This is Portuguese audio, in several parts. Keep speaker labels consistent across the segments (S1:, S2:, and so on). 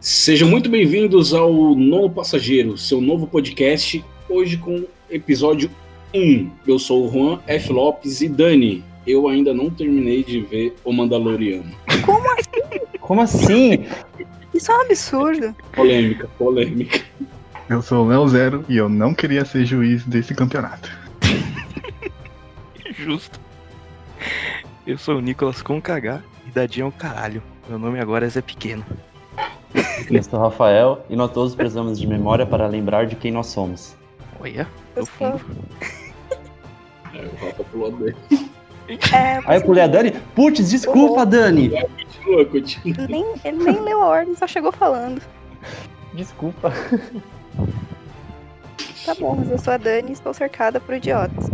S1: Sejam muito bem-vindos ao Novo Passageiro, seu novo podcast, hoje com episódio 1. Eu sou o Juan F. Lopes e Dani, eu ainda não terminei de ver O Mandaloriano.
S2: Como assim?
S3: Como assim?
S2: Isso é um absurdo.
S1: Polêmica, polêmica.
S4: Eu sou o Léo Zero e eu não queria ser juiz desse campeonato.
S5: Justo. Eu sou o Nicolas com KH e dadinho é o caralho. Meu nome agora é Zé Pequeno.
S3: Eu sou o Rafael e nós todos precisamos de memória para lembrar de quem nós somos.
S5: Olha,
S2: Eu
S5: do
S2: sou.
S5: fundo.
S1: É, o Rafa pulou a dele.
S2: É,
S3: Aí eu pulei a Dani. Putz, desculpa, Dani.
S1: Continua, continua.
S2: nem, ele nem leu a ordem, só chegou falando.
S3: Desculpa.
S2: Tá bom, mas eu sou a Dani e estou cercada por idiotas.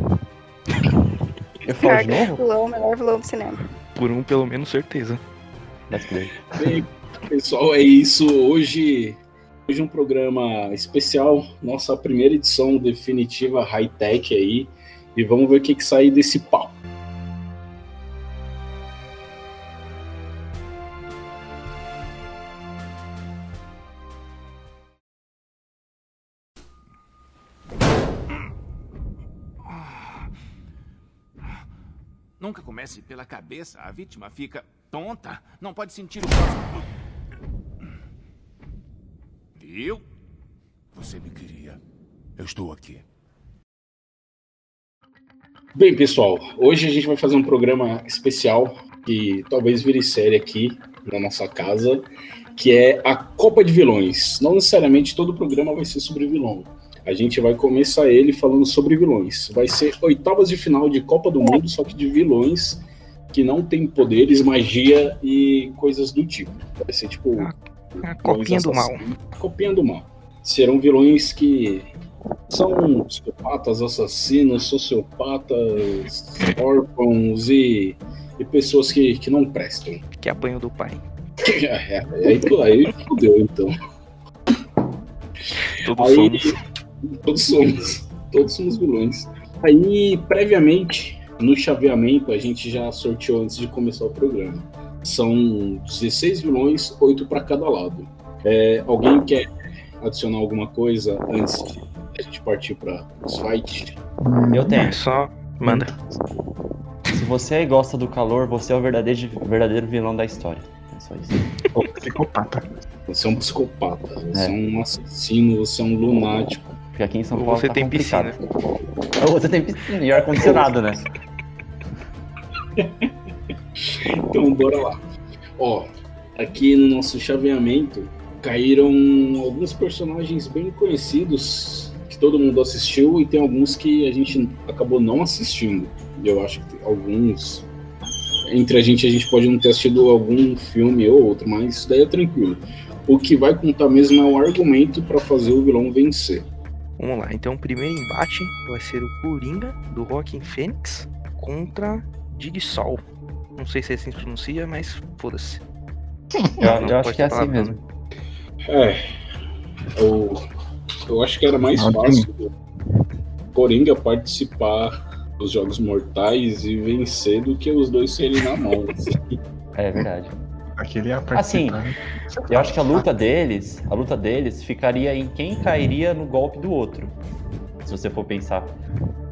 S3: Eu falo de
S2: Pior
S3: novo?
S2: vilão, melhor vilão do cinema.
S5: Por um, pelo menos, certeza.
S3: Mas tudo bem.
S1: Bem, pessoal, é isso. Hoje, hoje um programa especial, nossa primeira edição definitiva high-tech aí. E vamos ver o que, que sai desse pau.
S6: Nunca comece pela cabeça. A vítima fica tonta. Não pode sentir o próximo. Viu? Você me queria. Eu estou aqui.
S1: Bem, pessoal, hoje a gente vai fazer um programa especial que talvez vire série aqui na nossa casa, que é a Copa de Vilões. Não necessariamente todo o programa vai ser sobre vilão. A gente vai começar ele falando sobre vilões. Vai ser oitavas de final de Copa do Mundo, só que de vilões que não tem poderes, magia e coisas do tipo. Vai ser tipo
S5: A copinha do mal.
S1: Copinha do mal. Serão vilões que são psicopatas, assassinos, sociopatas, órfãos e, e pessoas que, que não prestam.
S5: Que apanho do pai.
S1: É, aí, tu- aí fudeu, então.
S5: Todos
S1: Aí-
S5: somos.
S1: Todos somos. Todos somos vilões. Aí, previamente, no chaveamento, a gente já sorteou antes de começar o programa. São 16 vilões, 8 para cada lado. É, alguém quer adicionar alguma coisa antes de a gente partir para os fights?
S3: Eu tenho.
S5: É só. Manda.
S3: Hum, Se você gosta do calor, você é o verdadeiro, verdadeiro vilão da história. É só isso.
S4: Ô, psicopata.
S1: Você é um psicopata, você
S3: É.
S1: é um assassino, você é um lunático.
S3: Porque aqui em São
S5: Ou
S3: Paulo
S5: você
S3: tá
S5: tem
S3: complicado. Ou você tem piscina e ar-condicionado, né?
S1: Então, bora lá. Ó, aqui no nosso chaveamento caíram alguns personagens bem conhecidos que todo mundo assistiu e tem alguns que a gente acabou não assistindo. E Eu acho que tem alguns entre a gente a gente pode não ter assistido algum filme ou outro, mas isso daí é tranquilo. O que vai contar mesmo é o argumento para fazer o vilão vencer.
S5: Vamos lá. Então, o primeiro embate vai ser o Coringa do Rockin' Fênix contra Digsol. Não sei se é assim que pronuncia, mas foda-se.
S3: Eu, eu
S5: Não,
S3: acho
S5: pode
S3: que é
S5: falar,
S3: assim mesmo.
S1: É. Eu, eu acho que era mais
S4: Ah,
S1: fácil o Coringa participar dos Jogos Mortais e vencer do que os dois serem na mão. assim.
S3: É verdade.
S4: Aquele ia participar.
S5: Assim,
S3: Eu acho que a luta deles, a luta deles ficaria em quem cairia no golpe do outro. Se você for pensar.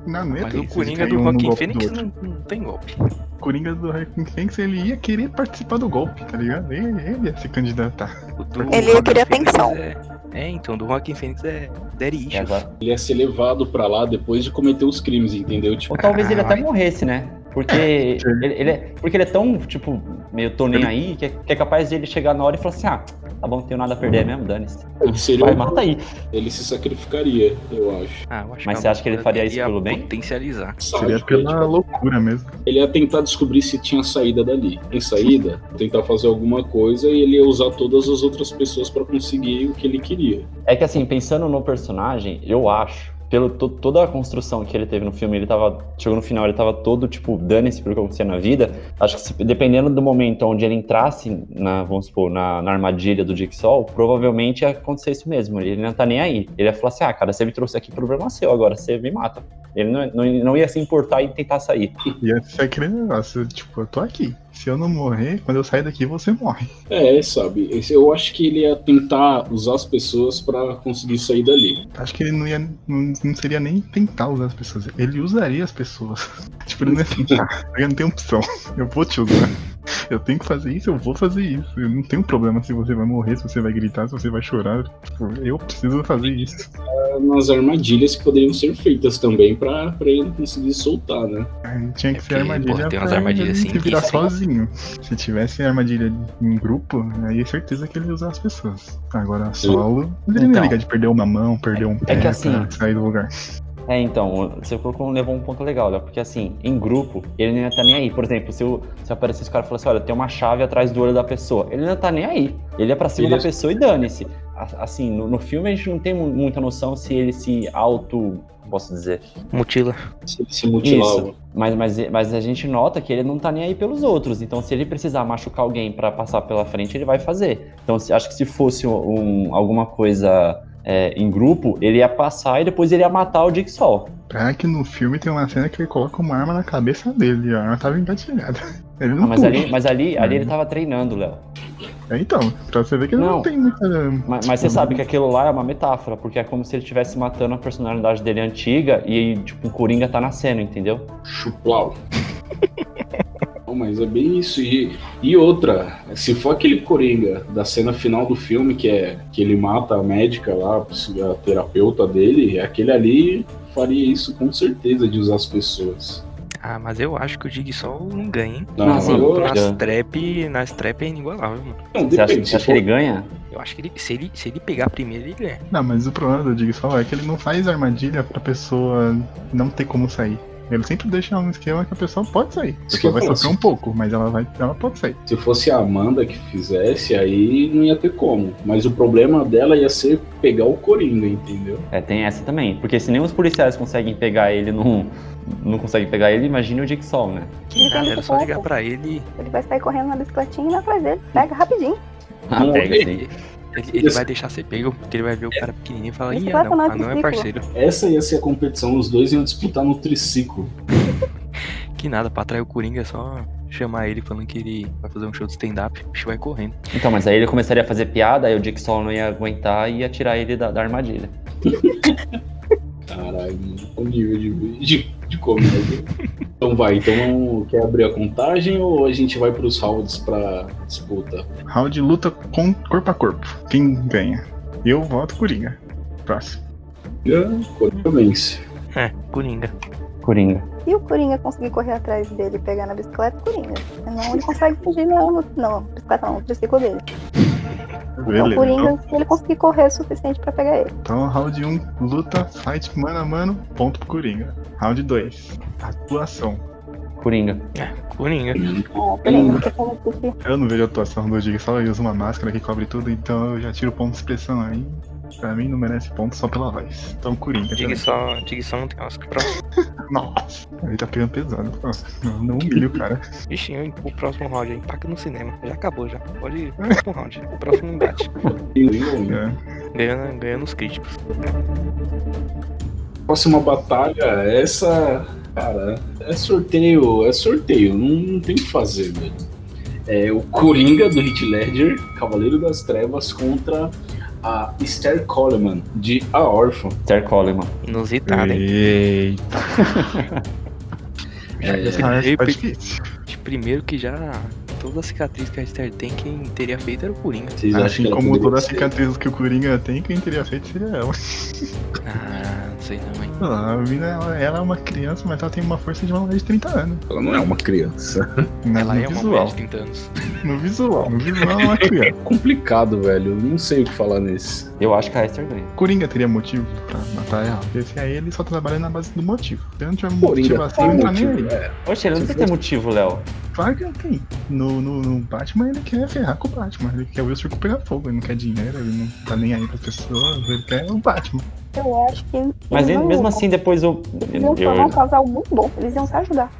S4: Não, não ia
S5: Mas
S4: ter
S5: o
S4: isso,
S5: Coringa
S4: eles caíam
S5: do
S4: no
S5: Rockin'
S4: golpe do
S5: Fênix
S4: outro.
S5: não, não tem golpe.
S4: O Coringa do Rockin' Fênix, ele ia querer participar do golpe, tá ligado? Ele, ele ia se candidatar.
S5: O do
S2: Ele
S5: Joaquin
S2: queria
S5: Phoenix
S2: atenção.
S5: É... é, então, do Rockin' Fênix é Daddy
S3: E
S5: Issues.
S3: agora...
S1: Ele ia ser levado pra lá depois de cometer os crimes, entendeu? Tipo,
S3: Ou talvez ele até
S5: Caralho.
S3: morresse, né? Porque ele, ele é, porque ele é tão, tipo, meio tô nem aí, que é, que é capaz de ele chegar na hora e falar assim, ah, tá bom, não tenho nada a perder mesmo, dane-se.
S1: Uhum. ele, seria
S3: Vai,
S1: um-
S3: mata aí.
S1: ele se sacrificaria, eu acho.
S5: Ah, eu acho
S3: Mas
S5: a
S3: você acha que ele
S5: luta
S3: faria
S5: dele
S3: isso
S5: ia
S3: pelo bem?
S5: Potencializar.
S4: Seria
S1: Sádico,
S4: pela
S1: tipo,
S4: loucura mesmo.
S1: ele ia tentar descobrir se tinha saída dali. Tem saída? Tentar fazer alguma coisa e ele ia usar todas as outras pessoas pra conseguir o que ele queria.
S3: É que assim, pensando no personagem, eu acho, pelo to- toda a construção que ele teve no filme, ele tava. Chegou no final, ele tava todo, tipo, dane-se pro que acontecia na vida. Acho que se- dependendo do momento onde ele entrasse, na, vamos supor, na, na armadilha do Jigsaw, provavelmente ia acontecer isso mesmo. Ele não tá nem aí. Ele ia falar assim, ah, cara, você me trouxe aqui, problema seu agora, você me mata. Ele não, não, não ia se importar e tentar sair.
S4: E esse é aquele negócio, tipo, eu tô aqui. Se eu não morrer, quando eu sair daqui, você morre.
S1: É, sabe? esse- Eu acho que ele ia tentar usar as pessoas pra conseguir sair dali.
S4: Acho que ele não ia. Não, não seria nem tentar usar as pessoas. Ele usaria as pessoas. Tipo, ele não ia tentar. Eu não tenho opção. Eu vou te usar. Eu tenho que fazer isso, eu vou fazer isso. Eu não tenho problema se você vai morrer, se você vai gritar, se você vai chorar. Tipo, eu preciso fazer isso.
S1: Nas armadilhas que poderiam ser feitas também pra, pra ele conseguir soltar, né?
S4: Aí Tinha que
S5: É
S4: ser
S5: porque,
S4: armadilha.
S5: pô, tem umas
S4: pra
S5: armadilhas
S4: ele
S5: assim
S4: se
S5: que
S4: virar
S5: saem.
S4: sozinho. Se tivesse armadilha em grupo, aí é certeza que ele ia usar as pessoas. Agora solo. Mas ele não ia
S3: Então.
S4: ligar de perder uma mão, perder um pé
S3: que assim-
S4: pra sair do lugar.
S3: É, então, você colocou, levou um ponto legal, Léo, porque assim, em grupo, ele não ia tá nem aí. Por exemplo, se, o, se aparecesse o cara e falasse, olha, tem uma chave atrás do olho da pessoa, ele não ia tá nem aí. Ele ia pra cima
S1: Ele-
S3: da pessoa e dane-se. A- Assim, no, no filme a gente não tem mu- muita noção se ele se auto. Posso dizer.
S5: Mutila.
S1: Se ele se mutilava.
S3: Mas, mas, mas a gente nota que ele não tá nem aí pelos outros. Então, se ele precisar machucar alguém pra passar pela frente, ele vai fazer. Então, se- acho que se fosse um- alguma coisa é, em grupo, ele ia passar e depois ele ia matar o Jigsaw.
S4: Pra que no filme tem uma cena que ele coloca uma arma na cabeça dele, e a arma tava engatilhada. Ele não
S3: Ah, mas
S4: puxa.
S3: ali, mas ali, ali ele tava treinando, Léo.
S4: É, Então, pra você ver que ele não,
S3: Não.
S4: tem muita.
S3: Mas, mas você sabe que aquilo lá é uma metáfora, porque é como se ele estivesse matando a personalidade dele antiga e, tipo, o Coringa tá nascendo, entendeu?
S1: Chuplau. Não, mas é bem isso. E, e outra, se for aquele Coringa da cena final do filme, que é que ele mata a médica lá, a psi- a terapeuta dele, aquele ali faria isso com certeza de usar as pessoas.
S5: Ah, mas eu acho que o Jigsaw não ganha, hein?
S1: Não,
S3: Nossa,
S1: eu-
S5: Maluco,
S3: eu-
S5: nas trap, nas trap é inigualável, mano.
S1: não,
S3: Você acha,
S1: depende.
S3: você
S1: Se
S3: acha que ele
S1: for,
S3: ganha?
S5: Eu acho que ele, se, ele, se ele pegar primeiro, ele ganha.
S4: Não, mas o problema do Jigsaw é que ele não faz armadilha pra pessoa não ter como sair. Ele sempre deixa um esquema que a pessoa pode sair. A
S1: Isso
S4: pessoa
S1: que
S4: vai
S1: eu faço.
S4: sofrer um pouco, mas ela, vai, ela pode sair.
S1: se fosse a Amanda que fizesse, aí não ia ter como. Mas o problema dela ia ser pegar o Coringa, entendeu?
S3: É, tem essa também. Porque se nem os policiais conseguem pegar ele, não, não conseguem pegar ele, imagina o Jigsaw, né?
S2: Ele
S5: Ah,
S2: tem
S5: era
S2: muito
S5: só ligar
S2: ponto.
S5: pra ele.
S2: Ele vai sair correndo na bicicletinha e vai atrás dele. Pega rapidinho.
S3: Ah,
S1: Não,
S3: pega,
S1: ele-
S3: sim.
S5: Ele, ele vai deixar ser pego, porque ele vai ver o cara pequenininho e falar,
S2: Esse
S5: ih,
S2: vai
S5: ah, não,
S2: tomar
S5: ah, não
S2: triciclo."
S5: é parceiro.
S1: Essa ia ser a competição, os dois iam disputar no triciclo.
S5: Que nada, pra atrair o Coringa é só chamar ele falando que ele vai fazer um show de stand-up, o bicho vai correndo.
S3: Então, mas aí ele começaria a fazer piada, aí o Jigsaw não ia aguentar e ia tirar ele da, da armadilha.
S1: Caralho, mano, o Um nível de, de, de comédia. então vai, então quer abrir a contagem ou a gente vai pros rounds pra disputa?
S4: Round luta com corpo a corpo. Quem ganha? Eu voto Coringa. Próximo.
S1: Coringa vence.
S5: É, Coringa.
S3: Coringa.
S2: E o Coringa conseguir correr atrás dele e pegar na bicicleta, Coringa. Senão ele consegue fugir na Não, bicicleta não, triciclo dele. Então, o
S4: Beleza. Então,
S2: Coringa, se ele conseguir correr o suficiente pra pegar ele.
S4: então round 1, luta, fight mano a mano, ponto pro Coringa. Round 2, atuação.
S3: Coringa.
S5: Coringa.
S2: Não, Coringa, porque como É, eu disse,
S4: Eu não vejo a atuação do Jigsaw, ele usa uma máscara que cobre tudo, então eu já tiro ponto de expressão aí. Pra mim não merece ponto só pela voz. Então Coringa. também.
S5: Jigsaw, Jigsaw não tem Oscar pra...
S4: Nossa, ele tá pegando pesado. Nossa, Não, não humilha o cara.
S5: Ixi, hein, o próximo round é impacto no cinema. Já acabou, já. Pode ir, próximo round. O próximo embate.
S1: Coringa vence.
S5: Tá,
S4: É.
S5: Ganhando, ganhando os críticos.
S1: Próxima batalha, essa. Cara, é sorteio, é sorteio, não, não tem o que fazer, velho. É o Coringa do Heath Ledger, Cavaleiro das Trevas, contra a Esther Coleman, de A Orphan.
S3: Ter Coleman.
S5: Inusitado, hein?
S4: Eita,
S1: É,
S4: essa arte tá
S5: Epic.
S4: difícil.
S5: De Primeiro que já... Toda a cicatriz que a Esther tem, quem teria feito era o Coringa.
S1: vocês acham
S4: Assim
S1: que ela
S4: como
S1: poderia
S4: toda a
S1: ser?
S4: cicatriz que o Coringa tem, quem teria feito seria ela.
S5: Ah, não sei não, hein?
S4: Sei lá, a mina, ela, ela é uma criança, mas ela tem uma força de uma mulher de 30 anos.
S1: Ela não é uma criança.
S4: Na-
S5: Ela
S4: no
S5: é uma mulher
S4: visual.
S5: de 30 anos.
S4: No visual. No visual ela é uma criança.
S1: complicado, velho. Eu não sei o que falar nesse.
S3: Eu acho que a Esther ganha.
S4: Coringa teria motivo pra matar ela. Esse aí ele só trabalha na base do motivo. Se não tiver
S1: Coringa
S4: motivo assim,
S1: tem
S4: ele não tá nem
S1: motivo,
S4: aí.
S1: é.
S3: Oxe, ele não
S1: Se
S3: precisa ter motivo, Léo.
S4: Claro que ele tem. No, no, no Batman ele quer ferrar com o Batman, ele quer o Will Circo pegar fogo, ele não quer dinheiro, ele não tá nem aí pras pessoas, ele quer o Batman.
S2: eu acho que. eles
S3: Mas ele-
S2: não tá
S3: mesmo
S2: iam-
S3: assim, depois eu.
S2: Eles iam
S3: eu-
S2: formar um casal muito bom, eles iam se ajudar.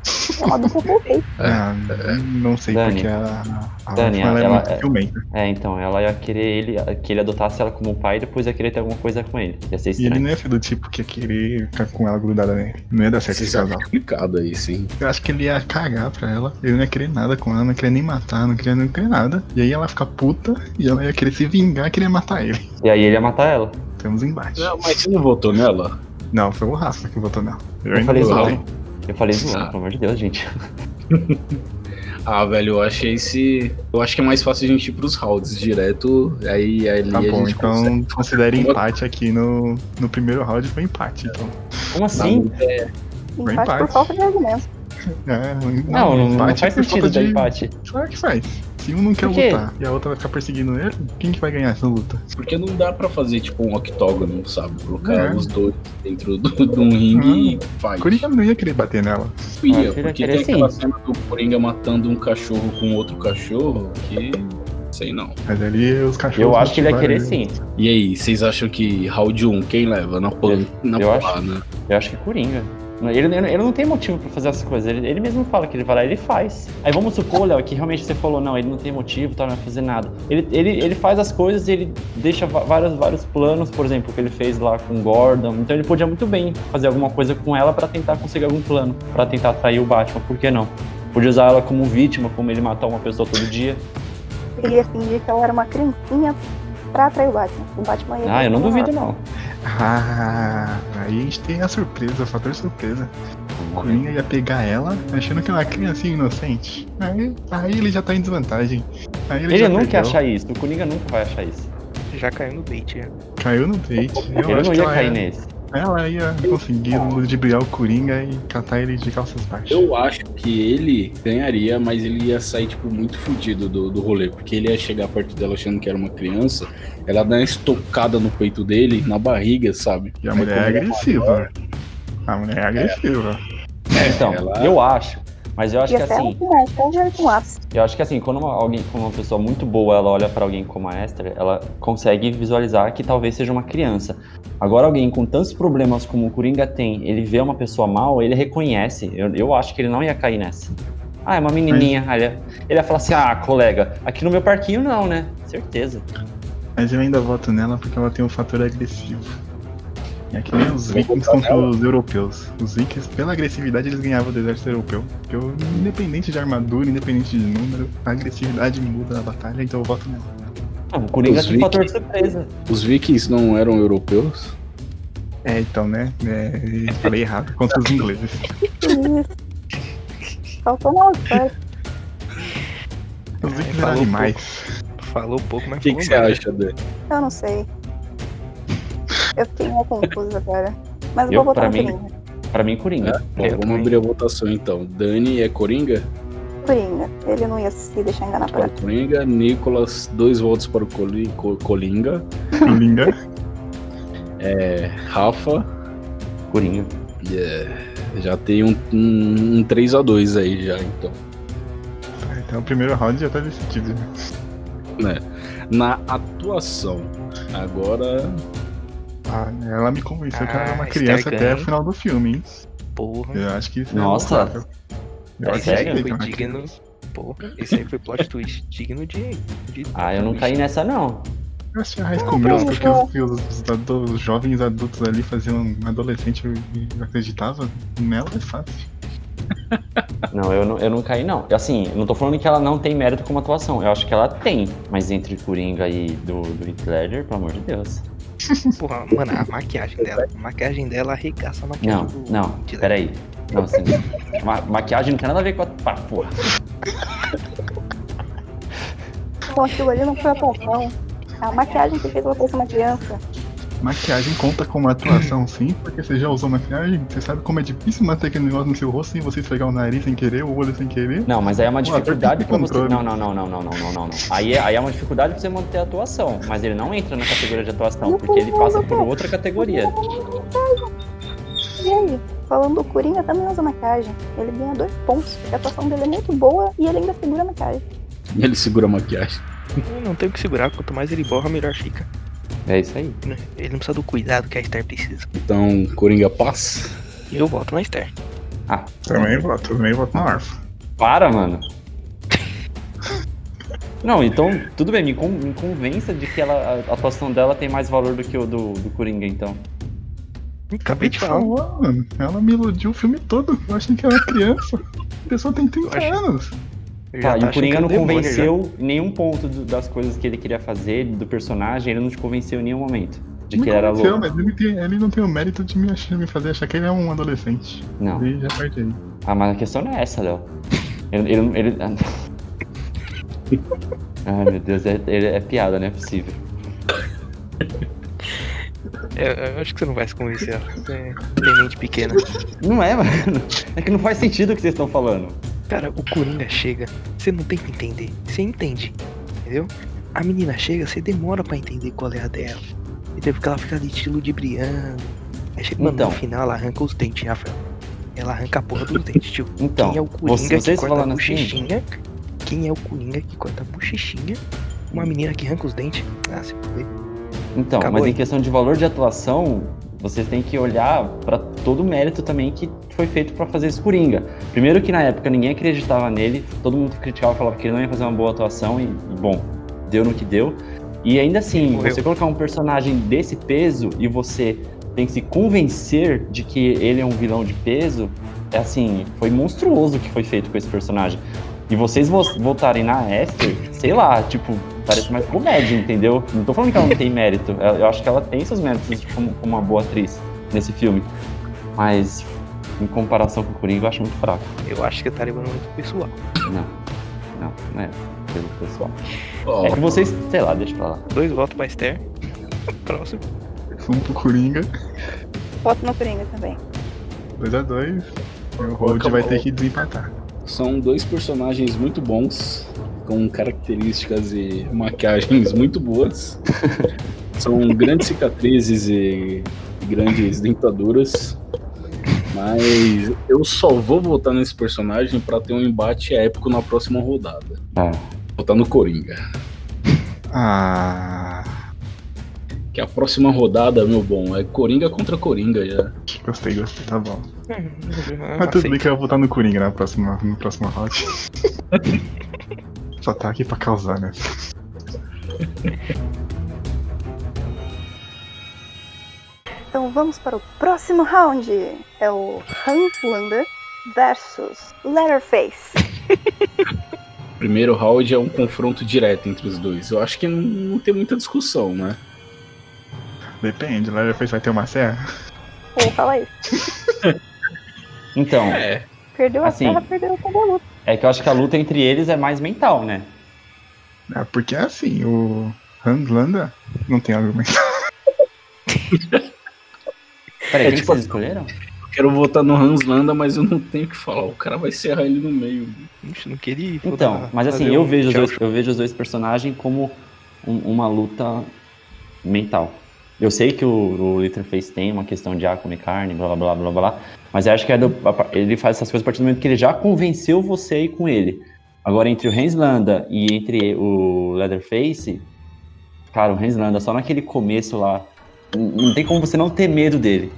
S2: É uma dupla perfeita.
S4: Ah,
S1: é.
S4: não sei
S3: Dani.
S4: porque a, a
S3: Dani,
S4: Alpha, ela é
S3: ela
S4: muito
S3: é-
S4: ciumenta.
S3: É, então, ela ia querer ele, que ele adotasse ela como pai, depois ia querer ter alguma coisa com ele. Ia ser
S4: E ele
S3: estranho.
S4: não é do tipo que ia querer ficar com ela grudada nele. Não ia dar certo esse
S1: Isso é
S4: casal.
S1: complicado aí, sim.
S4: Eu acho que ele ia cagar pra ela. Ele não ia querer nada com ela, não queria nem matar, não queria não queria nada. E aí ela fica puta e ela ia querer se vingar, queria matar ele.
S3: E aí ele ia matar ela.
S4: Temos embate.
S1: Não, mas você não votou nela?
S4: Não, foi o Rafa que votou nela. Eu,
S3: Eu né?
S4: ainda
S3: falei
S4: não
S1: zoado.
S4: votei.
S3: zoando. Eu falei zoando,
S1: Ah.
S3: pelo amor de Deus, gente.
S1: Ah, velho, eu achei esse. Eu acho que é mais fácil a gente ir pros rounds direto. Aí, aí
S4: Tá
S1: a
S4: bom,
S1: gente
S4: então
S1: consegue.
S4: considere empate aqui no, no primeiro round foi empate, então.
S3: Como assim?
S4: Bem
S2: Empate por
S4: parte.
S2: falta de argumentos.
S4: É,
S3: Não, não, não
S4: empate
S3: faz
S4: é por
S3: sentido
S4: falta
S3: dar empate.
S4: Claro que faz. Se um não quer
S3: Por quê?
S4: lutar e a outra vai ficar perseguindo ele, quem que vai ganhar essa luta?
S1: Porque não dá pra fazer tipo um octógono, sabe? Colocar
S4: É.
S1: os dois dentro do, de um ringue e faz.
S4: Coringa não ia querer bater nela.
S1: Ia,
S3: Ah,
S1: porque
S3: seria
S1: tem aquela
S3: sim.
S1: cena do Coringa matando um cachorro com outro cachorro que. Sei não.
S4: Mas ali os cachorros.
S3: Eu acho que ele ia
S4: motivaram
S3: querer sim.
S1: E aí, vocês acham que round 1 quem leva? Na pan, na né?
S3: eu acho-
S1: porrada.
S3: Eu acho que Coringa. Ele, ele- ele não tem motivo pra fazer essas coisas. Ele, ele mesmo fala que ele vai lá e ele faz. Aí vamos supor, Léo, que realmente você falou, não, ele não tem motivo, tá, não vai fazer nada. Ele, ele, ele faz as coisas e ele deixa va- vários, vários planos, por exemplo, o que ele fez lá com o Gordon. Então ele podia muito bem fazer alguma coisa com ela pra tentar conseguir algum plano, Pra tentar atrair o Batman, por que não? Podia usar ela como vítima, como ele matar uma pessoa todo dia.
S2: Ele ia fingir que ela era uma criancinha pra atrair o Batman. O Batman ia.
S3: Ah, eu não duvido, não.
S4: Ah, aí a gente tem a surpresa, o fator surpresa. O Coringa ia pegar ela, achando que ela é uma criancinha inocente. Aí, aí ele já tá em desvantagem. Aí ele
S3: Ele
S4: já
S3: nunca ia
S4: perdeu.
S3: achar isso. O Coringa nunca vai achar isso.
S5: Já caiu no bait, né?
S4: Caiu no date. Eu
S3: ele
S4: acho
S3: não
S4: que é.
S3: ia
S4: ela
S3: cair
S4: ia,
S3: nesse.
S4: ela ia conseguir ludibriar o Coringa e catar ele de calças baixas.
S1: Eu acho que ele ganharia, mas ele ia sair, tipo, muito fudido do, do rolê. Porque ele ia chegar perto dela achando que era uma criança. Ela dá uma estocada no peito dele, na barriga, sabe?
S4: E a mulher é agressiva. A mulher é agressiva. É,
S3: Então,
S1: ela-
S3: eu acho. Mas eu acho
S2: Ia
S3: que
S2: até
S3: assim.
S2: ela com mais, até um ela com lápis.
S3: Eu acho que assim, quando uma, alguém, quando uma pessoa muito boa ela olha pra alguém como a Esther, ela consegue visualizar que talvez seja uma criança. Agora, alguém com tantos problemas como o Coringa tem, ele vê uma pessoa mal, ele reconhece. Eu, eu acho que ele não ia cair nessa. Ah, é uma menininha. Aí Ele, ele ia falar assim: ah, colega, aqui no meu parquinho não, né? Certeza.
S4: Mas eu ainda voto nela porque ela tem um fator agressivo. É que nem os vikings contra os europeus. Os vikings, pela agressividade, eles ganhavam do exército europeu. Porque eu, independente de armadura, independente de número, a agressividade muda na batalha, então eu voto nela.
S3: Ah, o Coringa
S1: Os
S3: tem um fator
S1: Vikings.
S3: surpresa.
S1: Os vikings não eram europeus?
S4: É, então, né? É, falei errado. Contra os ingleses.
S2: Faltou uma história.
S4: Os
S5: É,
S4: vikings
S5: falou
S4: eram
S5: pouco.
S4: animais.
S5: Falou pouco, mas
S1: O que,
S5: falou
S1: que você
S5: merda.
S1: acha, Dani?
S2: Eu não sei. Eu fiquei meio confusa agora. Mas eu
S3: Eu,
S2: vou botar
S3: pra
S2: no
S3: mim-
S2: Coringa.
S3: Pra mim, Coringa.
S1: Bom,
S5: Eu
S1: vamos
S5: também.
S1: abrir a votação então. Dani é Coringa?
S2: Coringa. Ele não ia se deixar enganar por
S3: É.
S1: Para
S2: ela.
S1: o Coringa. Nicolas, dois votos para o Coli- Co- Colinga.
S4: Coringa.
S1: É, Rafa,
S3: Coringa.
S1: é, já tem um, um, um 3x2 aí já, então.
S4: Então o primeiro round já tá decidido.
S1: Na atuação, agora
S4: Ah, ela me convenceu que ela era uma
S5: Ah,
S4: criança
S5: Star
S4: até o
S5: Gun.
S4: final do filme, hein?
S5: Porra.
S4: Eu acho que isso
S3: Nossa.
S4: é notável. Eu
S3: É
S4: acho que
S5: Esse
S3: sério?
S4: é
S5: aí
S4: feito,
S5: foi
S4: né?
S5: digno. Porra, esse aí foi plot twist. Digno de. de
S3: Ah, eu não caí nessa, não.
S4: Eu achei mais
S2: Não,
S4: comum porque
S2: não.
S4: os, que os, os ado- os jovens adultos ali faziam um adolescente e eu acreditava nela é fácil.
S3: Não, eu não, eu não caí, não. Assim, eu não tô falando que ela não tem mérito como atuação. Eu acho que ela tem. Mas entre Coringa e do, do Heath Ledger, pelo amor de Deus.
S5: Porra, mano, a maquiagem dela. A maquiagem dela arregaça a maquiagem
S3: Não,
S4: Tipo,
S5: do.
S3: não,
S5: de-
S3: peraí. Não, assim. ma- maquiagem não tem nada a ver com a. Pá, porra.
S2: Então aquilo ali não foi a pontão. A maquiagem que fez ela parecer uma criança.
S4: Maquiagem conta como atuação sim, porque você já usou maquiagem, você sabe como é difícil manter aquele negócio no seu rosto sem você esfregar o nariz sem querer, o olho sem querer.
S3: Não, mas aí é uma
S4: Pô, ator
S3: dificuldade
S4: tem
S3: pra você.
S4: controle.
S3: Não, não, não, não, não, não, não, não. não. Aí, é, aí é uma dificuldade pra você manter a atuação. Mas ele não entra na categoria de atuação, porque ele passa por outra categoria.
S2: E aí? Falando do Coringa, também usa maquiagem. Ele ganha dois pontos. porque A atuação dele é muito boa e ele ainda segura a maquiagem.
S1: ele segura a maquiagem.
S5: Eu Não tem o que segurar, quanto mais ele borra, melhor fica.
S3: É isso aí.
S5: Ele não precisa do cuidado que a Star precisa.
S1: Então, Coringa passa.
S5: Eu voto na Star.
S4: Também voto, também voto na órfã.
S3: Para, mano. Não, então, tudo bem, me, con me convença de que ela, a- a atuação dela tem mais valor do que o do, do Coringa, então.
S4: Acabei
S5: Então,
S4: de falar, mano. Ela me iludiu o filme todo. Eu achei que era criança. A pessoa tem 30
S5: Eu
S4: anos.
S5: Eu já
S3: Tá, e
S5: tá
S3: o
S5: achando que
S3: Coringa
S5: é um
S3: não
S5: demônio,
S3: convenceu em nenhum ponto do- das coisas que ele queria fazer, do personagem, ele não te convenceu em nenhum momento de que
S4: Me
S3: ele era
S4: convenceu,
S3: louco.
S4: Mas ele, tem- ele não tem o mérito de me, achar, me fazer achar que ele é um adolescente.
S3: Não.
S4: E já parte aí.
S3: Ah, mas a questão não é essa, Léo. Ele. ele, ele... ah, Ai, meu Deus, é, ele- é piada, não é possível.
S5: já. É, eu acho que você não vai se convencer ela. Você tem mente pequena.
S3: Não é, mano. É que não faz sentido o que vocês estão falando.
S5: Cara, o Coringa chega, você não tem que entender, você entende, entendeu? A menina chega, você demora pra entender qual é a dela. Entendeu? Porque ela fica ali te ludibriando. Aí chega, mano,
S3: Então.
S5: no final ela arranca os dentes, Rafael. Ela arranca a porra dos dentes, tio.
S3: Então,
S5: Quem é o Coringa
S3: você- vocês
S5: que corta a
S3: falando assim-
S5: bochechinha? Quem é o Coringa que corta a bochechinha? Uma menina que arranca os dentes? Ah, você foi.
S3: Então,
S5: Acabou
S3: mas
S5: aí.
S3: em questão de valor de atuação, vocês têm que olhar pra todo o mérito também que foi feito pra fazer esse Coringa. Primeiro que na época ninguém acreditava nele, todo mundo criticava, falava que ele não ia fazer uma boa atuação e, bom, deu no que deu. E ainda assim,
S5: Morreu.
S3: você colocar um personagem desse peso e você tem que se convencer de que ele é um vilão de peso, é assim, foi monstruoso o que foi feito com esse personagem. E vocês vo- voltarem na Esther, sei lá, tipo, parece mais comédia, entendeu? Não tô falando que ela não tem mérito. ela- Eu acho que ela tem seus méritos tipo, como, como uma boa atriz nesse filme. Mas, em comparação com o Coringa, eu acho muito fraco.
S5: Eu acho que tá levando muito pessoal.
S3: Não, não, não é pelo pessoal.
S1: Ó,
S3: É que vocês, sei lá, deixa pra lá.
S5: Dois votos pra Esther. Próximo.
S4: Um pro Coringa,
S2: Voto no Coringa também.
S4: 2x2. O Road vai ter que desempatar.
S1: São dois personagens muito bons, com características e maquiagens muito boas. São grandes cicatrizes e grandes dentaduras. Mas eu só vou votar nesse personagem pra ter um embate épico na próxima rodada.
S3: Ah,
S1: Votar no Coringa.
S4: Ah.
S1: Que a próxima rodada, meu bom, é Coringa contra Coringa já.
S4: Gostei, gostei, tá bom.
S5: Ah,
S4: Mas tudo bem
S5: aceito.
S4: que eu vou votar no Coringa na próxima, no próximo round. Só tá aqui pra causar, né?
S2: Então vamos para o próximo round. É o Handlander versus Leatherface.
S1: Primeiro round é um confronto direto entre os dois. Eu acho que não, não tem muita discussão, né?
S4: Depende, o Larry vai ter uma serra.
S2: Ou fala isso.
S3: Então,
S1: É.
S2: Perdeu a
S3: Assim.
S2: terra, perdeu toda a luta.
S3: é que eu acho que a luta entre eles é mais mental, né?
S4: É, porque assim, o Handlanda não tem argumento.
S3: Peraí,
S1: É
S3: quem
S1: tipo
S3: vocês
S1: assim.
S3: escolheram?
S1: Eu quero votar no Hans Landa, mas eu não tenho o que falar. O cara vai serrar ele no meio.
S5: Ixi, não queria.
S3: Então, mas assim,
S1: um
S3: eu vejo, os dois, eu vejo os dois personagens como um- uma luta mental. Eu sei que o, o Leatherface tem uma questão de ah, comer carne, blá blá blá blá blá, mas eu acho que é do- a pa- ele faz essas coisas a partir do momento que ele já convenceu você a ir com ele. Agora, entre o Hans Landa e entre o Leatherface, cara, o Hans Landa, só naquele começo lá, não- não tem como você não ter medo dele.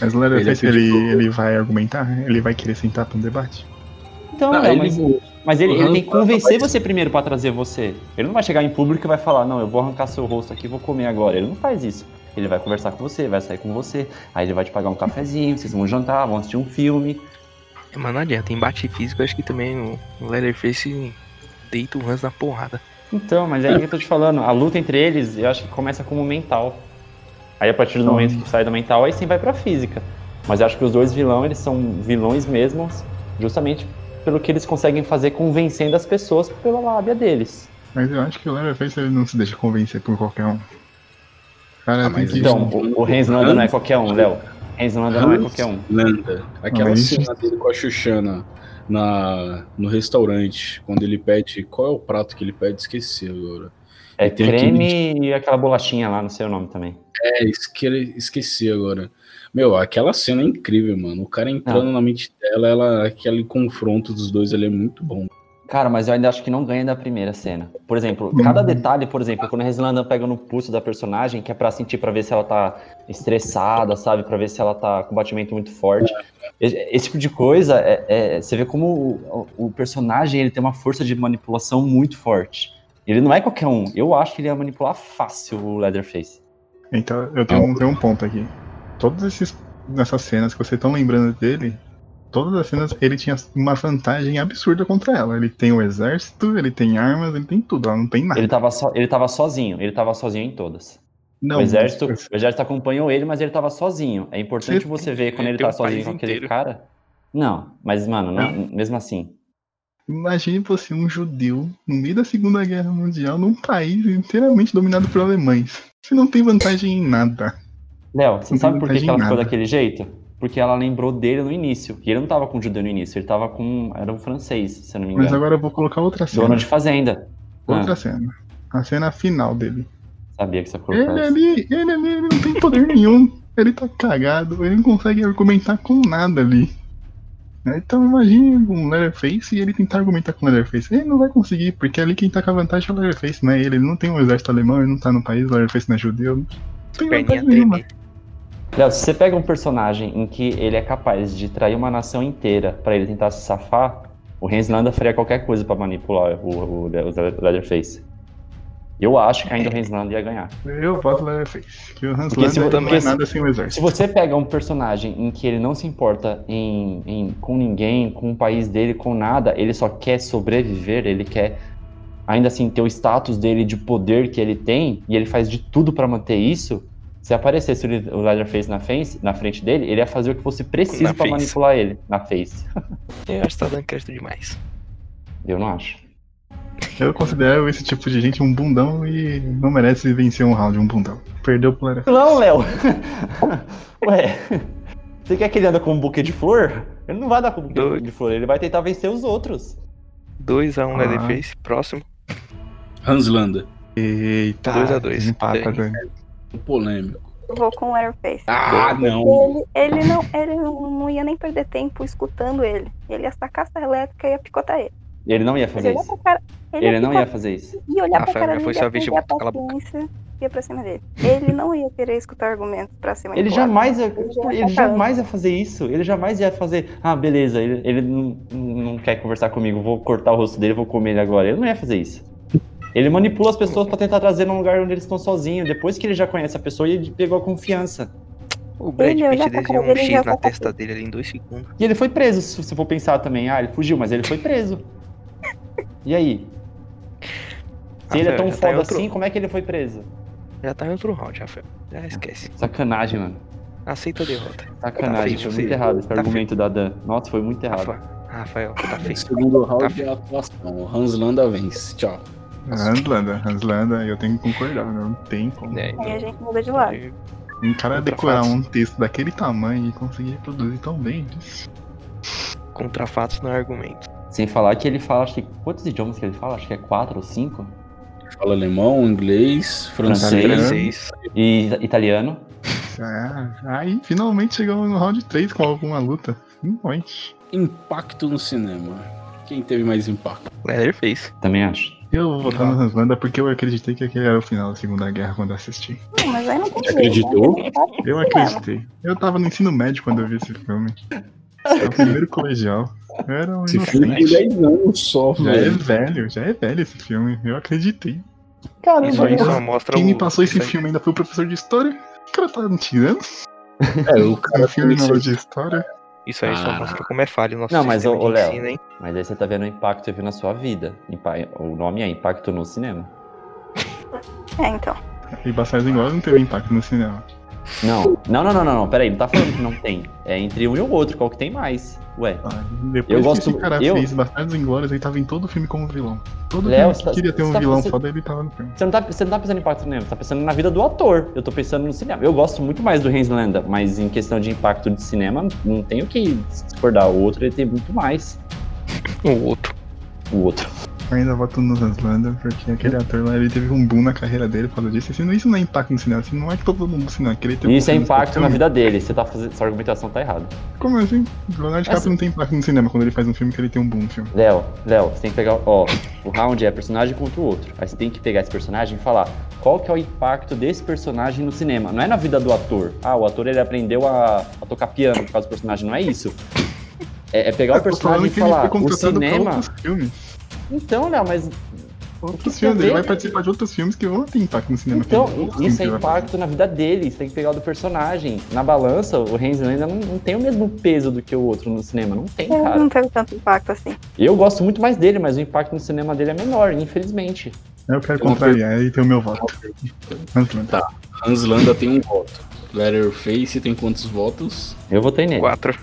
S4: Mas o Larry
S1: Ele
S4: ele, tipo,
S1: acreditou.
S4: ele vai argumentar? né? Ele vai querer sentar pra um debate?
S3: Então,
S1: Não,
S3: Léo,
S1: Ah, ele-
S3: mas... Mas ele,
S1: O
S3: ele
S1: Hans
S3: tem que convencer você primeiro pra trazer você. Ele não vai chegar em público e vai falar, não, eu vou arrancar seu rosto aqui e vou comer agora. Ele não faz isso. Ele vai conversar com você, vai sair com você, aí ele vai te pagar um cafezinho, vocês vão jantar, vão assistir um filme.
S5: Mas não adianta, embate físico, eu acho que também o o Leatherface deita o Hans na porrada.
S3: Então, mas aí que eu tô te falando, a luta entre eles, eu acho que começa como mental. Aí a partir do momento que sai do mental, aí sim vai pra física. Mas eu acho que os dois vilões, eles são vilões mesmos, justamente pelo que eles conseguem fazer convencendo as pessoas pela lábia deles.
S4: Mas eu acho que o Larry ele não se deixa convencer por qualquer um. O Cara,
S1: Ah,
S4: tem
S1: mas
S4: que-
S3: Então, o, o Hans Landa não é qualquer um, Léo. Hans Landa não é qualquer um.
S1: Landa. Aquela
S4: Mas-
S1: cena dele com a Xuxana na, no restaurante, quando ele pede. Qual é o prato que ele pede? Esqueci agora.
S3: É
S1: E tem
S3: creme e aquela bolachinha lá, não sei o nome também.
S1: É, esque, esqueci agora. Meu, aquela cena é incrível, mano. O cara entrando na mente dela, ela, aquele confronto dos dois ali é muito bom.
S3: Cara, mas eu ainda acho que não ganha da primeira cena. Por exemplo, cada detalhe, por exemplo, quando a Reslanda pega no pulso da personagem, que é pra sentir, pra ver se ela tá estressada, sabe? Pra ver se ela tá com batimento muito forte. E- Esse tipo de coisa, é, é- você vê como o, o personagem ele tem uma força de manipulação muito forte. Ele não é qualquer um. Eu acho que ele ia manipular fácil o Leatherface.
S4: Então, eu tenho, um, tenho um ponto aqui. Todas esses, essas cenas que vocês estão lembrando dele, todas as cenas ele tinha uma vantagem absurda contra ela. Ele tem o exército, ele tem armas, ele tem tudo, ela não tem nada.
S3: Ele tava, so- ele tava sozinho, ele tava sozinho em todas.
S4: Não,
S3: o, exército,
S4: mas-
S3: o exército acompanhou ele, mas ele tava sozinho. É importante
S4: Sim.
S3: você ver quando
S7: Ele
S3: ele
S7: tem
S3: tá
S7: um país
S3: sozinho com aquele
S7: inteiro.
S3: cara. Não, mas, mano, não- mesmo assim.
S4: Imagine você um judeu no meio da Segunda Guerra Mundial num país inteiramente dominado por alemães. Você não tem vantagem em nada.
S3: Léo, você
S4: Não
S3: sabe
S4: tem
S3: por que, que
S4: vantagem em
S3: ela ficou
S4: nada.
S3: daquele jeito? Porque ela lembrou dele no início. E ele não tava com um judeu no início, ele tava com. Era um francês, se eu não me
S4: Mas
S3: engano.
S4: agora eu vou colocar outra cena.
S3: Dono de fazenda.
S4: Outra
S3: Ah,
S4: cena. A cena final dele.
S3: sabia que você ia colocar
S4: Ele é
S3: isso.
S4: ali, ele ali, ele não tem poder nenhum. Ele tá cagado, ele não consegue argumentar com nada ali. Né, Então imagine um Leatherface e ele tentar argumentar com o Leatherface. Ele não vai conseguir, porque ali quem tá com a vantagem é o Leatherface, né? Ele não tem um exército alemão, ele não tá no país, o Leatherface não é judeu. Não tem
S5: Perninha
S4: vantagem nenhuma.
S5: treme.
S3: Léo, se você pega um personagem em que ele é capaz de trair uma nação inteira pra ele tentar se safar, o Renslanda faria qualquer coisa pra manipular o, o, o Leatherface. Eu acho que ainda o Renslanda ia ganhar.
S4: Eu voto Leatherface. Que o Hans
S3: Porque se
S4: Landa
S3: você-
S4: não é
S3: se-
S4: nada sem o exército.
S3: Se você pega um personagem em que ele não se importa em, em- com ninguém, com o país dele, com nada, ele só quer sobreviver, ele quer ainda assim ter o status dele de poder que ele tem, e ele faz de tudo pra manter isso. Se aparecesse o Li- o Leatherface na, face, na frente dele, ele ia fazer o que você precisa
S7: Na
S3: pra
S7: face.
S3: manipular ele na face.
S5: Eu acho que tá dando crédito demais.
S3: Eu não acho.
S4: Eu considero esse tipo de gente um bundão e não merece vencer um round, um bundão. Perdeu pro Leatherface.
S3: Não, Léo! Ué, você quer que ele anda com um buquê de flor? Ele não vai dar com um buquê
S5: Doido.
S3: de flor, ele vai tentar vencer os outros.
S5: 2x1 um
S4: Ah.
S5: Leatherface, próximo.
S1: Hans Landa.
S4: Eita,
S5: Dois a dois.
S4: empata,
S5: Dani.
S4: Dani.
S1: Polêmico.
S2: Eu Vou com o Leatherface.
S1: Ah, não.
S2: Ele, ele, não, ele não, não ia nem perder tempo escutando ele. Ele ia sacar essa elétrica e ia picotar ele.
S3: Ele não ia
S2: Ele,
S3: fazer
S2: ia olhar
S3: isso.
S2: pra cara, ele,
S3: Ele é tipo não ia
S2: picotar
S3: fazer isso.
S2: e olhar pra
S5: Rafael,
S2: cara
S5: já
S2: dele,
S5: foi
S2: ia
S5: sua vez,
S2: perder a
S5: cala a boca.
S2: paciência e ia pra cima dele. Ele não ia querer escutar argumentos pra cima
S3: Ele jamais, ia,
S2: já
S3: ele
S2: tá
S3: jamais ia fazer isso. Ele jamais ia fazer. Ah, beleza, ele, ele não, não quer conversar comigo, vou cortar o rosto dele, vou comer ele agora. Ele não ia fazer isso. Ele manipula as pessoas pra tentar trazer num lugar onde eles estão sozinhos. Depois que ele já conhece a pessoa, ele pegou a confiança.
S5: O Brad
S2: Ele olhar
S5: Pitt
S2: pra
S5: desenhou
S2: cara
S5: um
S2: dele e já
S5: X na
S2: tá
S5: testa dele ali em dois segundos.
S3: E ele foi preso, se você for pensar também. Ah, ele fugiu, mas ele foi preso. E aí? Se ele é tão
S5: Rafael, já tá em
S3: foda
S5: outro-
S3: assim, como é que ele foi preso?
S5: Já tá em outro round, Rafael. Já esquece.
S3: Sacanagem, mano.
S5: Aceita a derrota.
S3: Sacanagem,
S5: feio,
S3: foi
S5: feio.
S3: muito errado esse
S5: Tá
S3: argumento da Dan. Nossa, foi muito errado.
S5: Rafa, Rafael, tá
S1: O
S5: feio.
S1: segundo round é a atuação. O Hans Landa vence. Tchau.
S4: Hanslanda, Hanslanda, eu tenho que concordar, não tem como.
S5: É,
S2: Aí a
S5: então,
S2: gente muda de lado.
S4: Um cara
S5: Outra
S4: decorar
S5: face.
S4: um texto daquele tamanho e conseguir reproduzir tão bem.
S5: contra fatos não é argumento.
S3: Sem falar que ele fala, acho que. Quantos idiomas que ele fala? Acho que é quatro ou cinco?
S1: Fala alemão, inglês, francês.
S4: né?
S3: Francês.
S5: Francês.
S3: E ita- italiano.
S4: Ah, aí finalmente chegamos no round 3 com alguma luta. Finalmente.
S1: Impacto no cinema. Quem teve mais impacto?
S5: Leatherface.
S3: Também acho.
S4: Eu vou votar
S1: Tá.
S4: no Hanslanda porque eu acreditei que aquele era o final da Segunda Guerra quando eu assisti.
S2: Não, mas aí não tem jeito.
S1: acreditou?
S2: né? Tá
S4: Eu acreditei. Eu tava no ensino médio quando eu vi esse filme. É o primeiro colegial. Eu era um
S1: Esse filme é tem
S4: inocente.
S1: 10 anos só,
S4: Já é
S1: velho.
S4: velho, já é velho esse filme. Eu acreditei.
S5: Isso aí só mostra
S4: Quem
S5: o.
S4: me passou esse
S5: isso aí-
S4: filme ainda foi o professor de história. O cara tá me tirando.
S1: É, o cara
S4: O filme
S1: tem
S4: não é
S1: certeza.
S4: de história.
S5: Isso aí só
S1: Ah.
S5: mostra como é falho o nosso
S3: Não, mas,
S5: sistema
S3: ô, ô,
S5: de
S3: Léo.
S5: ensino, hein?
S3: Mas aí você tá vendo o impacto que teve na sua vida. Impa- O nome é Impacto no Cinema.
S2: É, então.
S4: E Bastardos Inglórios não teve impacto no cinema.
S3: Não, não, não, não, não, não. Peraí, não tá falando que não tem. É entre um e o outro, qual que tem mais? Ué.
S4: Ah, Depois
S3: Eu
S4: que
S3: gosto-
S4: esse cara
S3: eu-
S4: fez Bastardos Inglórios, ele tava em todo filme como vilão. Todo
S3: Léo,
S4: filme
S3: tá-
S4: que queria ter um
S3: tá
S4: vilão
S3: pensando-
S4: foda, ele tava no filme.
S3: Você não, tá, você não tá pensando em impacto no cinema, você tá pensando na vida do ator. Eu tô pensando no cinema. Eu gosto muito mais do Hans Landa, mas em questão de impacto de cinema, não tenho o que discordar. O outro ele tem muito mais.
S5: O Um outro.
S3: O outro.
S4: Eu ainda voto no Zaslander, porque aquele ator lá ele teve um boom na carreira dele por causa disso. Assim, não- isso não é impacto no cinema, assim, não é que todo mundo no cinema. Que ele teve um
S3: Isso é
S4: filme
S3: impacto
S4: especial.
S3: na vida dele. Você tá fazendo, sua argumentação tá errada.
S4: Como assim? Leonardo DiCaprio
S3: Assim-
S4: não tem impacto no cinema quando ele faz um filme que ele tem um boom no filme.
S3: Léo, Léo, você tem que pegar. Ó, o round é personagem contra o outro. Aí você tem que pegar esse personagem e falar qual que é o impacto desse personagem no cinema. Não é na vida do ator. Ah, o ator ele aprendeu a, a tocar piano por causa do personagem. Não é isso. É, é pegar o
S4: Eu tô falando
S3: personagem e
S4: que ele foi
S3: falar o
S4: contratado pra
S3: cinema.
S4: outros filmes.
S3: Então, Léo, mas
S4: Outros
S3: que tem a
S4: filmes,
S3: ver?
S4: ele vai participar de outros filmes que vão ter impacto no cinema.
S3: Então,
S4: que ele- outros filmes
S3: isso
S4: que
S3: é
S4: ele vai fazer.
S3: impacto na vida dele, você tem que pegar o do personagem. Na balança, o Renzo ainda não, não tem o mesmo peso do que o outro no cinema. Não tem,
S2: É,
S3: cara.
S2: não teve tanto impacto assim.
S3: Eu gosto muito mais dele, mas o impacto no cinema dele é menor, infelizmente.
S4: Eu quero
S1: Eu não
S4: contrariar, aí tem o meu voto. Zaslander. é.
S1: Hans Landa tem um voto. Letterface tem quantos votos?
S3: Eu votei nele.
S5: Quatro.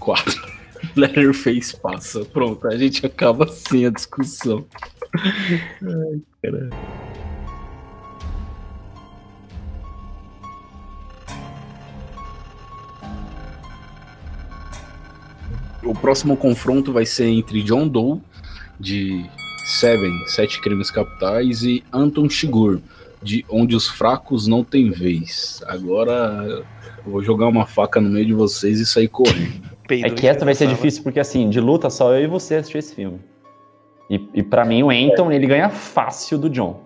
S1: Quatro. Letterface passa. Pronto, a gente acaba sem a discussão. O próximo confronto vai ser entre John Doe, de Seven, Sete Crimes Capitais, e Anton Chigurh, de Onde os Fracos Não Têm Vez. Agora eu vou jogar uma faca no meio de vocês e sair correndo.
S5: Peido
S3: É que essa vai ser
S5: Sala.
S3: difícil, porque assim, de luta só eu e você assistiu esse filme. E, e para mim, o Anton, ele ganha fácil do John.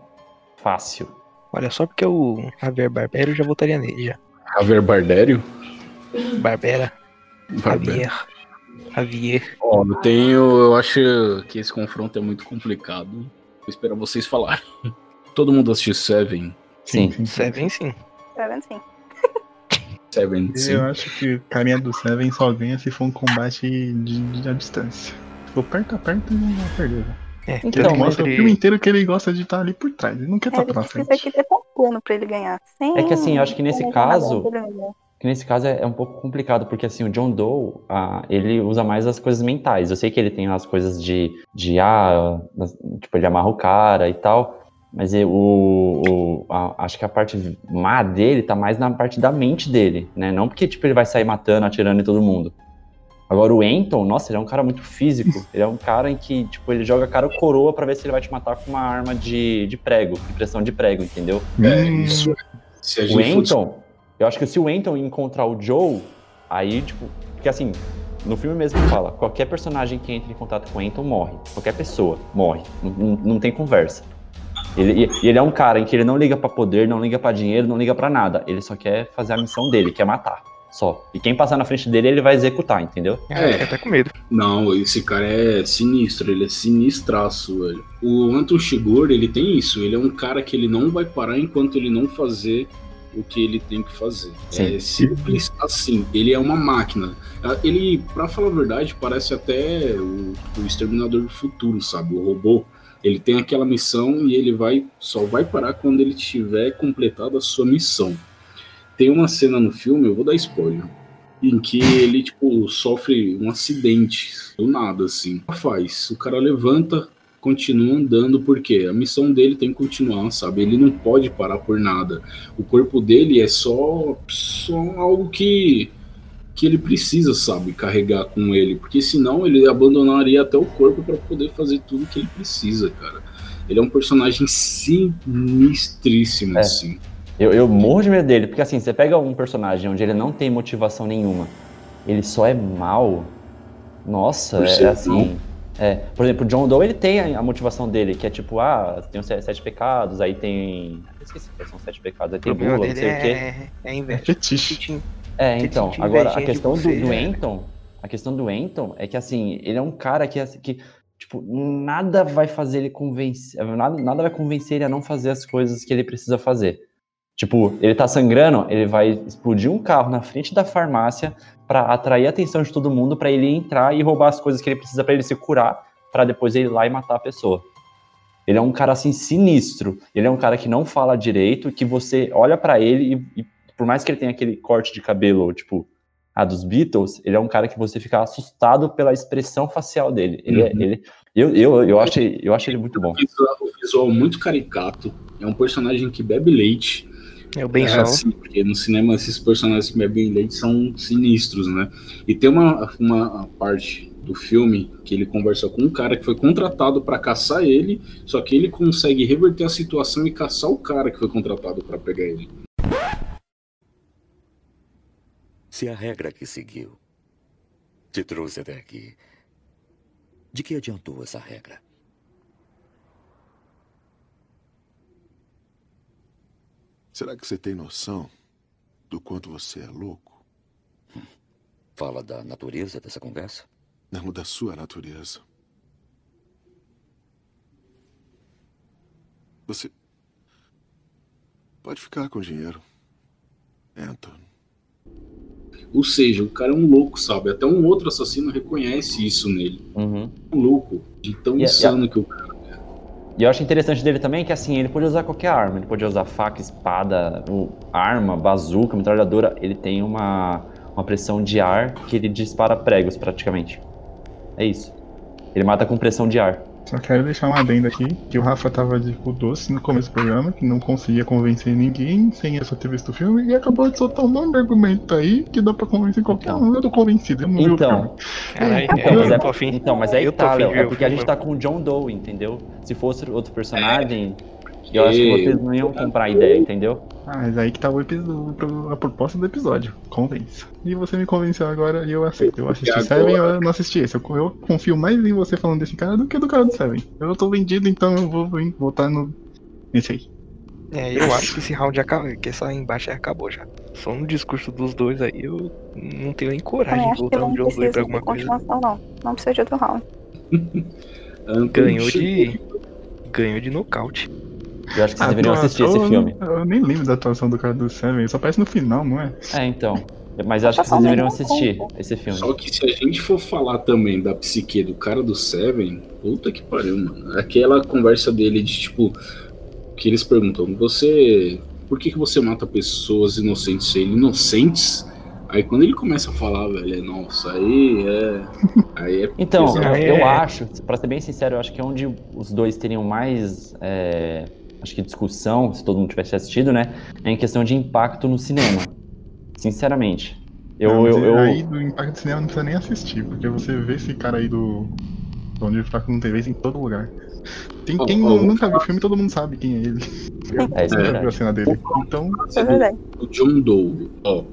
S3: Fácil.
S5: Olha, só porque é o Javier Barbero, eu já votaria nele já.
S1: Javier Bardério?
S5: Barbera,
S1: Bardério.
S5: Javier. Javier.
S1: Ó, eu tenho. Eu acho que esse confronto é muito complicado. Vou esperar vocês falar. Todo mundo assistiu Seven.
S3: Sim.
S5: Seven sim.
S2: Tá vendo sim?
S1: Seven,
S4: Eu
S1: sim.
S4: acho que o carinha do Seven só ganha se for um combate de, de- à distância. Se for perto a perto, ele não vai perder. né?
S5: É,
S4: Porque
S3: Então,
S4: ele mostra o
S5: entre-
S4: filme inteiro que ele gosta de estar ali por trás. Ele não quer
S2: É,
S4: estar
S2: ele
S4: Tá pra
S2: precisa
S4: frente.
S2: que ter um plano pra ele ganhar. Sem-
S3: É que assim, eu acho que nesse
S2: sem
S3: caso-
S2: nada dele mesmo.
S3: que nesse caso é, é um pouco complicado, porque assim, o John Doe, ah, ele usa mais as coisas mentais. Eu sei que ele tem as coisas de, de ah, das- tipo, ele amarra o cara e tal, mas e- o, o- a- acho que a parte má dele tá mais na parte da mente dele, né? Não porque, tipo, ele vai sair matando, atirando em todo mundo. Agora, o Anton, nossa, ele é um cara muito físico. Ele é um cara em que, tipo, ele joga cara ou coroa pra ver se ele vai te matar com uma arma de, de prego, de pressão de prego, entendeu?
S1: É,
S4: Hum,
S1: isso. Se a
S3: O
S1: gente fosse-
S3: Anton, eu acho que se o Anton encontrar o Joe, aí, tipo, porque assim, no filme mesmo fala, qualquer personagem que entra em contato com o Anton morre. Qualquer pessoa morre. Não, não- não tem conversa. Ele, e- e ele é um cara em que ele não liga pra poder, não liga pra dinheiro, não liga pra nada. Ele só quer fazer a missão dele, que é matar. Só. E quem passar na frente dele, ele vai executar, entendeu?
S1: É.
S5: É. Fiquei até com medo.
S1: Não, esse cara é sinistro, ele é sinistraço, velho. O Anton Chigurh, ele tem isso, ele é um cara que ele não vai parar enquanto ele não fazer o que ele tem que fazer.
S3: Sim.
S1: É simples assim, ele é uma máquina. Ah, Ele, pra falar a verdade, parece até o, o Exterminador do Futuro, sabe? O robô. Ele tem aquela missão e ele vai só vai parar quando ele tiver completado a sua missão. Tem uma cena no filme, eu vou dar spoiler, em que ele, tipo, sofre um acidente do nada, assim. Faz, o cara levanta, continua andando, porque a missão dele tem que continuar, sabe? Ele não pode parar por nada. O corpo dele é só, só algo que, que ele precisa, sabe? Carregar com ele, porque senão ele abandonaria até o corpo para poder fazer tudo que ele precisa, cara. Ele é um personagem sinistríssimo,
S3: É.
S1: assim.
S3: Eu, eu morro de medo dele, porque assim, você pega um personagem onde ele não tem motivação nenhuma, ele só é mal. Nossa,
S1: Por
S3: é,
S1: ser
S3: assim. É, por exemplo, o John Doe, ele tem a, a motivação dele, que é tipo, ah, tem os se- sete pecados, aí tem. Eu esqueci quais são os sete pecados, aí
S5: O
S3: tem
S5: problema
S3: bula, não
S5: dele
S3: sei o quê.
S5: é, é
S4: É
S5: inveja.
S4: fetiche.
S5: Tintim.
S3: É,
S5: que
S3: então.
S5: sentir
S3: Agora, a
S5: invejinha de
S3: questão do,
S5: você,
S3: do
S5: né?
S3: Anton, a questão do Anton é que assim, ele é um cara que, assim, que tipo, nada vai fazer ele convencer, nada, nada vai convencer ele a não fazer as coisas que ele precisa fazer. Tipo, ele tá sangrando, ele vai explodir um carro na frente da farmácia pra atrair a atenção de todo mundo, pra ele entrar e roubar as coisas que ele precisa pra ele se curar, pra depois ele ir lá e matar a pessoa. Ele é um cara assim sinistro. Ele é um cara que não fala direito, que você olha pra ele e, e por mais que ele tenha aquele corte de cabelo, tipo, a dos Beatles, ele é um cara que você fica assustado pela expressão facial dele. Ele, é-
S1: Uhum.
S3: ele eu, eu, eu, acho, eu acho ele muito bom.
S1: Um visual, um visual muito caricato. É um personagem que bebe leite.
S5: É o Ben
S1: é
S5: Sol.
S1: assim, porque no cinema esses personagens que bebem leite são sinistros, né? E tem uma, uma parte do filme que ele conversou com um cara que foi contratado pra caçar ele, só que ele consegue reverter a situação e caçar o cara que foi contratado pra pegar ele.
S7: Se a regra que seguiu te trouxe até aqui, de que adiantou essa regra?
S8: Será que você tem noção do quanto você é louco?
S7: Fala da natureza dessa conversa?
S8: Não da sua natureza. Você pode ficar com o dinheiro, Anton.
S1: Ou seja, o cara é um louco, sabe? Até um outro assassino reconhece isso nele.
S3: Uhum.
S1: Um louco, de tão
S3: Yeah,
S1: insano que o cara.
S3: E eu acho interessante dele também que assim, ele pode usar qualquer arma, ele pode usar faca, espada, o- arma, bazuca, metralhadora, ele tem uma, uma pressão de ar que ele dispara pregos praticamente. É isso. Ele mata com pressão de ar.
S4: Só quero deixar uma adenda aqui, que o Rafa tava de cu doce no começo do programa, que não conseguia convencer ninguém sem essa ter visto o filme, e acabou de soltar um monte de argumento aí que dá pra convencer qualquer
S3: Então.
S4: um. Eu tô convencido, eu não vi o
S3: Então.
S4: filme.
S5: Caralho,
S3: Então, mas
S5: eu
S3: é,
S5: tô afim.
S3: então, mas é
S5: Eu
S3: que
S5: tô
S3: tá,
S5: afim de
S3: Léo,
S5: ver
S3: é
S5: o
S3: porque a
S5: filme.
S3: gente tá com o John Doe, entendeu? Se fosse outro personagem, eu acho
S1: é,
S3: que vocês não iam comprar a ideia, entendeu?
S4: Ah, mas aí que tá o episo- pro- a proposta do episódio. Convença. E você me convenceu agora e eu aceito. Eu assisti
S1: Porque
S4: Seven, eu não assisti esse. Eu, eu confio mais em você falando desse cara do que do cara do Seven. Eu tô vendido, então eu vou vim- voltar no. Nesse aí.
S5: É, eu acho que esse round acabou, que essa embaixo acabou já. Só no discurso dos dois aí eu não tenho nem coragem
S2: Também
S5: de
S2: acho que
S5: voltar
S2: não
S5: no John Doe
S2: precisa
S5: pra
S2: de
S5: alguma coisa.
S2: continuação, não. Não precisa de outro round.
S1: Anthony
S5: Ganhou
S1: chegou-
S5: de. Ganhou de nocaute.
S3: Eu acho que vocês
S4: Ah,
S3: deveriam
S4: então,
S3: assistir
S4: eu-
S3: esse filme.
S4: Eu nem lembro da atuação do cara do Seven. Só aparece no final, não é?
S3: É, então. Mas eu acho que vocês deveriam assistir esse filme.
S1: Só que se a gente for falar também da psique do cara do Seven, puta que pariu, mano. É Aquela conversa dele de tipo, que eles perguntam, você. Por que, que você mata pessoas inocentes? Ele, inocentes? Aí quando ele começa a falar, velho, é nossa, aí é. Aí é.
S3: Então,
S1: pesado.
S5: Ah, é.
S3: eu acho, pra ser bem sincero, eu acho que é onde os dois teriam mais, é, acho que discussão, se todo mundo tivesse assistido, né? É em questão de impacto no cinema. Sinceramente. Eu,
S4: Não,
S3: eu,
S4: mas
S3: eu-
S4: Aí do impacto do cinema não precisa nem assistir, porque você vê esse cara aí do. Onde ele tá com TV em todo lugar. Tem,
S1: Ó,
S4: quem
S1: ó,
S4: nu-
S1: vou
S4: nunca viu o filme, todo mundo sabe quem é ele.
S3: É, isso é
S4: Nunca viu a
S3: verdade.
S4: cena dele. Então,
S2: Isso é verdade.
S1: o John Doe, ó.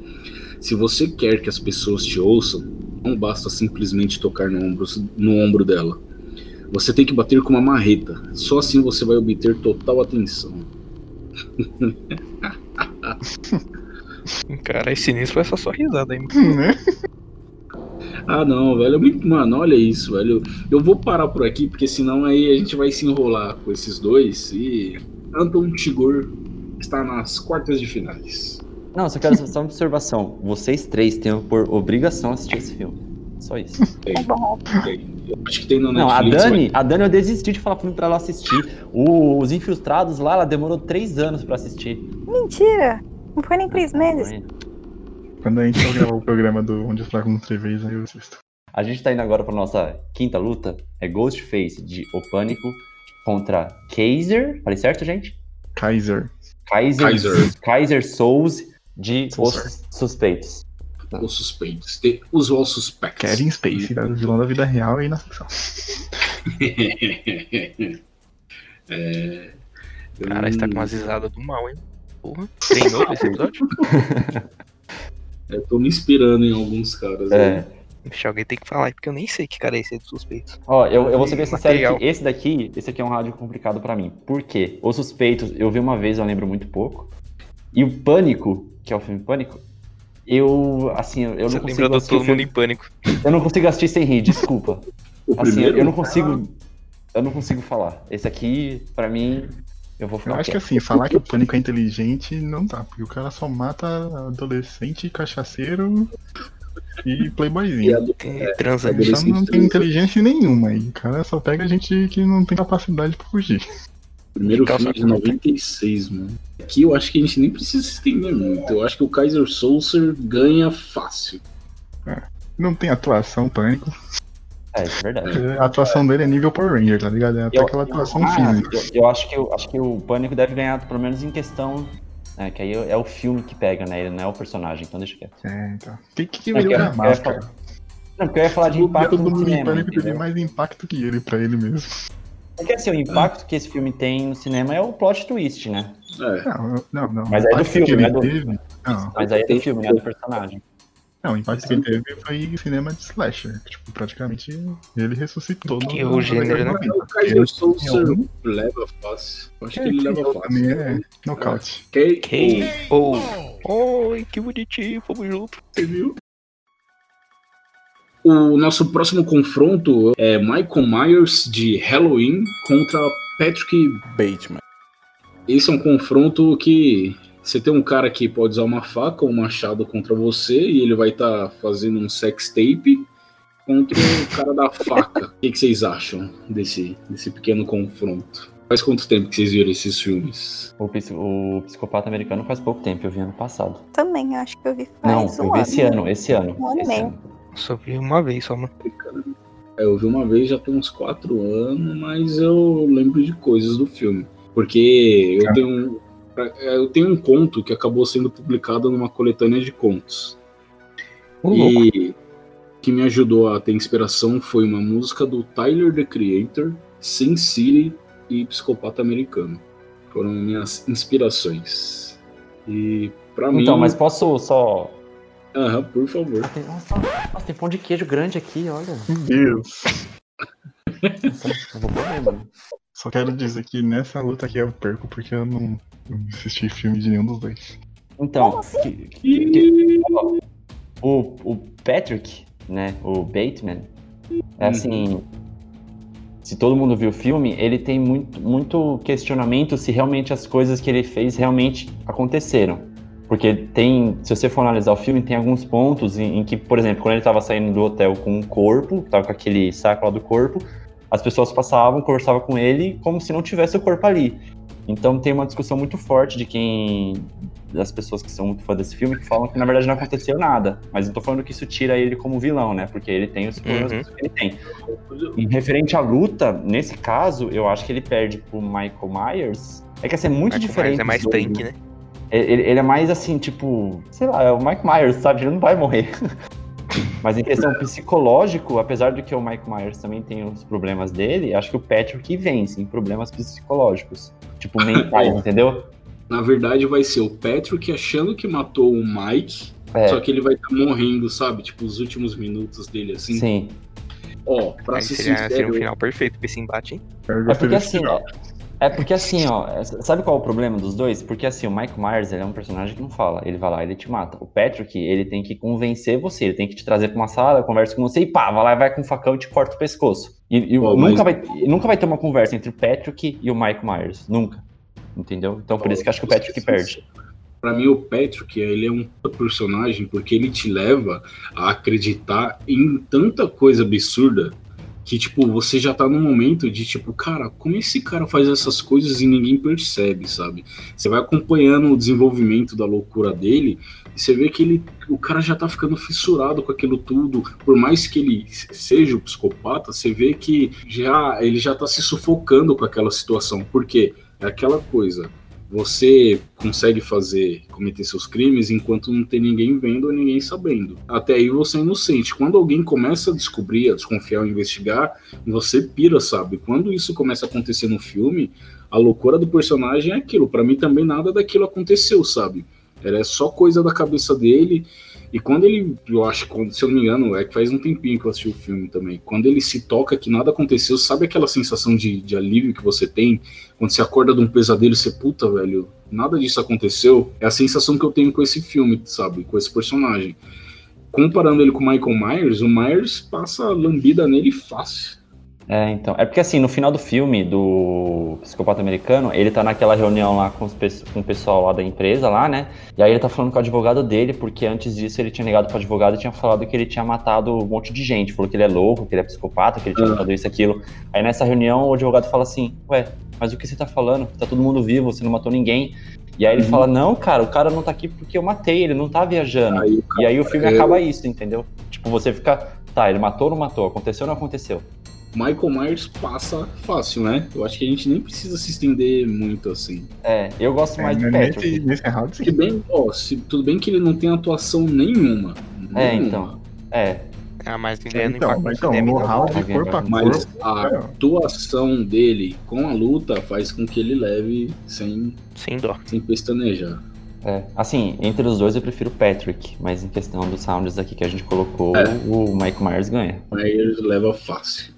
S1: Se você quer que as pessoas te ouçam, não basta simplesmente tocar no ombro, no ombro dela. Você tem que bater com uma marreta. Só assim você vai obter total atenção.
S5: Cara, esse sinistro foi essa só risada aí.
S2: Uhum.
S4: né?
S1: Ah, não, velho. é muito- Mano, olha isso, velho. Eu vou parar por aqui, porque senão aí a gente vai se enrolar com esses dois e. Anton Tigor está nas quartas de finais.
S3: Não, só quero só uma observação. Vocês três têm por obrigação assistir esse filme. Só isso.
S2: É bom round.
S1: Eu acho que tem na
S3: Não, a
S1: Netflix.
S3: Dani, a Dani eu desisti de falar pro filme pra ela assistir. O- os Infiltrados lá, ela demorou três anos pra assistir.
S2: Mentira! Não foi nem três meses.
S4: Quando a gente for gravar o programa do Onde eu Fraco com TVs, aí eu assisto.
S3: A gente tá indo agora pra nossa quinta luta. É Ghostface de O Pânico contra Kaiser. Falei certo, gente?
S4: Kaiser.
S3: Kaiser,
S1: Kaiser.
S3: Kaiser Souls de
S4: Sim,
S3: Os Suspeitos.
S1: Os suspeitos. The Usual Suspects.
S4: Kevin Space, cara, o vilão da vida real e na ficção.
S1: É, eu
S5: Cara, está
S1: não-
S5: com umas risadas do mal, hein? Porra. Treinou pra esse episódio?
S1: Hum, Eu tô me inspirando em alguns caras. né?
S3: É.
S5: Vixe, alguém tem que falar aí, porque eu nem sei que cara é esse aí do suspeito.
S3: Ó, eu, eu vou ser bem sincero
S5: Material.
S3: que esse daqui, esse aqui é um rádio complicado pra mim. Por quê? Os Suspeitos, eu vi uma vez, eu lembro muito pouco. E o Pânico, que é o filme Pânico, eu, assim, eu, eu
S5: Você
S3: não
S5: lembra
S3: consigo
S5: do
S3: assistir o
S5: Todo Mundo
S3: filme,
S5: em Pânico.
S3: eu não consigo assistir sem rir, desculpa.
S1: O
S3: Assim, eu-
S1: primeiro,
S3: eu não consigo. Eu não consigo falar. Esse aqui, pra mim, eu vou
S4: Eu
S3: ficar.
S4: acho que assim, falar que o pânico é inteligente não dá, porque o cara só mata adolescente, cachaceiro e
S1: e a
S4: playboyzinho.
S1: do-
S5: É, transando.
S4: Então
S1: adolescente
S4: não tem
S1: trans.
S4: inteligência nenhuma aí. O cara só pega gente que não tem capacidade pra fugir.
S1: primeiro
S5: Calça
S1: filme de
S5: curta.
S1: 96, mano. Aqui eu acho que a gente nem precisa se estender muito. Eu acho que o Kaiser Soucer ganha fácil.
S4: Não tem atuação, pânico.
S3: É, isso é verdade.
S4: A atuação dele é nível Power Ranger, tá ligado? É até aquela atuação
S3: ah,
S4: física.
S3: eu- eu acho que eu acho que o pânico deve ganhar, pelo menos em questão. né, que aí é o filme que pega, né? Ele não é o personagem, então deixa quieto.
S4: É, então. O que, que
S3: Eu
S4: veio
S3: quero-
S4: da
S3: eu quero
S4: máscara?
S3: Não, porque eu ia falar de impacto
S4: Todo
S3: no
S4: mundo em
S3: cinema.
S4: pânico teve
S3: entendeu?
S4: mais impacto que ele pra ele mesmo.
S3: Porque assim, o impacto que esse filme tem no cinema é o plot twist, né?
S1: É,
S4: Não, não, não.
S3: Mas
S4: O
S3: aí do
S4: impacto
S3: filme,
S4: que ele
S3: né, do-
S4: teve- Não,
S3: Mas aí é do filme, né? Do personagem.
S4: não, o impacto que ele teve foi cinema de slasher. Tipo, praticamente ele ressuscitou.
S5: Que é o gênero, né?
S1: o Kaiser Soul
S4: Tem algum?
S1: leva fácil. Eu acho
S4: É,
S1: que ele
S4: que
S1: leva
S4: eu também
S1: fácil.
S4: é nocaute.
S1: Que...
S5: Que? Ou. Oi, que bonitinho, vamos junto.
S1: Você viu? O nosso próximo confronto é Michael Myers de Halloween contra Patrick
S9: Bateman.
S1: Esse é um confronto que você tem um cara que pode usar uma faca ou um machado contra você e ele vai estar fazendo um sex tape contra o cara da faca. O que, que vocês acham desse, desse pequeno confronto? Faz quanto tempo que vocês viram esses filmes?
S3: O, psi- o psicopata americano faz pouco tempo, eu vi ano passado.
S2: Também acho que eu vi
S3: Não,
S2: faz um
S3: eu vi
S2: ano.
S3: esse ano, esse ano.
S2: Um ano e
S3: esse
S2: meio.
S3: ano.
S5: Só vi uma vez só, mano.
S1: É, Eu vi uma vez já tem uns quatro anos, mas eu lembro de coisas do filme. Porque eu tenho, um- pra- é, eu tenho um conto que acabou sendo publicado numa coletânea de contos.
S5: Ô, louco.
S1: E que me ajudou a ter inspiração foi uma música do Tyler the Creator, Sin City e Psicopata Americano. Foram minhas inspirações. E pra mim.
S3: Então, mas posso só.
S1: Aham, por favor.
S3: Nossa, nossa, tem pão de queijo grande aqui, olha.
S4: Meu Deus.
S3: Eu vou comer, mano.
S4: Só quero dizer que nessa luta aqui eu perco porque eu não eu não assisti filme de nenhum dos dois.
S3: Então,
S2: Como
S3: que- que- que- ó, o, o Patrick, né? O Bateman, é assim. Se todo mundo viu o filme, ele tem muito, muito questionamento se realmente as coisas que ele fez realmente aconteceram. Porque tem, se você for analisar o filme, tem alguns pontos em, em que, por exemplo, quando ele tava saindo do hotel com um corpo, tava com aquele saco lá do corpo, as pessoas passavam, conversavam com ele como se não tivesse o corpo ali. Então tem uma discussão muito forte de quem. das pessoas que são muito fã desse filme, que falam que na verdade não aconteceu nada. Mas eu tô falando que isso tira ele como vilão, né? Porque ele tem os problemas
S5: Uhum.
S3: que ele tem. Em referente à luta, nesse caso, eu acho que ele perde pro Michael Myers. É que assim, é muito
S5: Michael
S3: diferente.
S5: Myers É mais
S3: os dois,
S5: tanque, né?
S3: ele, ele é mais assim, tipo, sei lá, é o Mike Myers, sabe? Ele não vai morrer. Mas em questão psicológico, apesar de que o Mike Myers também tem os problemas dele, acho que o Patrick vence em problemas psicológicos. Tipo, mentais, entendeu?
S1: Na verdade, vai ser o Patrick achando que matou o Mike,
S3: É,
S1: só que ele vai estar morrendo, sabe? Tipo, os últimos minutos dele, assim.
S3: sim.
S1: Ó, pra
S5: Aí
S1: ser
S5: seria, seria um
S1: sincero,
S5: final perfeito pra esse embate, hein?
S4: Eu
S3: É
S4: gostaria
S3: porque
S4: de
S3: assim,
S4: tirar.
S3: ó, é porque assim, ó, é- sabe qual é o problema dos dois? Porque assim, o Mike Myers, ele é um personagem que não fala, ele vai lá, ele te mata. O Patrick, ele tem que convencer você, ele tem que te trazer pra uma sala, conversa com você e pá, vai lá e vai com um facão e te corta o pescoço. E, e
S1: Pô,
S3: nunca,
S1: mas-
S3: vai, e nunca vai ter uma conversa entre o Patrick e o Mike Myers, nunca. Entendeu? Então por
S1: Ó,
S3: isso que eu acho que o Patrick
S1: é
S3: perde.
S1: Pra mim, o Patrick, ele é um puta personagem porque ele te leva a acreditar em tanta coisa absurda que, tipo, você já tá num momento de, tipo, cara, como esse cara faz essas coisas e ninguém percebe, sabe? Você vai acompanhando o desenvolvimento da loucura dele e você vê que ele, o cara já tá ficando fissurado com aquilo tudo. Por mais que ele seja o psicopata, você vê que já ele já tá se sufocando com aquela situação. Porque é aquela coisa você consegue fazer, cometer seus crimes enquanto não tem ninguém vendo ou ninguém sabendo. Até aí você é inocente. Quando alguém começa a descobrir, a desconfiar, a investigar, você pira, sabe? Quando isso começa a acontecer no filme, a loucura do personagem é aquilo. Pra mim também nada daquilo aconteceu, sabe? Era só coisa da cabeça dele. E quando ele, eu acho, quando, se eu não me engano, é que faz um tempinho que eu assisti o filme também. Quando ele se toca que nada aconteceu, sabe aquela sensação de, de alívio que você tem? Quando você acorda de um pesadelo, você puta, velho, nada disso aconteceu. É a sensação que eu tenho com esse filme, sabe? Com esse personagem. Comparando ele com o Michael Myers, o Myers passa a lambida nele fácil.
S3: É, então. É porque assim, no final do filme do Psicopata Americano, ele tá naquela reunião lá com, os pe- com o pessoal lá da empresa lá, né? E aí ele tá falando com o advogado dele, porque antes disso ele tinha ligado pro advogado e tinha falado que ele tinha matado um monte de gente. Falou que ele é louco, que ele é psicopata, que ele tinha
S1: Ah.
S3: matado isso e aquilo. Aí nessa reunião o advogado fala assim, ué, mas o que você tá falando? Tá todo mundo vivo, você não matou ninguém. E aí ele
S1: Uhum.
S3: fala, não, cara, o cara não tá aqui porque eu matei, ele não tá viajando.
S1: Aí o
S3: E
S1: cara,
S3: aí o filme
S1: é-
S3: acaba isso, entendeu? Tipo, você fica, tá, ele matou ou não matou? Aconteceu ou não aconteceu?
S1: Michael Myers passa fácil, né? Eu acho que a gente nem precisa se estender muito assim.
S3: É, eu gosto mais do
S4: É, nesse,
S3: Patrick.
S4: nesse errado, sim.
S1: Se bem, ó, se, tudo bem que ele não tem atuação nenhuma.
S3: É,
S1: Nenhuma.
S3: então. É.
S5: Ah, mas quem ganha no
S4: Então,
S5: impacto tá
S4: então
S5: deve
S4: no
S5: dar
S4: round,
S3: alguém
S4: corpo a
S3: vai-
S1: Mas
S4: corpo.
S1: a
S4: é.
S1: atuação dele com a luta faz com que ele leve sem,
S5: Sem dó.
S1: sem pestanejar.
S3: É, assim, entre os dois eu prefiro o Patrick, mas em questão dos sounds aqui que a gente colocou,
S1: É.
S3: o Mike Myers ganha.
S1: Aí ele leva fácil.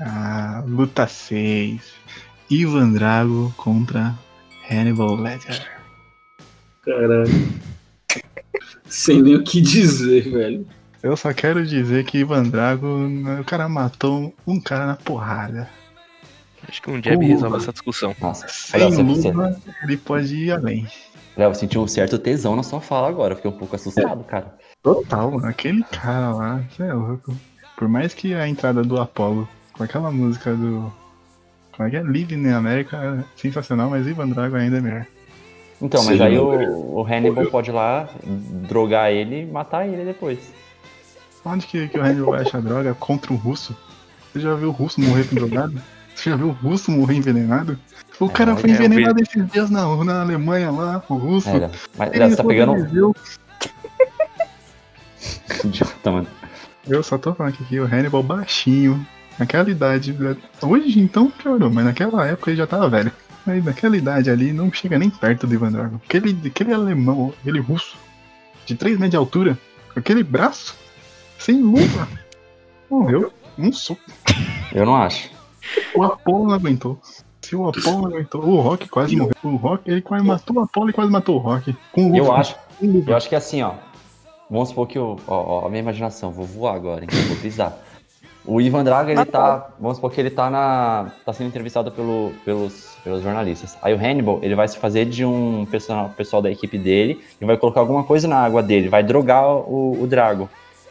S4: Ah, luta 6. Ivan Drago contra Hannibal Ledger.
S1: Caralho. Sem nem o que dizer, velho.
S4: Eu só quero dizer que Ivan Drago, né, o cara matou um cara na porrada.
S5: Acho que um jab
S4: Porra.
S5: resolve essa discussão.
S3: Nossa,
S4: Sem
S3: Olha, você-
S4: luva, ele pode ir além.
S3: Léo, eu senti um certo tesão na sua fala agora, fiquei um pouco assustado, cara.
S4: Total, mano. Aquele cara lá, você é louco. Por mais que a entrada do Apollo com aquela música do. Como é que é? Live in America é sensacional, mas Ivan Drago ainda é melhor.
S3: Então,
S1: Sim,
S3: mas aí
S1: né?
S3: o, o Hannibal
S1: Morreu.
S3: pode ir lá drogar ele e matar ele depois.
S4: Onde que, que o Hannibal vai achar droga contra um russo? Você já viu o russo morrer com drogado? Você já viu o russo morrer envenenado? O cara foi
S5: é, eu vi.
S4: envenenado esses dias na, na Alemanha lá, o russo.
S3: É, Léo. Mas Léo, você tá pegando um
S4: sobreviveu.
S3: idiota, mano.
S4: Eu só tô falando que aqui o Hannibal baixinho, naquela idade. né? Hoje então piorou, mas naquela época ele já tava velho. Mas naquela idade ali não chega nem perto do Ivan Drago. Aquele, aquele alemão, aquele russo, de 3 metros de altura, com aquele braço, sem luva. Morreu um soco.
S3: Eu não acho.
S4: O Apollo não aguentou. Se o Apollo não aguentou, o Rock quase morreu. O Rock, ele quase matou o Apollo e quase matou o Rock. Com luva.
S3: Eu acho,
S4: Com luva.
S3: eu acho que é assim, ó. Vamos supor que o. Ó, ó, a minha imaginação, vou voar agora, hein? Vou pisar. O Ivan Draga, ele tá. Vamos supor que ele tá na. tá sendo entrevistado pelo, pelos, pelos jornalistas. Aí o Hannibal, ele vai se fazer de um personal, pessoal da equipe dele e vai colocar alguma coisa na água dele, vai drogar o, o Drago.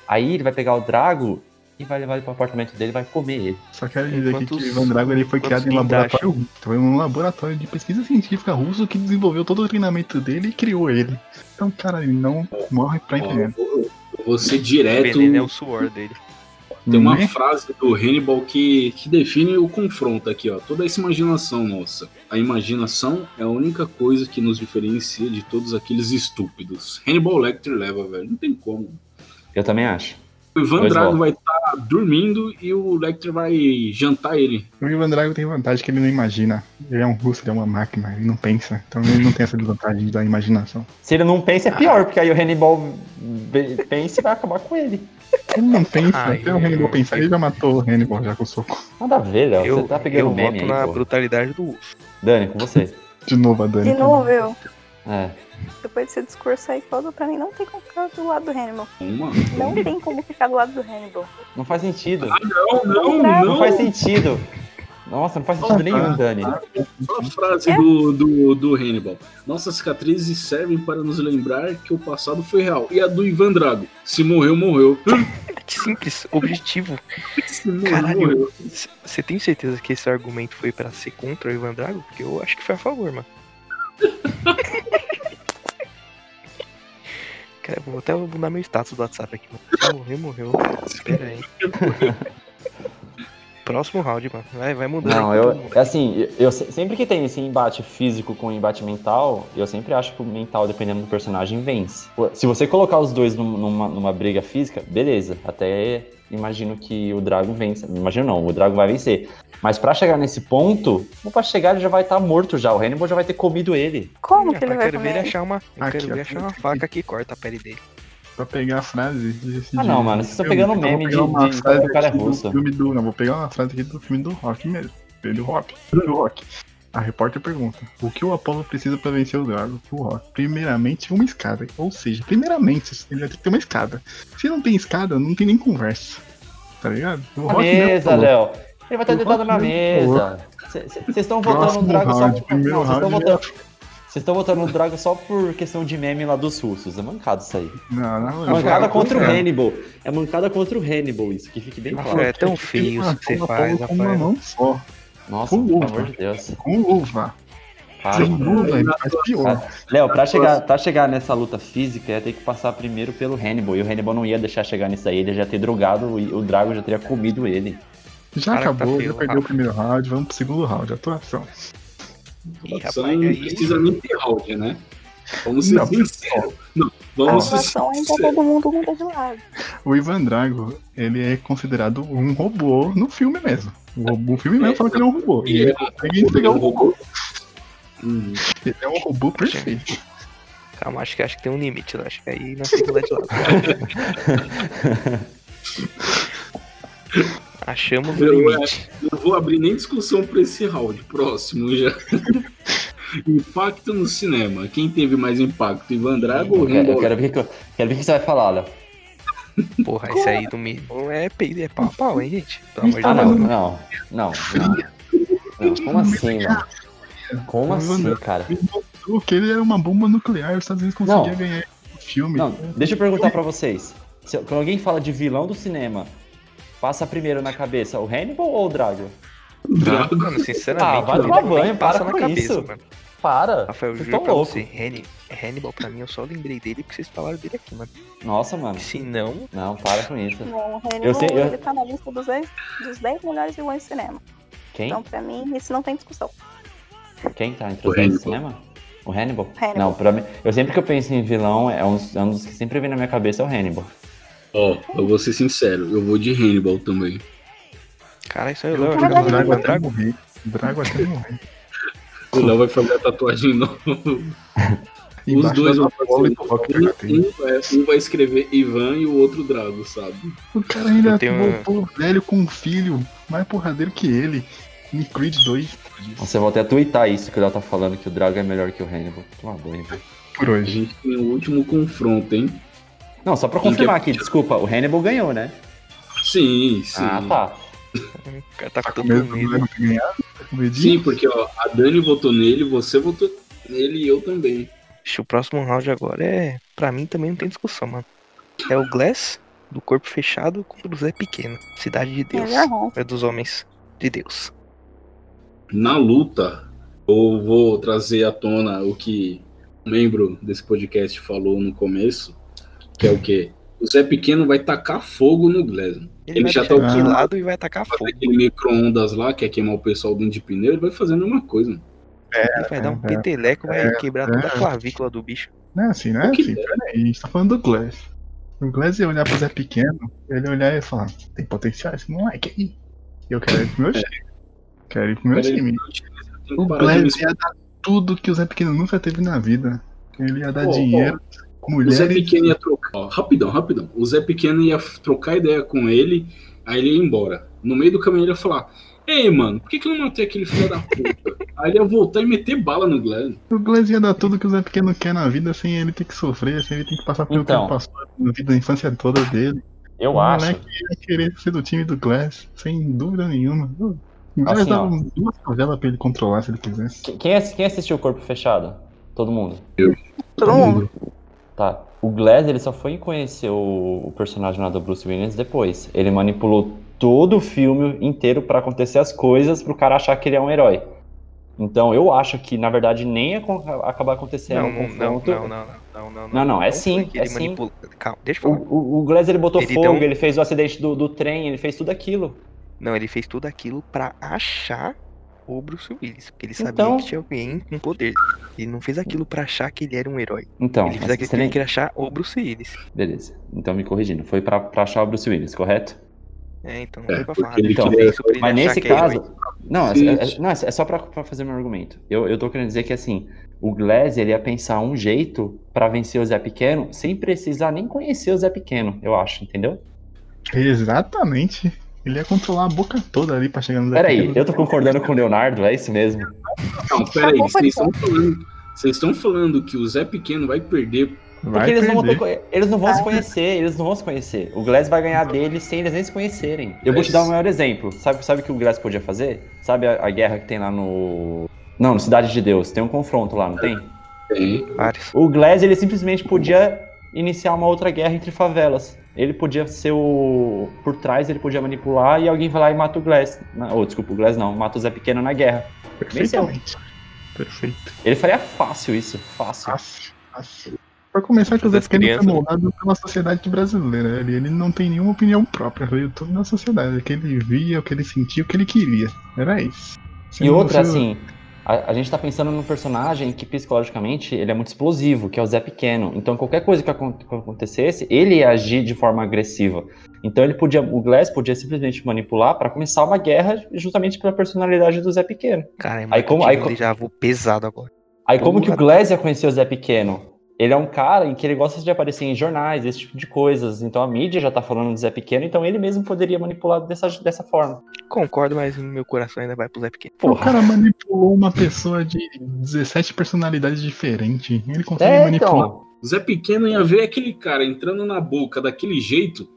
S3: Aí ele vai pegar o Drago e vai levar ele pro apartamento dele e vai comer ele.
S4: Só quero dizer aqui
S5: Quantos-
S4: que o Ivan Drago ele foi
S5: quantos
S4: criado em
S5: guindastes?
S4: laboratório russo. Foi um laboratório de pesquisa científica russo que desenvolveu todo o treinamento dele e criou ele. Então, cara, ele não morre pra
S1: Ó,
S4: entender.
S1: eu eu vou ser
S5: O
S1: direto.
S5: veneno é o suor dele.
S1: Tem uma
S4: Né?
S1: frase do Hannibal que, que define o confronto aqui, ó. Toda essa imaginação nossa. A imaginação é a única coisa que nos diferencia de todos aqueles estúpidos. Hannibal Lecter leva, velho. Não tem como.
S3: Eu também acho.
S1: O Ivan
S3: Pois
S1: Drago
S3: é.
S1: vai estar dormindo e o Lecter vai jantar ele.
S4: O Ivan Drago tem vantagem que ele não imagina. Ele é um russo, ele é uma máquina, ele não pensa. Então ele não tem essa desvantagem da imaginação.
S3: Se ele não pensa, é
S5: Ah.
S3: pior, porque aí o Hannibal be- pensa e vai acabar com ele.
S4: Ele não pensa,
S5: Ai,
S4: até o
S5: meu
S4: Hannibal pensar. Ele
S5: Deus.
S4: já matou o Hannibal já com o soco.
S3: Nada a ver, Léo.
S5: Eu,
S3: Você tá pegando
S5: eu
S3: meme
S5: voto
S3: aí,
S5: na
S3: pô.
S5: brutalidade do urso.
S3: Dani, com você.
S4: De novo a Dani.
S2: De novo, eu.
S3: É.
S2: Depois desse discurso aí todo, pra mim não tem como ficar do lado do Hannibal.
S1: Uma.
S2: Não tem como ficar do lado do Hannibal.
S3: Não faz sentido.
S4: Ah,
S1: Não, não,
S2: Não.
S1: não.
S3: Não faz sentido. Nossa, não faz sentido
S4: Ah,
S3: nenhum, Dani.
S1: Só a frase do, do, do Hannibal. Nossas cicatrizes servem para nos lembrar que o passado foi real. E a do Ivan Drago. Se morreu, morreu.
S5: É Simples, objetivo.
S1: Se morreu,
S5: Caralho.
S1: morreu.
S5: Você tem certeza que esse argumento foi pra ser contra o Ivan Drago? Porque eu acho que foi a favor, mano. Cara, eu vou até mudar meu status do WhatsApp aqui, mano. Se morrer, morreu. Espera aí. Próximo round, mano. Vai, vai mudando.
S3: Não,
S5: aí,
S3: eu.
S5: todo mundo.
S3: Assim, eu- eu se- sempre que tem esse embate físico com embate mental, eu sempre acho que o mental, dependendo do personagem, vence. Pô, Se você colocar os dois num- numa, numa briga física, beleza. Até imagino que o Drago vence. Imagino não, o Drago vai vencer. Mas pra chegar nesse ponto, ou pra chegar ele já vai estar morto já. O Hannibal já vai ter comido ele.
S2: Como
S5: Ah,
S2: que ele
S5: eu
S2: vai
S5: quero ver ele
S2: comer?
S5: achar uma. Eu
S4: Aqui,
S5: quero
S4: ó.
S5: ver achar uma faca que corta a pele dele.
S4: Pra pegar a frase. desse
S3: Ah, não,
S4: dia.
S3: mano, vocês estão
S4: Eu-
S3: pegando
S4: eu vou
S3: meme
S4: pegar
S3: de-
S4: uma
S3: de- de
S4: frase
S3: o cara é
S4: aqui do
S3: russo.
S4: filme do- não, vou pegar uma frase aqui do filme do Rock mesmo. Do Rock. Do Rock. A repórter pergunta: O que o Apollo precisa pra vencer o Drago? O Rock. Primeiramente, uma escada. Ou seja, primeiramente, ele vai ter que ter uma escada. Se não tem escada, não tem nem conversa. Tá ligado? O
S3: Na
S4: mesmo
S3: mesa,
S4: falou.
S3: Léo. tá Ele vai estar
S4: Eu
S3: deitado na
S4: voto nele, por
S3: mesa. Vocês estão votando
S4: Próximo
S3: no Drago só.
S4: round, primeiro
S3: Não, vocês estão
S4: round,
S3: votando. Vocês estão votando no Drago só por questão de meme lá dos russos. É mancado isso aí.
S4: Não, não,
S3: É
S4: eu
S3: mancada
S4: falo,
S3: contra o
S4: cara,
S3: Hannibal. É mancada contra o Hannibal, isso que fique bem
S4: eu
S3: claro.
S4: falo,
S5: É tão
S4: tem que
S5: feio isso que
S4: matar
S5: você
S4: o
S5: faz,
S4: Apollo com uma
S5: Rafael.
S4: mão só.
S3: Nossa,
S4: Pô,
S3: pelo
S4: ufa.
S3: amor de Deus.
S4: Com luva.
S5: Ah,
S3: Para,
S4: Sem
S3: mano.
S4: luva, ele faz pior.
S3: Léo, pra chegar, pra chegar nessa luta física, ia ter que passar primeiro pelo Hannibal. E o Hannibal não ia deixar chegar nisso aí. Ele já ter drogado e o Drago já teria comido ele.
S4: Já
S5: Cara, tá
S4: acabou,
S5: feio,
S4: já perdeu
S5: Rafa.
S4: o primeiro round, vamos pro segundo round, atuação.
S5: Ih, rapaz, é
S1: Só não
S5: aí-
S1: precisa nem ter round, né? Vamos ser
S4: Não.
S1: sinceros. Não,
S2: A
S1: vamos ser
S2: atuação ainda
S1: sinceros.
S2: todo mundo muda de lado.
S4: O Ivan Drago, ele é considerado um robô no filme mesmo. O, robô- o filme mesmo fala que ele é um robô. E ele consegue entregar um robô.
S1: Hum,
S4: Ele é um robô perfeito.
S5: Calma, acho que, acho que tem um limite, né? Acho que aí não fica lá de lado. Achamos o
S1: Eu
S5: limite.
S1: Não vou abrir nem discussão pra esse round. Próximo já. impacto no cinema. Quem teve mais impacto? Ivan Drago ou
S3: Eu quero, eu
S1: Tá Hannibal?
S3: quero ver o que, quero ver o que você vai falar, Léo.
S5: Porra, esse aí do mínimo é, pe- é pau a pau, hein, gente? Pelo amor de
S3: Ah,
S5: Deus.
S3: não, não, não, não. Não, como assim, mano? Como assim, cara?
S4: Ele mostrou que ele era uma bomba nuclear, os Estados Unidos conseguiam
S3: Não.
S4: ganhar o filme.
S3: Não, deixa eu perguntar pra vocês. Se- quando alguém fala de vilão do cinema, passa primeiro na cabeça o Hannibal ou o Drago?
S1: Drago.
S5: Mano, sinceramente,
S3: Ah, vai
S5: mano,
S3: tomar
S5: nem
S3: banho,
S5: passa
S3: para
S5: na
S3: com
S5: cabeça,
S3: isso.
S5: mano.
S3: Para!
S5: Rafael, eu
S3: vocês
S5: juro
S3: estão
S5: pra
S3: loucos.
S5: você, Hanni- Hannibal pra mim, eu só lembrei dele porque vocês falaram dele aqui, mano.
S3: Nossa, mano.
S5: Se não,
S3: Não, para com isso.
S2: Não, o
S3: Eu sei, eu-
S2: Hannibal, ele tá na lista dos 10, dos 10 melhores vilões de cinema.
S3: Quem?
S2: Então, pra mim, isso não tem discussão.
S3: Quem tá entre
S8: O
S3: os 10 do
S8: Hannibal.
S3: cinema? O Hannibal?
S2: Hannibal.
S3: Não, pra mim. Eu sempre que eu penso em vilão, é um, é um dos que sempre vem na minha cabeça é o Hannibal.
S1: Ó, eu vou ser sincero. Eu vou de Hannibal também.
S5: caralho, é só eu
S4: Eu
S5: lembro.
S4: acho
S2: Na
S4: que o
S2: verdade,
S4: Drago
S2: não.
S4: até morrer. O Drago até morrer.
S1: O Léo vai fazer a tatuagem nova. Os
S4: Embaixo
S1: dois é
S4: da
S1: vão
S4: bola e coloca que
S1: fazer.
S4: eu tenho.
S1: Um, vai- um vai escrever Ivan e o outro Drago, sabe?
S4: O cara ainda
S5: Eu tenho-
S4: voltou velho com um filho mais porradeiro que ele. Me Creed 2
S3: Nossa, eu vou até twittar isso que o Léo tá falando, que o Drago é melhor que o Hannibal. Toma banho, velho.
S4: por
S1: A
S4: hoje.
S1: gente tem o último confronto, hein?
S3: Não, só pra confirmar aqui, desculpa, o Hannibal ganhou, né?
S1: Sim, sim.
S3: Ah, tá.
S5: O cara tá com tanto
S4: Mesmo
S5: medo.
S4: não ganhar, tá com medinho.
S1: Sim, porque ó, a Dani votou nele, você votou nele e eu também.
S5: Ixi, o próximo round agora é. Pra mim também não tem discussão, mano. É o Glass, do corpo fechado, contra o Zé Pequeno. Cidade de Deus.
S2: Melhor round.
S5: É dos homens de Deus.
S1: na luta, eu vou trazer à tona o que um membro desse podcast falou no começo, que é o quê? O Zé Pequeno vai tacar fogo no Glesman. Ele
S5: vai
S1: já tá
S5: deixar
S4: o-
S5: quilado e vai atacar
S1: Fazer
S5: fogo.
S1: aquele micro-ondas lá, que é queimar o pessoal dentro de pneu, ele vai fazer a mesma coisa.
S5: Ele vai dar um peteleco,
S3: É.
S5: vai quebrar toda a clavícula do bicho.
S4: Não é assim, não é
S1: Que
S4: assim. Peraí, a gente tá falando do Glass. O Glass ia olhar pro Zé Pequeno, ele olhar e falar, tem potencial esse moleque aí. Eu quero ir pro meu time. Quero ir pro meu
S1: É. Peraí,
S4: time.
S1: eu tenho
S4: O
S1: que parar de me
S4: Glass ia dar tudo que o Zé Pequeno nunca teve na vida. Ele ia dar
S1: Pô,
S4: dinheiro,
S1: O Zé
S4: mulheres.
S1: Pequeno ia trocar. ó, rapidão, rapidão. O Zé Pequeno ia f- trocar ideia com ele, aí ele ia embora. No meio do caminho ele ia falar: Ei, mano, por que, que eu não matei aquele filho da puta? aí ele ia voltar e meter bala no Glenn.
S4: O Glass ia dar tudo que o Zé Pequeno quer na vida sem ele ter que sofrer, sem ele ter que passar pelo
S3: Então.
S4: que ele passou na vida da infância toda dele.
S3: Eu
S4: O
S3: acho.
S4: moleque ia querer ser do time do Glass, sem dúvida nenhuma. O Glass
S3: Assim,
S4: dava
S3: ó.
S4: duas favelas pra ele controlar se ele quisesse.
S3: Qu- Quem, ass- quem assistiu o Corpo Fechado? Todo mundo.
S2: Todo mundo.
S3: Tá. O Glass, ele só foi conhecer o, o personagem lá do Bruce Williams depois. Ele manipulou todo o filme inteiro pra acontecer as coisas pro cara achar que ele é um herói. Então eu acho que, na verdade, nem ia acon- acabar acontecendo
S5: Não,
S3: um
S5: não, não,
S3: confronto.
S5: não, não, não, não,
S3: Não, não, é
S5: foi
S3: sim,
S5: que
S3: é
S5: ele
S3: sim.
S5: manipula. Calma, deixa eu
S3: O,
S5: falar.
S3: o, o Glass, ele botou
S5: Ele
S3: fogo,
S5: deu um-
S3: ele fez o acidente do, do trem, ele fez tudo aquilo.
S5: Não, ele fez tudo aquilo pra achar o Bruce Willis. Porque ele sabia
S3: Então-
S5: que tinha alguém com poder. Ele não fez aquilo pra achar que ele era um herói.
S3: Então,
S5: ele fez
S3: mas
S5: aquilo
S3: você
S5: porque
S3: nem-
S5: ele queria achar o Bruce Willis.
S3: Beleza. Então, me corrigindo. Foi pra, pra achar o Bruce Williams, correto?
S5: É, então não foi pra
S1: porque
S5: falar. né?
S1: ele
S5: Ele
S3: queria-
S5: fez isso pra ele
S3: Mas
S5: achar
S3: nesse
S5: que é herói.
S3: caso. não, é,
S1: Sim.
S3: é- é- não, é é só pra, pra fazer meu argumento. Eu, eu tô querendo dizer que, assim, o Glass ele ia pensar um jeito pra vencer o Zé Pequeno sem precisar nem conhecer o Zé Pequeno, eu acho, entendeu?
S4: Exatamente. Ele ia controlar a boca toda ali pra chegar no Zé
S3: Peraí,
S4: Pequeno.
S3: eu tô concordando com o Leonardo, é isso mesmo?
S1: Não, peraí,
S2: Acabou o
S1: vocês estão falando. Vocês estão falando que o Zé Pequeno vai perder.
S4: Vai
S3: Porque eles não, vão ter
S4: perder.
S3: co- eles não vão se
S2: Ah.
S3: conhecer, eles não vão se conhecer. O Glass vai ganhar dele sem eles nem se conhecerem. Eu vou te dar o maior exemplo. Sabe sabe o que o Glass podia fazer? Sabe a, a guerra que tem lá no. Não, no Cidade de Deus. Tem um confronto lá, não tem?
S1: Tem.
S4: É.
S5: Vários.
S3: O Glass, ele simplesmente podia iniciar uma outra guerra entre favelas. Ele podia ser o. Por trás, ele podia manipular oh, e alguém vai lá e mata o Glass. Na- Ou, desculpa, o Glass não, mata o Zé Pequeno na guerra.
S4: Perfeitamente. Perfeito.
S3: Ele faria fácil isso, fácil.
S4: Fácil, fácil. Pra começar, José
S5: Essas
S4: Kennedy foi
S5: crianças, né?
S4: moldado pela sociedade brasileira. Ele, ele não tem nenhuma opinião própria. Veio tudo na sociedade. O que ele via, o que ele sentia, o que ele queria. Era isso. Você
S3: E
S4: não-
S3: outra,
S4: você-
S3: assim, a, a gente tá pensando num personagem que psicologicamente ele é muito explosivo, que é o Zé Pequeno. Então qualquer coisa que, acon- que acontecesse, ele ia agir de forma agressiva. Então ele podia, o Glass podia simplesmente manipular pra começar uma guerra justamente pela personalidade do Zé Pequeno.
S5: Cara, é
S3: Aí como- aí co-
S5: já vou pesado agora.
S3: Aí como que o
S5: Porra.
S3: Glass ia conhecer o Zé Pequeno? Ele é um cara em que ele gosta de aparecer em jornais, esse tipo de coisas. Então a mídia já tá falando do Zé Pequeno, então ele mesmo poderia manipular dessa, dessa forma.
S5: Concordo, mas no meu coração ainda vai pro Zé Pequeno.
S4: O
S3: Porra.
S4: cara manipulou uma pessoa de 17 personalidades diferentes. Ele consegue
S3: É,
S4: manipular.
S3: então.
S1: Zé Pequeno ia ver aquele cara entrando na boca daquele jeito.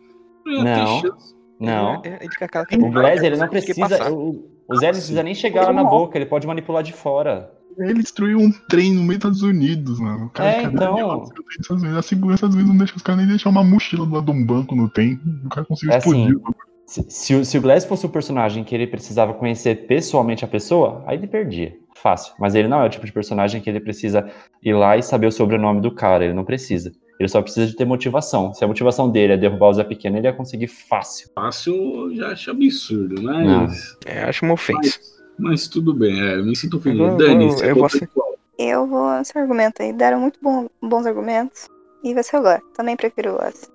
S1: Não ia
S3: Não.
S1: ter chance.
S3: Não.
S5: É, ele fica aquela
S3: O Glass, ele não
S5: Porque
S3: precisa.
S5: passar.
S3: O, o Zé não precisa nem chegar lá na boca, ele pode manipular de fora.
S4: Ele destruiu um trem no meio dos Estados Unidos, mano. O cara
S3: É,
S4: fica
S3: então.
S4: doido, ó, destruiu o trem dos Estados Unidos. A segurança dos Estados Unidos não deixa os caras nem deixar uma mochila do lado de um banco no trem. O cara conseguiu
S3: É
S4: explodir.
S3: Se, se, o- se o Glass fosse um personagem que ele precisava conhecer pessoalmente a pessoa, aí ele perdia. Fácil. Mas ele não é o tipo de personagem que ele precisa ir lá e saber o sobrenome do cara. Ele não precisa. Ele só precisa de ter motivação. Se a motivação dele é derrubar o Zé Pequeno, ele ia conseguir fácil.
S1: Fácil eu já acho absurdo, mas.
S3: Não.
S5: É, acho uma ofensa.
S1: Mas, mas tudo bem, é, eu me sinto ofendido.
S5: Eu vou-
S1: Dani,
S5: eu
S1: você é
S5: vou
S1: votou
S5: ace-
S1: em qual?
S2: Eu vou nesse argumento aí. Deram muito bom- bons argumentos. E vai ser o Glass. Também prefiro o Glass.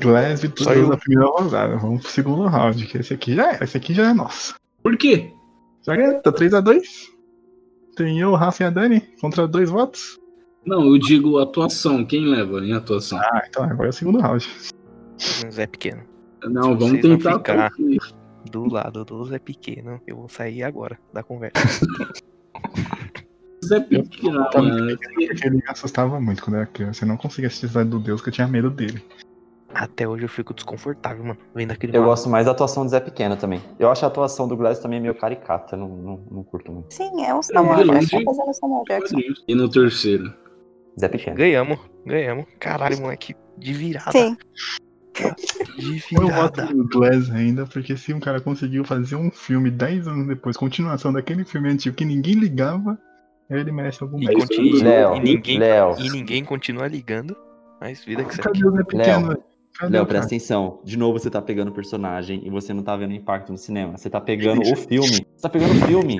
S4: Glass
S5: Só eu.
S4: vitorioso na primeira rodada. Vamos pro segundo round, que esse aqui já é. Esse aqui já é nosso.
S1: Por quê?
S4: Já ganhou, tá 3x2. Tem eu, o Rafa e a Dani contra dois votos.
S1: Não, eu digo atuação. Quem leva em atuação?
S4: Ah, então agora é o segundo round.
S5: No um Zé Pequeno.
S1: não, vamos
S5: vocês vão
S1: tentar.
S5: ficar.
S1: porque-
S5: Do lado do Zé Pequeno, eu vou sair agora da conversa.
S1: Zé Pequeno,
S4: Tá me
S1: mano,
S4: Porque ele me assustava muito quando eu era criança. Eu não conseguia assistir Cidade do Deus, que eu tinha medo dele.
S5: Até hoje eu fico desconfortável, mano. Vendo aquele
S3: Eu
S5: maluco.
S3: gosto mais da atuação do Zé Pequeno também. Eu acho a atuação do Glass também meio caricata. Não, não, não curto muito.
S2: Sim, é um Samuel
S1: Vila,
S2: Jackson.
S1: onde-
S2: Tá fazendo Samuel Jackson.
S1: E no terceiro?
S3: Zé Pequeno.
S5: Ganhamos, ganhamos. Caralho, moleque. De virada.
S2: Sim.
S5: De
S4: Eu voto
S3: É
S5: virada.
S4: no Glass ainda, porque se um cara conseguiu fazer um filme 10 anos depois, continuação daquele filme antigo que ninguém ligava, ele merece algum
S5: E
S3: É
S1: Mas
S4: mérito.
S5: continua.
S3: Léo,
S5: E ninguém,
S3: Léo.
S5: e ninguém continua ligando. Mas vida que segue.
S4: Cadê o Zé Pequeno? Cadê
S3: Léo,
S4: o cara?
S3: presta atenção. De novo, você tá pegando o personagem e você não tá vendo o impacto no cinema. Você tá pegando o filme. Você tá pegando o filme.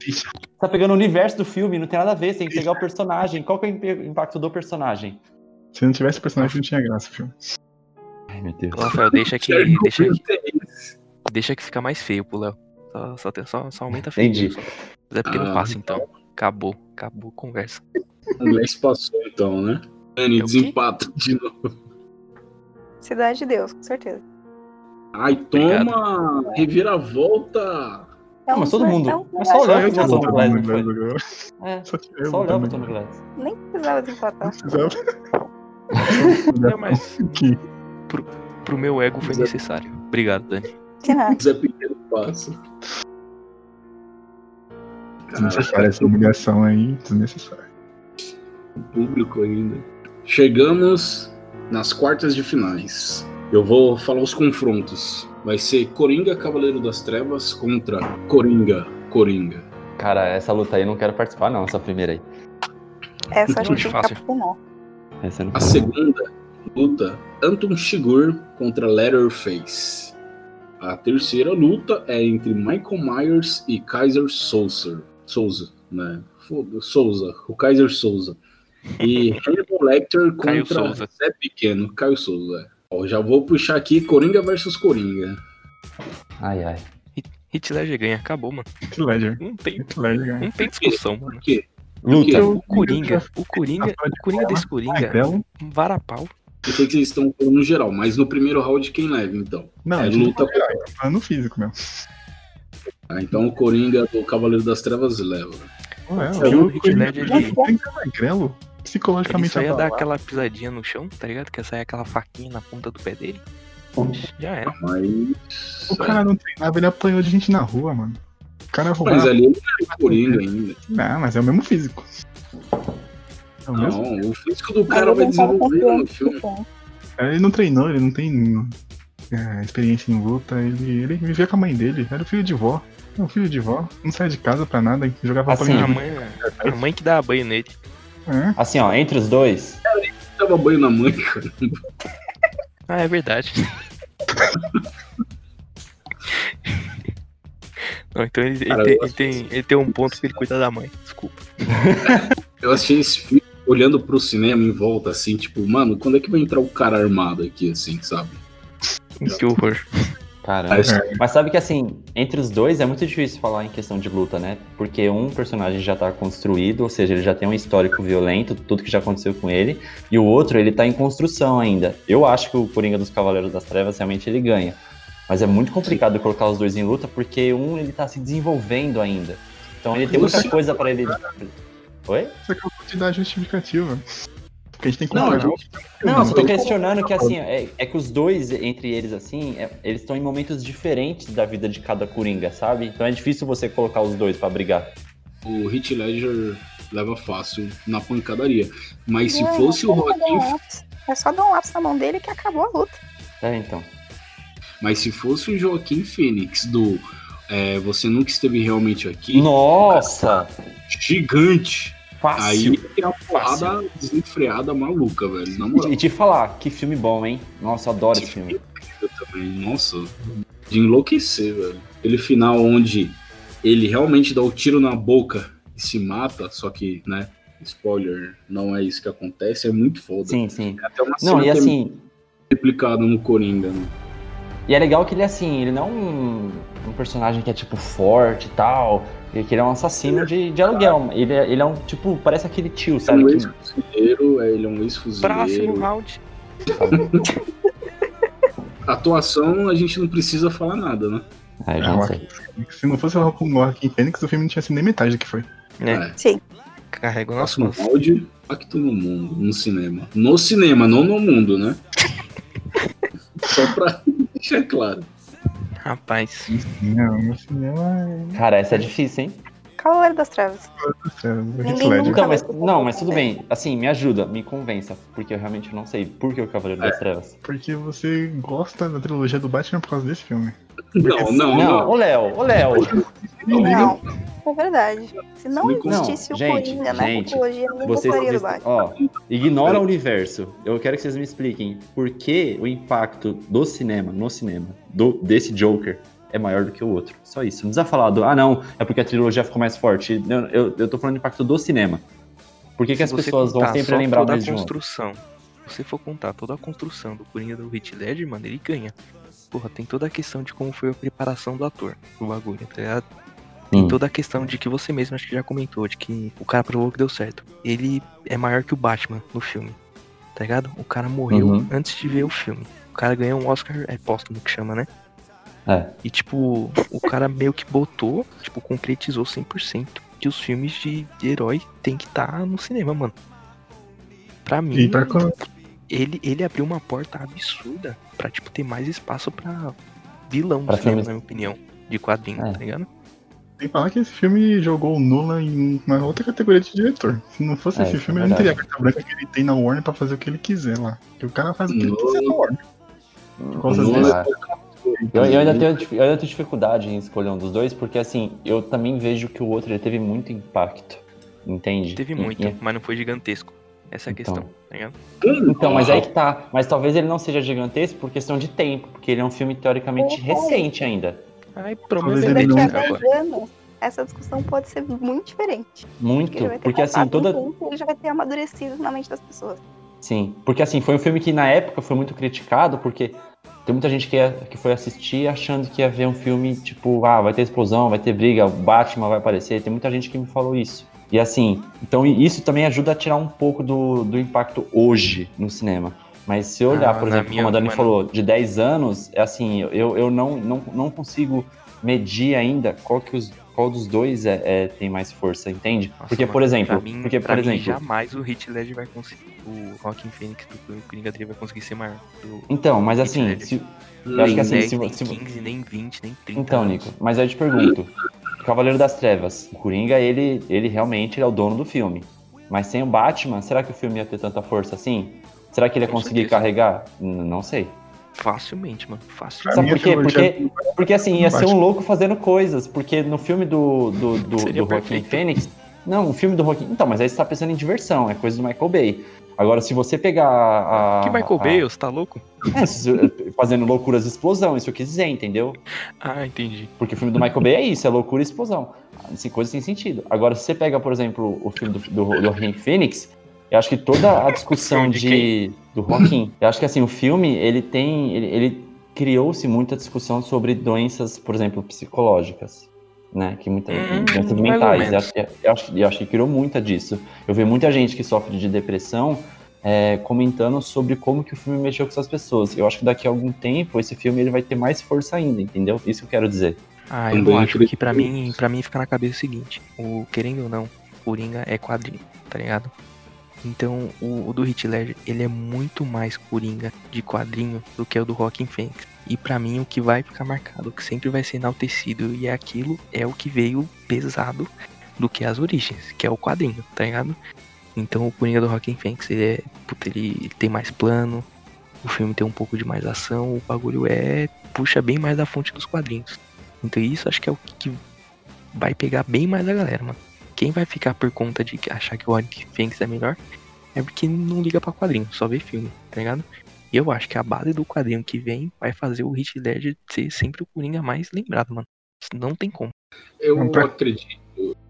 S4: Deixa
S3: Você tá pegando o universo do filme, não tem nada a ver, você tem que pegar o personagem. Qual que é o imp- impacto do personagem?
S4: Se não tivesse personagem, não tinha graça o filme.
S3: Ai, meu Deus.
S5: Rafael, deixa que,
S1: Sérgio
S5: deixa,
S1: Moro tem-
S5: deixa que fica mais feio pro Léo. Só, só, tem- só, só aumenta a feio.
S3: Entendi.
S5: Zé Pequeno
S1: Ah,
S5: passa, então. Acabou. Acabou a conversa.
S1: O Glass passou então, né? Dani,
S5: É o quê?
S1: desempata de novo.
S2: Cidade de Deus, com certeza.
S1: Ai, toma! Reviravolta!
S2: É
S3: Ah, mas
S2: um
S3: todo
S2: dos-
S3: mundo-
S2: é um dos
S3: mas só
S2: melhores
S3: Léo
S4: Só
S3: que
S4: eu tinha
S3: votou
S2: argumentos.
S3: no Glass,
S4: votado no
S3: não foi?
S4: Glass agora.
S3: É,
S4: Só tinha eu
S3: só o Léo
S4: votando
S3: botou
S4: no
S3: no
S4: Glass.
S3: Glass.
S2: Nem precisava desempatar.
S4: Precisava-
S5: Não, mas
S4: Que-
S5: pro, pro meu ego foi necessário. Obrigado, Dani.
S2: Que nada.
S1: Zé Pequeno passa.
S4: Desnecessária essa humilhação aí, desnecessária.
S1: público ainda. Chegamos nas quartas de finais. Eu vou falar os confrontos. Vai ser Coringa Cavaleiro das Trevas contra Coringa Coringa.
S3: Cara, essa luta aí eu não quero participar, não, essa primeira aí.
S2: Essa É a
S5: Muito
S2: gente tem que
S5: fácil.
S2: capinar.
S3: Essa eu não
S1: A
S3: quero.
S1: segunda luta, Anton Shigur contra Leatherface. A terceira luta é entre Michael Myers e Kaiser Souza. Souza, né? Foda- Souza, o Kaiser Souza. E Hannibal Lecter
S5: Caio
S1: contra
S5: Souza.
S1: Zé Pequeno, Caio Souza. é. Ó, já vou puxar aqui Coringa versus Coringa.
S3: Ai, ai.
S5: Hit Ledger ganha. Acabou, mano.
S4: Heath Ledger.
S5: Não tem,
S4: Heath Ledger, cara.
S5: não tem discussão, mano.
S1: Porque
S3: Luta.
S5: O Coringa, o Coringa, o Coringa desse
S4: é
S5: Coringa,
S4: Martelo?
S5: um varapau.
S1: eu sei que vocês estão falando no geral, mas no primeiro round quem leva então?
S4: Não,
S1: É
S4: a gente não
S1: luta
S4: tá falando, tá falando físico mesmo.
S1: Ah, então o Coringa do Cavaleiro das Trevas leva.
S4: Não é,
S5: Sabe
S4: o
S5: o Heath
S4: Coringa
S5: Ledger,
S4: Coringa
S5: ele-
S4: Coringa magrelo,
S5: Ele
S4: psicologicamente
S5: só ia dar
S4: abalado.
S5: aquela pisadinha no chão, tá ligado? Que ia sair aquela faquinha na ponta do pé dele. Já era.
S1: Mas.
S4: O cara não treinava, ele apanhou de gente na rua, mano. O cara roubava.
S1: Mas ali ele era o Coringa ainda.
S4: Não, mas é o mesmo físico. É o mesmo.
S1: Não, o físico do
S2: Mas
S1: cara vai
S2: ele é um cara
S1: desenvolver no
S2: confiante,
S1: filme.
S2: então.
S4: Ele não treinou, ele não tem é, experiência em luta, ele, ele vivia com a mãe dele, era filho de vó. Meu filho de vó não saia de casa pra nada, hein? jogava
S3: Assim,
S4: bolinha
S5: A
S4: de
S5: mãe, a mãe que dá banho nele.
S4: É,
S3: Assim, ó, entre os dois,
S1: Dava banho na mãe, cara.
S5: Ah, é verdade. Não, então ele, ele
S1: Cara, eu
S5: tem, ele,
S1: gosto
S5: tem, ele tem um ponto pra ele cuidar da mãe. Desculpa.
S1: Eu assisti esse filme olhando pro cinema em volta, assim, tipo, mano, quando é que vai entrar o cara armado aqui, assim, sabe?
S5: Que horror.
S1: Aí,
S3: caramba.
S1: eu-
S3: Mas sabe que assim, entre os dois é muito difícil falar em questão de luta, né? Porque um personagem já tá construído, ou seja, ele já tem um histórico violento, tudo que já aconteceu com ele, e o outro ele tá em construção ainda. Eu acho que o Coringa dos Cavaleiros das Trevas realmente ele ganha. Mas é muito complicado colocar os dois em luta porque um ele tá se desenvolvendo ainda. Então ele tem muita
S1: Você-
S3: coisa pra ele. Oi?
S4: Você acabou de dar justificativa. Porque a gente tem que
S1: Não,
S4: comparar.
S1: não.
S3: É. Não, eu só tô
S1: Não,
S3: questionando que assim, é, é que os dois, entre eles, assim, é- eles estão em momentos diferentes da vida de cada Coringa, sabe? Então é difícil você colocar os dois pra brigar.
S1: O Heath Ledger leva fácil na pancadaria. Mas se
S2: Não,
S1: fosse o
S2: é só dar um
S1: Joaquim
S2: lápis. É só dar um lápis na mão dele que acabou a luta.
S3: É, então.
S1: Mas se fosse o Joaquim Fênix do é, Você Nunca Esteve Realmente Aqui,
S3: Nossa!
S1: gigante,
S3: Fácil!
S1: aí é a porrada desenfreada maluca, velho. Na
S3: E
S1: moral,
S3: te falar, que filme bom, hein? Nossa, eu adoro esse filme.
S1: eu também, nossa, de enlouquecer, velho. Aquele final onde ele realmente dá o tiro na boca e se mata, só que, né, spoiler, não é isso que acontece, é muito foda.
S3: Sim, sim.
S1: É até uma
S3: Não,
S1: cena
S3: e
S1: que é
S3: assim,
S1: replicada no Coringa, né?
S3: E é legal que ele, é assim, ele não é um, um personagem que é, tipo, forte e tal. Ele que ele é um assassino de, de aluguel. Ele é, ele é um, tipo, parece aquele tio,
S1: É
S3: sabe?
S1: um
S3: Que,
S1: ex-fuzileiro, é, ele é um
S5: Próximo
S1: ex-fuzileiro.
S5: round.
S1: Atuação, a gente não precisa falar nada, né?
S3: Ah, eu
S4: É,
S3: já
S4: o
S3: não sei.
S4: Joaquim Phoenix. Se não fosse o Joaquim Fênix, o filme não tinha sido nem metade do que foi.
S3: É.
S5: Né?
S2: Sim.
S5: Carregou nas
S1: É. Próximo
S5: mãos.
S1: round, impacto no mundo, no cinema. No cinema, não no mundo, né? Só pra deixar claro.
S5: Rapaz.
S4: Não, no cinema
S3: Cara, essa é difícil, hein?
S2: Cavaleiro das Trevas.
S4: é sério. o Heath
S2: Ninguém
S4: Ledger.
S2: nunca-
S3: Então, mas, não, mas tudo bem. Assim, me ajuda, me convença. Porque eu realmente não sei por que o Cavaleiro
S5: É.
S3: das Trevas.
S4: Porque você gosta da trilogia do Batman por causa desse filme.
S1: Não, não,
S3: Não,
S1: não.
S3: ô Léo, ô Léo.
S1: Não,
S2: Não, é verdade. Se não
S1: Não,
S2: existisse o
S3: gente,
S2: Coringa na
S3: gente,
S2: mitologia, não
S3: Vocês,
S2: gostaria do
S3: vocês
S2: Batman.
S3: ó, ignora o universo. Eu quero que vocês me expliquem por que o impacto do cinema, no cinema, do, desse Joker é maior do que o outro. Só isso. Não precisa falar do, ah não, é porque a trilogia ficou mais forte. Não, eu, eu tô falando do impacto do cinema. Por que, que
S5: Se
S3: as
S5: você
S3: pessoas vão
S5: contar
S3: sempre
S5: só
S3: lembrar
S5: toda
S3: o
S5: a
S3: de um?
S5: construção. Se você for contar toda a construção do Coringa do Heath Ledger, mano, ele ganha. Porra, tem toda a questão de como foi a preparação do ator, do bagulho, tá ligado?
S3: Hum.
S5: Toda a questão de que você mesmo acho que já comentou, de que o cara provou que deu certo. Ele é maior que o Batman no filme, tá ligado? O cara morreu
S3: Uhum.
S5: antes de ver o filme. O cara ganhou um Oscar, é póstumo que chama, né?
S3: É.
S5: E tipo, o cara meio que botou, tipo, concretizou 100% que os filmes de, de herói tem que estar no cinema, mano. Pra mim,
S4: E pra co-
S5: ele, ele abriu uma porta absurda pra, tipo, ter mais espaço pra vilão
S3: Pra
S5: no cinema,
S3: filmes.
S5: na minha opinião. De quadrinho,
S3: É.
S5: tá ligado?
S4: Tem que falar que esse filme jogou o Nolan em uma outra categoria de diretor. Se não fosse
S3: É,
S4: esse
S3: isso é
S4: filme, ele não teria a
S3: verdade.
S4: carta branca que ele tem na Warner pra fazer o que ele quiser lá. Porque o cara faz o que ele
S1: Nolan.
S4: quiser na Warner.
S1: Não,
S4: Nossa,
S1: não,
S4: Deus.
S1: é pra-
S3: Eu, eu ainda tenho, dif- eu ainda tenho dificuldade em escolher um dos dois, porque assim, eu também vejo que o outro ele teve muito impacto. Entende?
S5: Teve
S3: E-
S5: muito,
S3: e-
S5: mas não foi gigantesco. Essa é a
S3: Então.
S5: questão, tá ligado?
S3: Então, mas aí que tá. Mas talvez ele não seja gigantesco por questão de tempo, porque ele é um filme teoricamente
S2: Uhum.
S3: recente ainda.
S5: Ai, pelo menos
S4: Talvez
S5: ele
S2: Daqui
S4: ele não
S2: a
S5: não
S2: 10
S5: acaba.
S2: anos, essa discussão pode ser muito diferente. Porque
S3: Muito.
S2: ele vai ter
S3: Porque assim,
S2: passado um
S3: toda.
S2: tempo, ele já vai ter amadurecido na mente das pessoas.
S3: Sim. Porque assim, foi um filme que na época foi muito criticado, porque tem muita gente que, ia- que foi assistir achando que ia ver um filme tipo, ah, vai ter explosão, vai ter briga, o Batman vai aparecer. Tem muita gente que me falou isso. E assim, então isso também ajuda a tirar um pouco do, do impacto hoje no cinema. Mas se eu olhar,
S5: Ah,
S3: por
S5: na
S3: exemplo,
S5: minha-
S3: como a Dani
S5: mano.
S3: falou, de 10 anos, é assim, eu, eu não, não, não consigo medir ainda qual, que os, qual dos dois é, é- tem mais força, entende?
S5: Nossa,
S3: porque, por
S5: mano,
S3: exemplo,
S5: pra mim,
S3: porque,
S5: pra
S3: por
S5: mim,
S3: exemplo,
S5: jamais o Hit Ledger vai conseguir. O Rockin' Phoenix do Coringa dele vai conseguir ser maior. Do...
S3: Então, mas
S5: Hit
S3: assim,
S5: Ledger.
S3: se-
S1: Hum,
S3: eu acho que assim,
S5: nem
S3: se,
S5: 10, nem
S3: se,
S5: 15, nem 20, nem 30.
S3: Então,
S5: anos.
S3: Nico, mas aí eu te pergunto: Cavaleiro das Trevas, o Coringa, ele, ele realmente é o dono do filme. Mas sem o Batman, será que o filme ia ter tanta força assim? Será que ele ia
S5: Com
S3: conseguir
S5: certeza.
S3: carregar? N- não sei.
S5: Facilmente, mano.
S4: Pra
S5: Facilmente.
S3: Sabe
S4: mim,
S3: por quê?
S4: a trilogia
S3: Porque, porque assim, ia ser um louco fazendo coisas. Porque no filme do, do, do,
S5: Seria
S3: do Joaquim
S5: perfeito.
S3: Fênix. Não, o filme do Joaquim. Então, mas aí você tá pensando em diversão, é coisa do Michael Bay. Agora, se você pegar a.
S5: Que Michael Bay, você tá louco?
S3: a- é, se- fazendo loucuras de explosão, isso eu quis dizer, entendeu?
S5: Ah, entendi.
S3: Porque o filme do Michael Bay é isso, é loucura e explosão. Assim, coisa sem sentido. Agora, se você pega, por exemplo, o filme do, do, do Joaquin Phoenix, eu acho que toda a discussão
S5: De
S3: de, do Joaquim, eu acho que assim, o filme, ele tem, ele, ele criou-se muita discussão sobre doenças, por exemplo, psicológicas, né, que muita,
S5: Hum,
S3: doenças
S5: mais ou
S3: mentais, eu
S5: menos.
S3: acho, que- eu, acho, eu acho que criou muita disso. Eu vi muita gente que sofre de depressão é, comentando sobre como que o filme mexeu com essas pessoas. Eu acho que daqui a algum tempo, esse filme, ele vai ter mais força ainda, entendeu? Isso que eu quero dizer.
S5: Ah,
S1: Também
S5: eu acho
S1: acredito
S5: que pra
S1: nisso.
S5: mim, pra mim fica na cabeça o seguinte: o querendo ou não, Coringa é quadrinho, tá ligado? Então o, o do Hit Ledger, ele é muito mais Coringa de quadrinho do que o do Rockin' Phoenix. E pra mim o que vai ficar marcado, o que sempre vai ser enaltecido e aquilo é o que veio pesado do que as origens, que é o quadrinho, tá ligado? Então o Coringa do Rockin' Phoenix, ele é, puta, ele, ele tem mais plano, o filme tem um pouco de mais ação, o bagulho é puxa bem mais da fonte dos quadrinhos. Então isso acho que é o que vai pegar bem mais a galera, mano. Quem vai ficar por conta de achar que o Onyx Phoenix é melhor é porque não liga pra quadrinho, só vê filme, tá ligado? E eu acho que a base do quadrinho que vem vai fazer o Hit Ledger ser sempre o Coringa mais lembrado, mano. Isso Não tem como.
S1: Eu
S4: Não, pra-
S1: acredito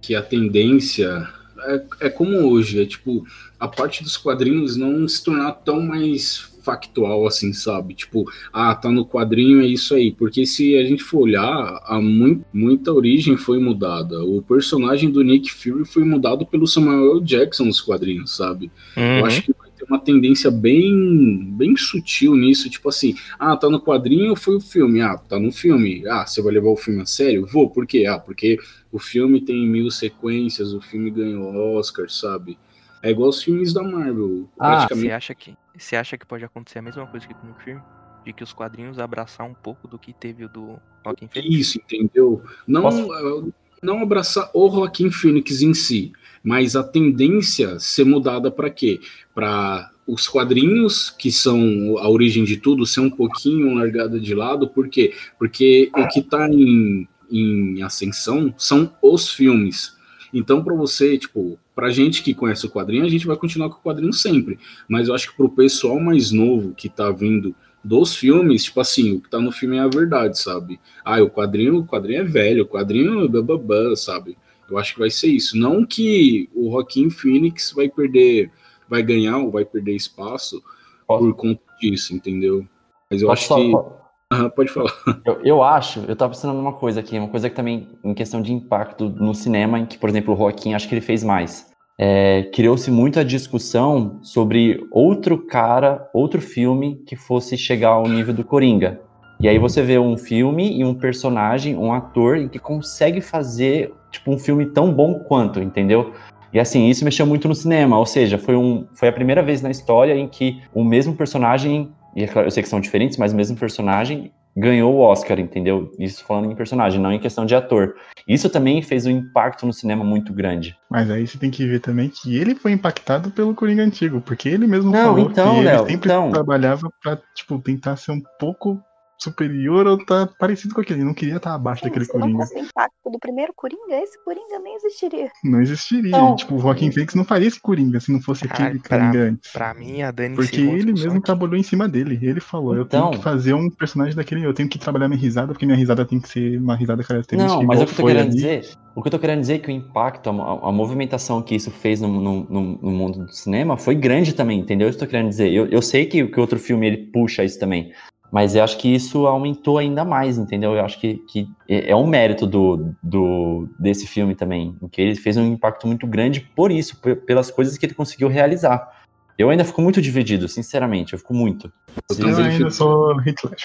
S1: que a tendência é, é como hoje, é tipo, a parte dos quadrinhos não se tornar tão mais factual assim, sabe? Tipo, ah, tá no quadrinho, é isso aí. Porque se a gente for olhar, a mui- muita origem foi mudada. O personagem do Nick Fury foi mudado pelo Samuel Jackson nos quadrinhos, sabe?
S5: Uhum.
S1: Eu acho que vai ter uma tendência bem, bem sutil nisso, tipo assim, ah, tá no quadrinho, foi o filme, ah, tá no filme, ah, você vai levar o filme a sério? Vou, por quê? Ah, porque o filme tem mil sequências, o filme ganhou Oscar, sabe? É igual os filmes da Marvel,
S3: Ah,
S5: Você
S1: praticamente.
S5: acha que você acha que pode acontecer a mesma coisa que com o filme? De que os quadrinhos abraçar um pouco do que teve o do Rockin' Phoenix?
S1: É Isso, entendeu? Não,
S3: Posso-
S1: eh, não abraçar o Joaquim Phoenix em si, mas a tendência ser mudada para quê? Para os quadrinhos, que são a origem de tudo, ser um pouquinho largada de lado, por quê? Porque o que está em, em ascensão são os filmes. Então, para você, tipo, pra gente que conhece o quadrinho, a gente vai continuar com o quadrinho sempre. Mas eu acho que pro pessoal mais novo que tá vindo dos filmes, tipo assim, o que tá no filme é a verdade, sabe? Ah, o quadrinho, o quadrinho é velho, o quadrinho é bababã, sabe? Eu acho que vai ser isso. Não que o Joaquim Phoenix vai perder, vai ganhar ou vai perder espaço
S3: Posso-
S1: por conta disso, entendeu? Mas eu
S3: Posso
S1: acho
S3: só-
S1: que. Aham, pode falar.
S3: Eu, eu acho, eu tava pensando numa coisa aqui, uma coisa que também, em questão de impacto no cinema, em que, por exemplo, o Joaquim, acho que ele fez mais. É, Criou-se muita discussão sobre outro cara, outro filme que fosse chegar ao nível do Coringa. E aí você vê um filme e um personagem, um ator, e que consegue fazer, tipo, um filme tão bom quanto, entendeu? E assim, isso mexeu muito no cinema, ou seja, foi, um, foi a primeira vez na história em que o mesmo personagem, e é claro, eu sei que são diferentes, mas o mesmo personagem ganhou o Oscar, entendeu? Isso falando em personagem, não em questão de ator. Isso também fez um impacto no cinema muito grande.
S4: Mas aí você tem que ver também que ele foi impactado pelo Coringa Antigo, porque ele mesmo
S3: Não,
S4: falou
S3: então,
S4: que ele
S3: Léo,
S4: sempre
S3: então.
S4: trabalhava pra, tipo, tentar ser um pouco superior ou tá parecido com aquele. Ele não queria estar abaixo daquele
S2: se não tá
S4: Coringa.
S2: fosse o impacto do primeiro Coringa, esse Coringa nem existiria.
S4: Não existiria.
S3: Não.
S4: Tipo, o Joaquim Phoenix não faria esse Coringa se não fosse aquele
S5: Caralho, pra-
S4: Coringa antes.
S5: Pra mim, a Dani
S4: Porque
S5: encerrou a
S4: ele
S5: discussão
S4: mesmo
S5: aqui.
S4: trabalhou em cima dele. Ele falou, eu
S3: Então.
S4: tenho que fazer um personagem daquele, eu tenho que trabalhar minha risada, porque minha risada tem que ser uma risada característica.
S3: Não,
S4: igual
S3: mas é o que eu tô
S4: foi
S3: querendo
S4: ali.
S3: dizer, o que eu tô querendo dizer é que o impacto, a, mo- a movimentação que isso fez no, no- no- no mundo do cinema foi grande também, entendeu? É Isso que eu tô querendo dizer. Eu, eu sei que o outro filme ele puxa isso também, mas eu acho que isso aumentou ainda mais, entendeu? Eu acho que, que é é um mérito do, do- desse filme também, em que ele fez um impacto muito grande por isso, pe- pelas coisas que ele conseguiu realizar. Eu ainda fico muito dividido, sinceramente, eu fico muito.
S1: Eu
S4: Eu
S1: também
S4: Então, ainda
S1: fico-
S4: sou Hitler.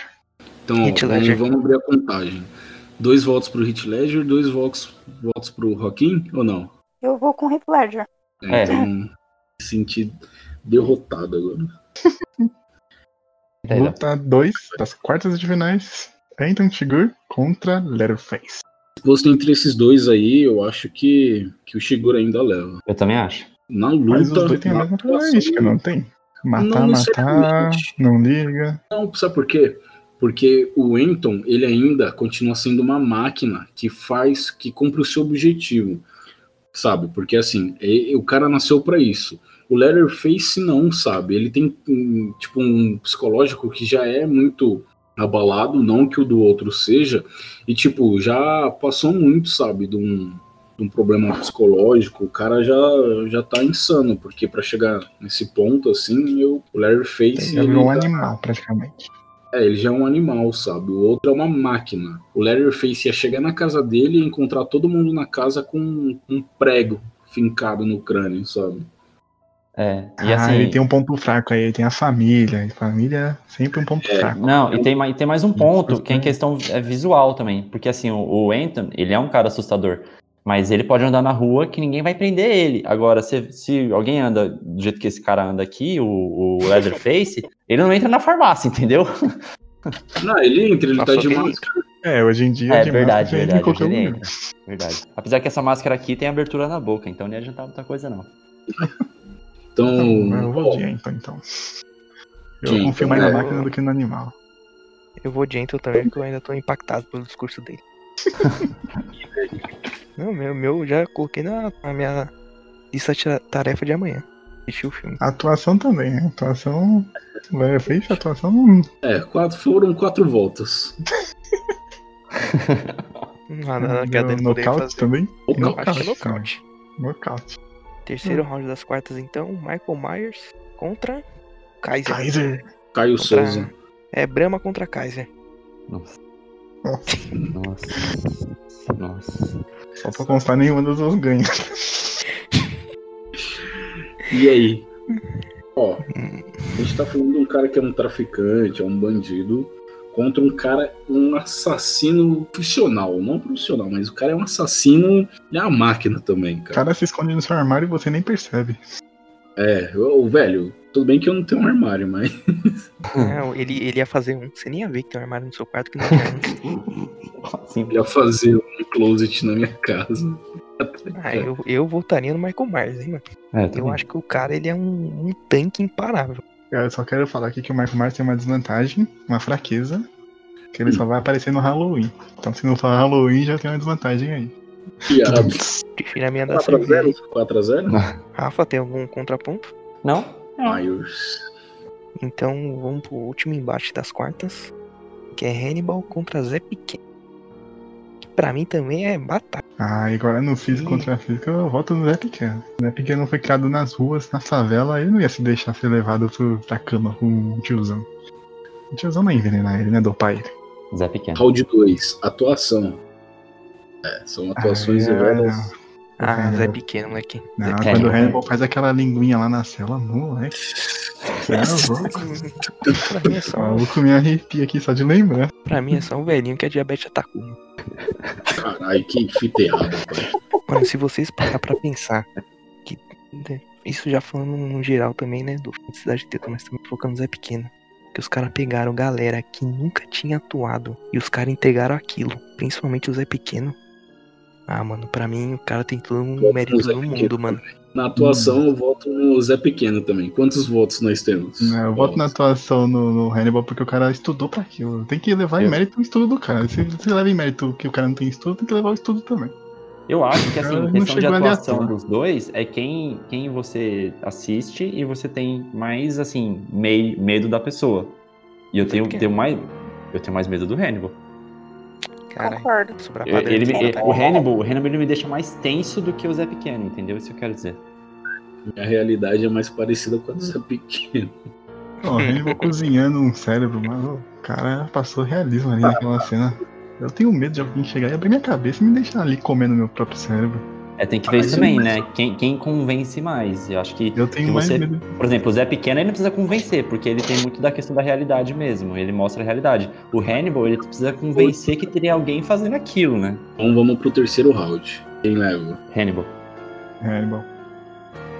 S1: Então, ó,
S5: Heath
S1: vamos,
S5: Ledger.
S1: vamos abrir a contagem. Dois votos pro Hit Ledger, dois votos, votos pro Joaquim ou não?
S2: Eu vou com o Heath Ledger.
S3: É.
S1: Então, me senti derrotado agora.
S3: Entendeu?
S4: Luta 2 das quartas de finais. Anton Shigur contra Letterface.
S1: Posto entre esses dois aí, eu acho que, que o Shigura ainda leva.
S3: Eu também acho.
S1: Na
S4: Mas os
S1: luta.
S4: dois têm a
S1: na
S4: mesma
S1: atuação,
S4: característica, né? não tem? Matar,
S1: Não
S4: matar,
S1: necessariamente.
S4: não liga.
S1: Não, sabe por quê? Porque o Enton, ele ainda continua sendo uma máquina que faz, que cumpre o seu objetivo, sabe? Porque assim, e- e o cara nasceu pra isso. O Leatherface não, sabe? Ele tem um, tipo um psicológico que já é muito abalado, não que o do outro seja, e tipo, já passou muito, sabe, de um, de um problema psicológico, o cara já já tá insano, porque pra chegar nesse ponto assim, eu, o Leatherface
S4: Ele virou um
S1: ainda-
S4: animal, praticamente.
S1: é, ele já é um animal, sabe? O outro é uma máquina. O Leatherface ia chegar na casa dele e encontrar todo mundo na casa com um prego fincado no crânio, sabe?
S3: É, e
S4: ah,
S3: assim.
S4: ele tem um ponto fraco aí, ele tem a família. E família é sempre um ponto
S1: É.
S4: fraco.
S3: Não, e tem, ma- e tem mais um ponto,
S4: coisa
S3: que é em
S4: que-
S3: questão é, visual também. Porque assim, o, o Anton, ele é um cara assustador. Mas ele pode andar na rua que ninguém vai prender ele. Agora, se, se alguém anda do jeito que esse cara anda aqui, o, o Leatherface, ele não entra na farmácia, entendeu?
S1: Não, ele entra, ele tá
S5: Passou
S1: de
S5: bem.
S1: máscara.
S4: É, hoje em dia.
S3: É
S4: de
S3: verdade, verdade,
S4: máscara, ele entra em
S3: ele
S4: qualquer
S3: entra. Verdade. Apesar que essa máscara aqui tem abertura na boca, então não ia adiantar muita coisa, não.
S1: Então.
S4: lugar. Eu vou
S1: ó,
S4: de Anton, então. Eu
S1: Sim,
S4: confio mais na
S1: é.
S4: máquina do que no animal.
S5: Eu vou adiante eu também, porque eu ainda tô impactado pelo discurso dele. Não, meu, meu, já coloquei na, na minha lista de tarefa de amanhã. Assistir o filme.
S4: A atuação também, né? A Atuação. Vai, fez a atuação. hum,
S1: é, quatro, foram quatro voltas.
S5: Não há nada que a Dani poderia
S4: Nocaute
S5: fazer.
S4: também?
S5: Não, acho que é
S4: Nocaute também.
S5: nocaute.
S4: Nocaute.
S5: Terceiro round das quartas, então, Michael Myers contra Kaiser.
S4: Kaiser.
S1: Caio
S5: Contra-
S1: Souza.
S5: É Brahma contra Kaiser.
S3: Nossa.
S4: Nossa.
S3: Nossa. Nossa.
S4: Só pra constar, nenhuma das duas ganha.
S1: E aí? Ó, a gente tá falando de um cara que é um traficante, é um bandido, contra um cara, um assassino profissional. Não profissional, mas o cara é um assassino, ele é uma máquina também,
S4: O
S1: cara.
S4: cara se esconde no seu armário e você nem percebe.
S1: É, o velho, tudo bem que eu não tenho um armário, mas.
S4: Hum.
S5: Não, ele, ele ia fazer um. Você nem ia ver que tem um armário no seu quarto que não tinha um.
S3: Assim,
S1: Eu ia fazer um closet na minha casa.
S5: Ah, eu, eu voltaria no Michael Myers, hein, mano?
S3: é,
S5: Eu
S3: também.
S5: acho que o cara ele é um, um tanque imparável.
S4: Cara, eu só quero falar aqui que o Michael Myers tem uma desvantagem, uma fraqueza, que ele só vai aparecer no Halloween. Então se não for Halloween, já tem uma desvantagem aí. tá
S1: Piada.
S5: Prefiro a minha da cerveja.
S1: 4x0? 4x0?
S5: Rafa, tem algum contraponto?
S3: Não?
S1: Myers.
S5: Então vamos pro último embate das quartas, que é Hannibal contra Zé Pequeno. Que Pra mim também é batalha.
S4: Ah, e agora no físico
S5: Ih.
S4: contra físico eu voto no Zé Pequeno. O Zé Pequeno foi criado nas ruas, na favela, ele não ia se deixar ser levado pro, pra cama com um tiozão. O tiozão não ia envenenar ele, né? Dopar ele.
S3: Zé Pequeno.
S1: Round 2. Atuação. É, são atuações
S4: Ah,
S1: velhas.
S5: Ah,
S4: Hannibal.
S5: Zé Pequeno, moleque.
S4: Não,
S5: Zé
S4: Ah, quando o
S3: Pequeno.
S4: Hannibal faz aquela linguinha lá na cela, moleque. Você é louco.
S5: Pequeno. pra, mim é
S4: O
S5: só,
S4: maluco me arrepia aqui só de lembrar.
S5: pra mim é só um velhinho que a diabetes atacou. mano.
S1: Caralho, que fita errada, pai.
S5: Mano, se vocês parar pra pensar que. né, Isso já falando no geral também, né? Do filme de Cidade Teta, mas também focando no Zé Pequeno. Que os caras pegaram galera que nunca tinha atuado. E os caras entregaram aquilo. Principalmente o Zé Pequeno. Ah, mano, pra mim o cara tem todo um
S1: Voto
S5: mérito
S1: no Zé
S5: no
S1: Pequeno.
S5: mundo, mano.
S1: Na
S4: Hum.
S1: atuação, eu voto no Zé Pequeno também. Quantos votos nós temos?
S4: Não, Né, É, eu voto na atuação no, no Hannibal porque o cara estudou pra aquilo. Tem que levar em
S3: Eu-
S4: mérito o estudo do cara. Se você leva em mérito que o cara não tem estudo, tem que levar o estudo também.
S3: Eu acho que assim,
S4: Cara,
S3: a
S4: não
S3: questão de
S4: chegou ali à
S3: atuação
S4: toa.
S3: dos dois é quem, quem você assiste e você tem mais assim, mei, medo da pessoa. E eu tenho,
S5: quê?
S3: tenho mais. Eu tenho mais medo do Hannibal.
S5: Caralho,
S2: Concordo.
S5: sobrar
S3: Eu-
S5: padrão
S3: ele
S5: de
S3: me-
S5: batalha.
S3: o Hannibal, o Hannibal ele me deixa mais tenso do que o Zé Pequeno, entendeu? Isso que eu quero dizer.
S1: Minha realidade é mais parecida com a do Zé Pequeno.
S4: Ó, o Hannibal cozinhando um cérebro, mas o cara passou realismo ali naquela cena. Eu tenho medo de alguém chegar e abrir minha cabeça e me deixar ali comendo meu próprio cérebro.
S3: É, tem que ver isso
S1: isso
S3: também,
S1: mesmo.
S3: né? Quem, quem convence mais. Eu acho que,
S4: Eu tenho
S3: que
S4: mais
S3: você-
S4: medo.
S3: por exemplo, o Zé Pequeno ele não precisa convencer, porque ele tem muito da questão da realidade mesmo. Ele mostra a realidade. O Hannibal, ele precisa convencer que teria alguém fazendo aquilo, né?
S1: Então vamos pro terceiro round. Quem leva?
S3: Hannibal.
S4: Hannibal.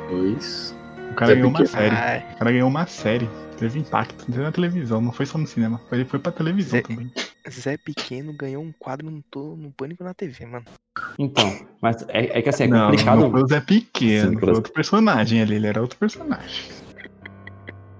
S1: Dois.
S4: O cara
S1: Zé
S4: ganhou uma
S1: Pequeno.
S4: série.
S5: Ah,
S4: O cara ganhou uma série. Teve impacto. Teve na televisão, não foi só no cinema. Foi- Ele foi pra televisão
S5: Zé-
S4: também.
S5: Ah, Zé Pequeno ganhou um quadro no, to- no Pânico na TV, mano.
S3: Então, mas é, é que assim, é
S4: não,
S3: complicado.
S4: não foi o Zé Pequeno,
S3: Sim,
S4: foi outro personagem ali, ele era outro personagem.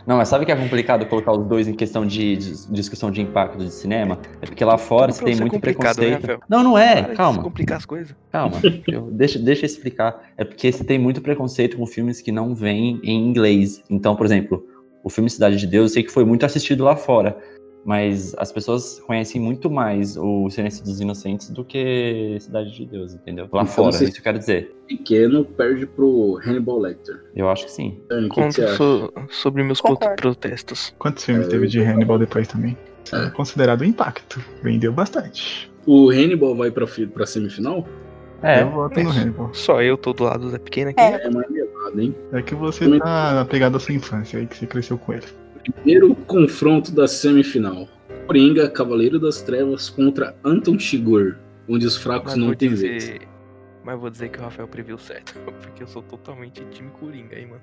S3: Não, mas sabe que é complicado colocar os dois em questão de, dis- discussão de impacto de cinema? É porque lá fora
S5: Tudo
S3: você
S5: pra
S3: tem
S5: você é
S3: muito
S5: complicado, né,
S3: preconceito.
S5: Rafael?
S3: não, não é.
S5: Para de se
S3: calma,
S5: complicar as coisas.
S3: calma. Eu- deixa, deixa eu explicar. É porque você tem muito preconceito com filmes que não vêm em inglês. Então, por exemplo, o filme Cidade de Deus, eu sei que foi muito assistido lá fora. Mas as pessoas conhecem muito mais o Silêncio dos Inocentes do que Cidade de Deus, entendeu? Lá
S1: Então,
S3: fora, é
S1: você-
S3: isso que eu quero dizer.
S1: Pequeno perde pro Hannibal Lecter.
S3: Eu acho que sim.
S1: Dani, o que, que você
S5: Conta
S1: acha?
S5: so- sobre meus
S2: Concordo.
S5: pro- protestos.
S4: Quantos filmes
S1: É,
S4: teve de
S1: eu-
S4: Hannibal depois também? Isso
S1: É.
S4: é considerado um impacto. Vendeu bastante.
S1: O Hannibal vai pra, fi- pra semifinal?
S3: É,
S4: eu voto no
S5: mas-
S4: Hannibal.
S5: Só eu tô do lado da pequena aqui.
S2: É.
S1: É marmelada, hein?
S4: É que você
S1: Também-
S4: tá na pegada da sua infância aí que você cresceu com ele.
S1: Primeiro confronto da semifinal. Coringa, Cavaleiro das Trevas contra Anton Chigurh, onde os fracos
S5: Mas
S1: não
S5: vou
S1: têm vez.
S5: dizer. Mas vou dizer que o Rafael previu certo. Porque eu sou totalmente time Coringa aí, mano.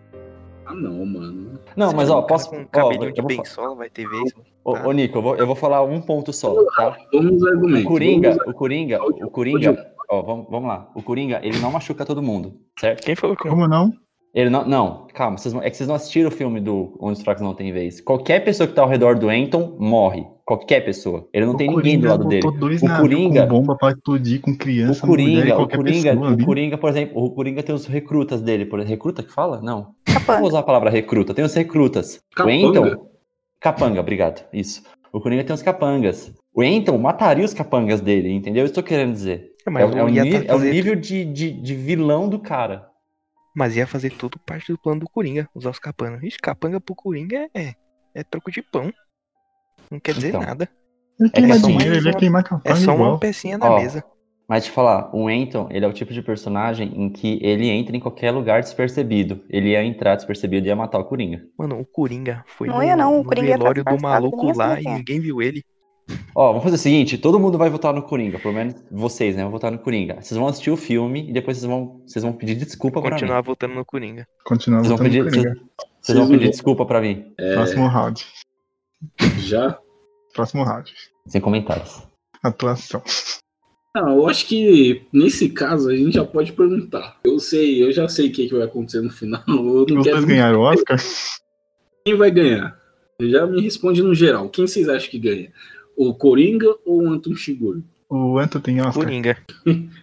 S1: Ah não, mano.
S3: Não,
S5: Você
S3: mas
S5: vê um
S3: ó,
S5: cara
S3: posso.
S5: Com um
S3: ó,
S5: cabelinho de
S3: eu vou fa-
S5: bençola, vai ter vez. mano.
S3: Ô,
S4: Tá.
S3: ô, Nico, eu vou, eu vou falar um ponto só, tá?
S1: Vamos aos
S3: O
S1: argumentos.
S3: Coringa,
S1: Vamos
S3: o Coringa, o Coringa, ó, vamos, vamos lá. O Coringa, ele não machuca todo mundo, certo?
S5: Quem falou que não?
S4: Como não?
S3: Ele não, não, calma, vocês, não- é que vocês não assistiram o filme do Onde os Fracos Não Tem Vez. Qualquer pessoa que tá ao redor do Anton morre. Qualquer pessoa. Ele não
S4: O
S3: tem
S4: Coringa
S3: ninguém do lado dele.
S4: botou Dois
S3: O
S4: na,
S3: Coringa-
S4: Com bomba pra explodir com
S3: O
S4: criança, mulher e
S3: Coringa, o
S4: qualquer
S3: Coringa,
S4: pessoa
S3: o
S4: ali.
S3: Coringa, por exemplo, o Coringa tem os recrutas dele, por recruta que fala? Não. Não vou
S2: Capanga.
S3: usar a palavra recruta, tem os recrutas.
S1: Capanga.
S3: O Anton. Capanga, obrigado. Isso. O Coringa tem os capangas. O Anton mataria os capangas dele, entendeu? Eu estou querendo dizer.
S5: É,
S3: É,
S5: mas
S3: o- é o,
S5: ia
S3: ni-
S5: tá
S3: é o
S5: fazer-
S3: nível de, de, de vilão do cara.
S5: Mas ia fazer tudo parte do plano do Coringa, usar os capangas. Ixi, capanga pro Coringa é, é troco de pão. Não quer dizer
S3: Então.
S5: nada.
S4: Ele
S3: que é
S4: queima
S3: só
S4: dinheiro,
S2: mais
S4: ele ia
S2: uma-
S4: queimar
S5: É
S4: capanga
S5: só uma
S3: um-
S4: igual.
S5: pecinha na
S3: Ó,
S5: mesa.
S3: Mas te falar, o Anton, ele é o tipo de personagem em que ele entra em qualquer lugar despercebido. Ele ia entrar despercebido e ia matar o Coringa.
S5: Mano, o Coringa foi
S2: Não
S5: no,
S2: ia não, o
S5: no
S2: Coringa tá ia
S5: velório
S2: pra
S5: do
S2: farsa, que nem ia
S5: maluco lá
S2: saber
S5: e
S2: quem é.
S5: ninguém viu ele.
S3: Ó, vamos fazer o seguinte, todo mundo vai votar no Coringa, pelo menos vocês, né? Vão votar no Coringa. Vocês vão assistir o filme e depois vocês vão, vocês vão pedir desculpa pra mim.
S5: Continuar votando no Coringa.
S4: Continua
S3: Vocês vão pedir-
S4: lutando com Coringa.
S3: Vocês vão
S1: Vocês
S3: pedir
S1: não-
S3: desculpa pra mim.
S4: Próximo round.
S1: é, Já?
S4: Próximo round.
S3: Sem comentários.
S4: Atuação.
S1: Ah, eu acho que nesse caso a gente já pode perguntar. Eu sei, eu já sei o que, que vai acontecer no final. Eu não
S4: Os
S1: quero
S4: dois ganharam o Oscar.
S1: quem vai ganhar. Já me responde no geral. Quem vocês acham que ganha? O Coringa ou o Anton Chigurh?
S4: O Anto tem Oscar.
S5: Coringa.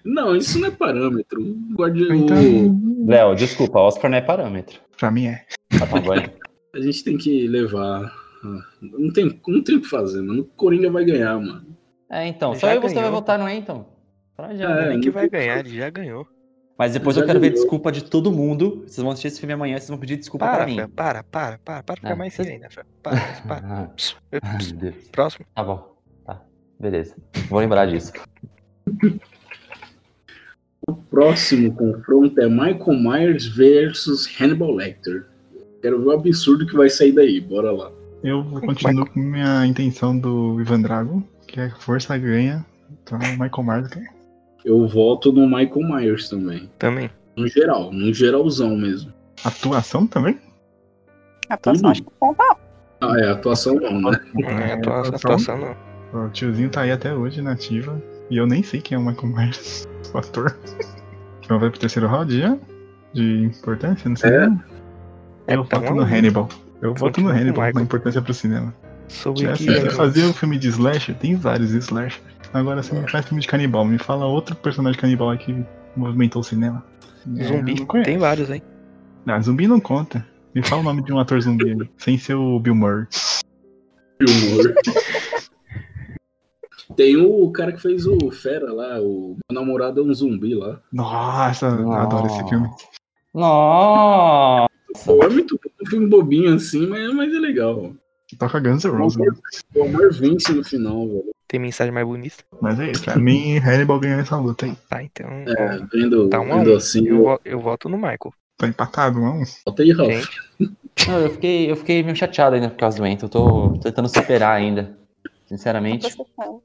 S1: Não, isso não é parâmetro. O guardi- o-
S4: Então,
S3: Léo, desculpa, Oscar não é parâmetro.
S4: pra mim é.
S3: Tá, tá bom.
S1: A gente tem que levar. ah, Não tem, não tem o que fazer, mano. O Coringa vai ganhar, mano.
S3: É, então, só eu
S5: Já
S3: e então. você vai
S5: ganhou.
S3: votar no Anton. Não adianta.
S1: É,
S5: Quem que
S1: não
S5: vai
S1: tem-
S5: ganhar? Ele já ganhou.
S3: Mas depois
S1: Já
S3: eu quero ver
S1: ganhou.
S3: desculpa de todo mundo. Vocês vão assistir esse filme amanhã, vocês vão pedir desculpa pra
S5: Para,
S3: mim.
S5: Fé, para, para, para, para ficar
S3: Ah,
S5: mais
S3: vocês-
S5: sério ainda, Fé. Para, para.
S3: Ah,
S5: Pss, eu-
S3: ah,
S5: pss.
S3: meu Deus.
S5: Próximo.
S3: Tá bom. Tá. Beleza. Vou lembrar disso.
S1: O próximo confronto é Michael Myers versus Hannibal Lecter. Quero ver o absurdo que vai sair daí. Bora lá.
S4: Eu continuo com minha intenção do Ivan Drago, que é força ganha. Então o Michael Myers ganha.
S1: Eu voto no Michael Myers também.
S5: Também.
S1: No geral, no geralzão mesmo.
S4: Atuação também?
S2: A atuação acho que conta.
S1: Ah, é, atuação não, né?
S5: Não é atua- atuação, não.
S4: O tiozinho tá aí até hoje na ativa. E eu nem sei quem é o Michael Myers, o ator. Então vai pro terceiro round já? De importância no cinema?
S5: É,
S4: Eu
S5: tá
S4: voto
S5: bom.
S4: no Hannibal. Eu voto no
S5: Continua com o
S4: Hannibal, na
S5: Michael.
S4: importância pro cinema.
S5: Sobre
S4: Se
S5: que
S4: você fazer um filme de slasher, tem vários slasher. Agora você
S5: É.
S4: não faz filme de canibal. Me fala outro personagem canibal aí que movimentou o cinema. É, eu
S5: zumbi.
S4: não conheço.
S5: Tem vários, hein?
S4: Ah, zumbi não conta. Me fala o nome de um ator zumbi aí, sem ser o Bill Murray.
S1: de humor. Tem o cara que fez o Fera lá, o meu namorado é um zumbi lá.
S4: Nossa, eu adoro esse filme.
S3: Nossa!
S1: Pô, é muito bom, é um filme bobinho assim, mas, mas é legal.
S4: Toca Guns N'
S1: O
S4: Roses. né?
S1: amor, o amor vence no final, velho.
S5: Tem mensagem mais bonita.
S4: Mas é isso, pra mim, Hannibal ganhou essa luta aí.
S5: Tá, então.
S1: É,
S5: ó,
S1: vendo,
S5: Tá um a
S1: vendo
S5: um.
S1: assim,
S5: Eu,
S1: eu
S5: vo- eu voto no Michael.
S4: Tá empatado, não?
S1: volta aí, Rafa.
S5: Gente,
S3: Não, eu fiquei, eu fiquei meio chateado ainda por causa do Anton. Eu tô tentando superar ainda. Sinceramente,
S2: processando.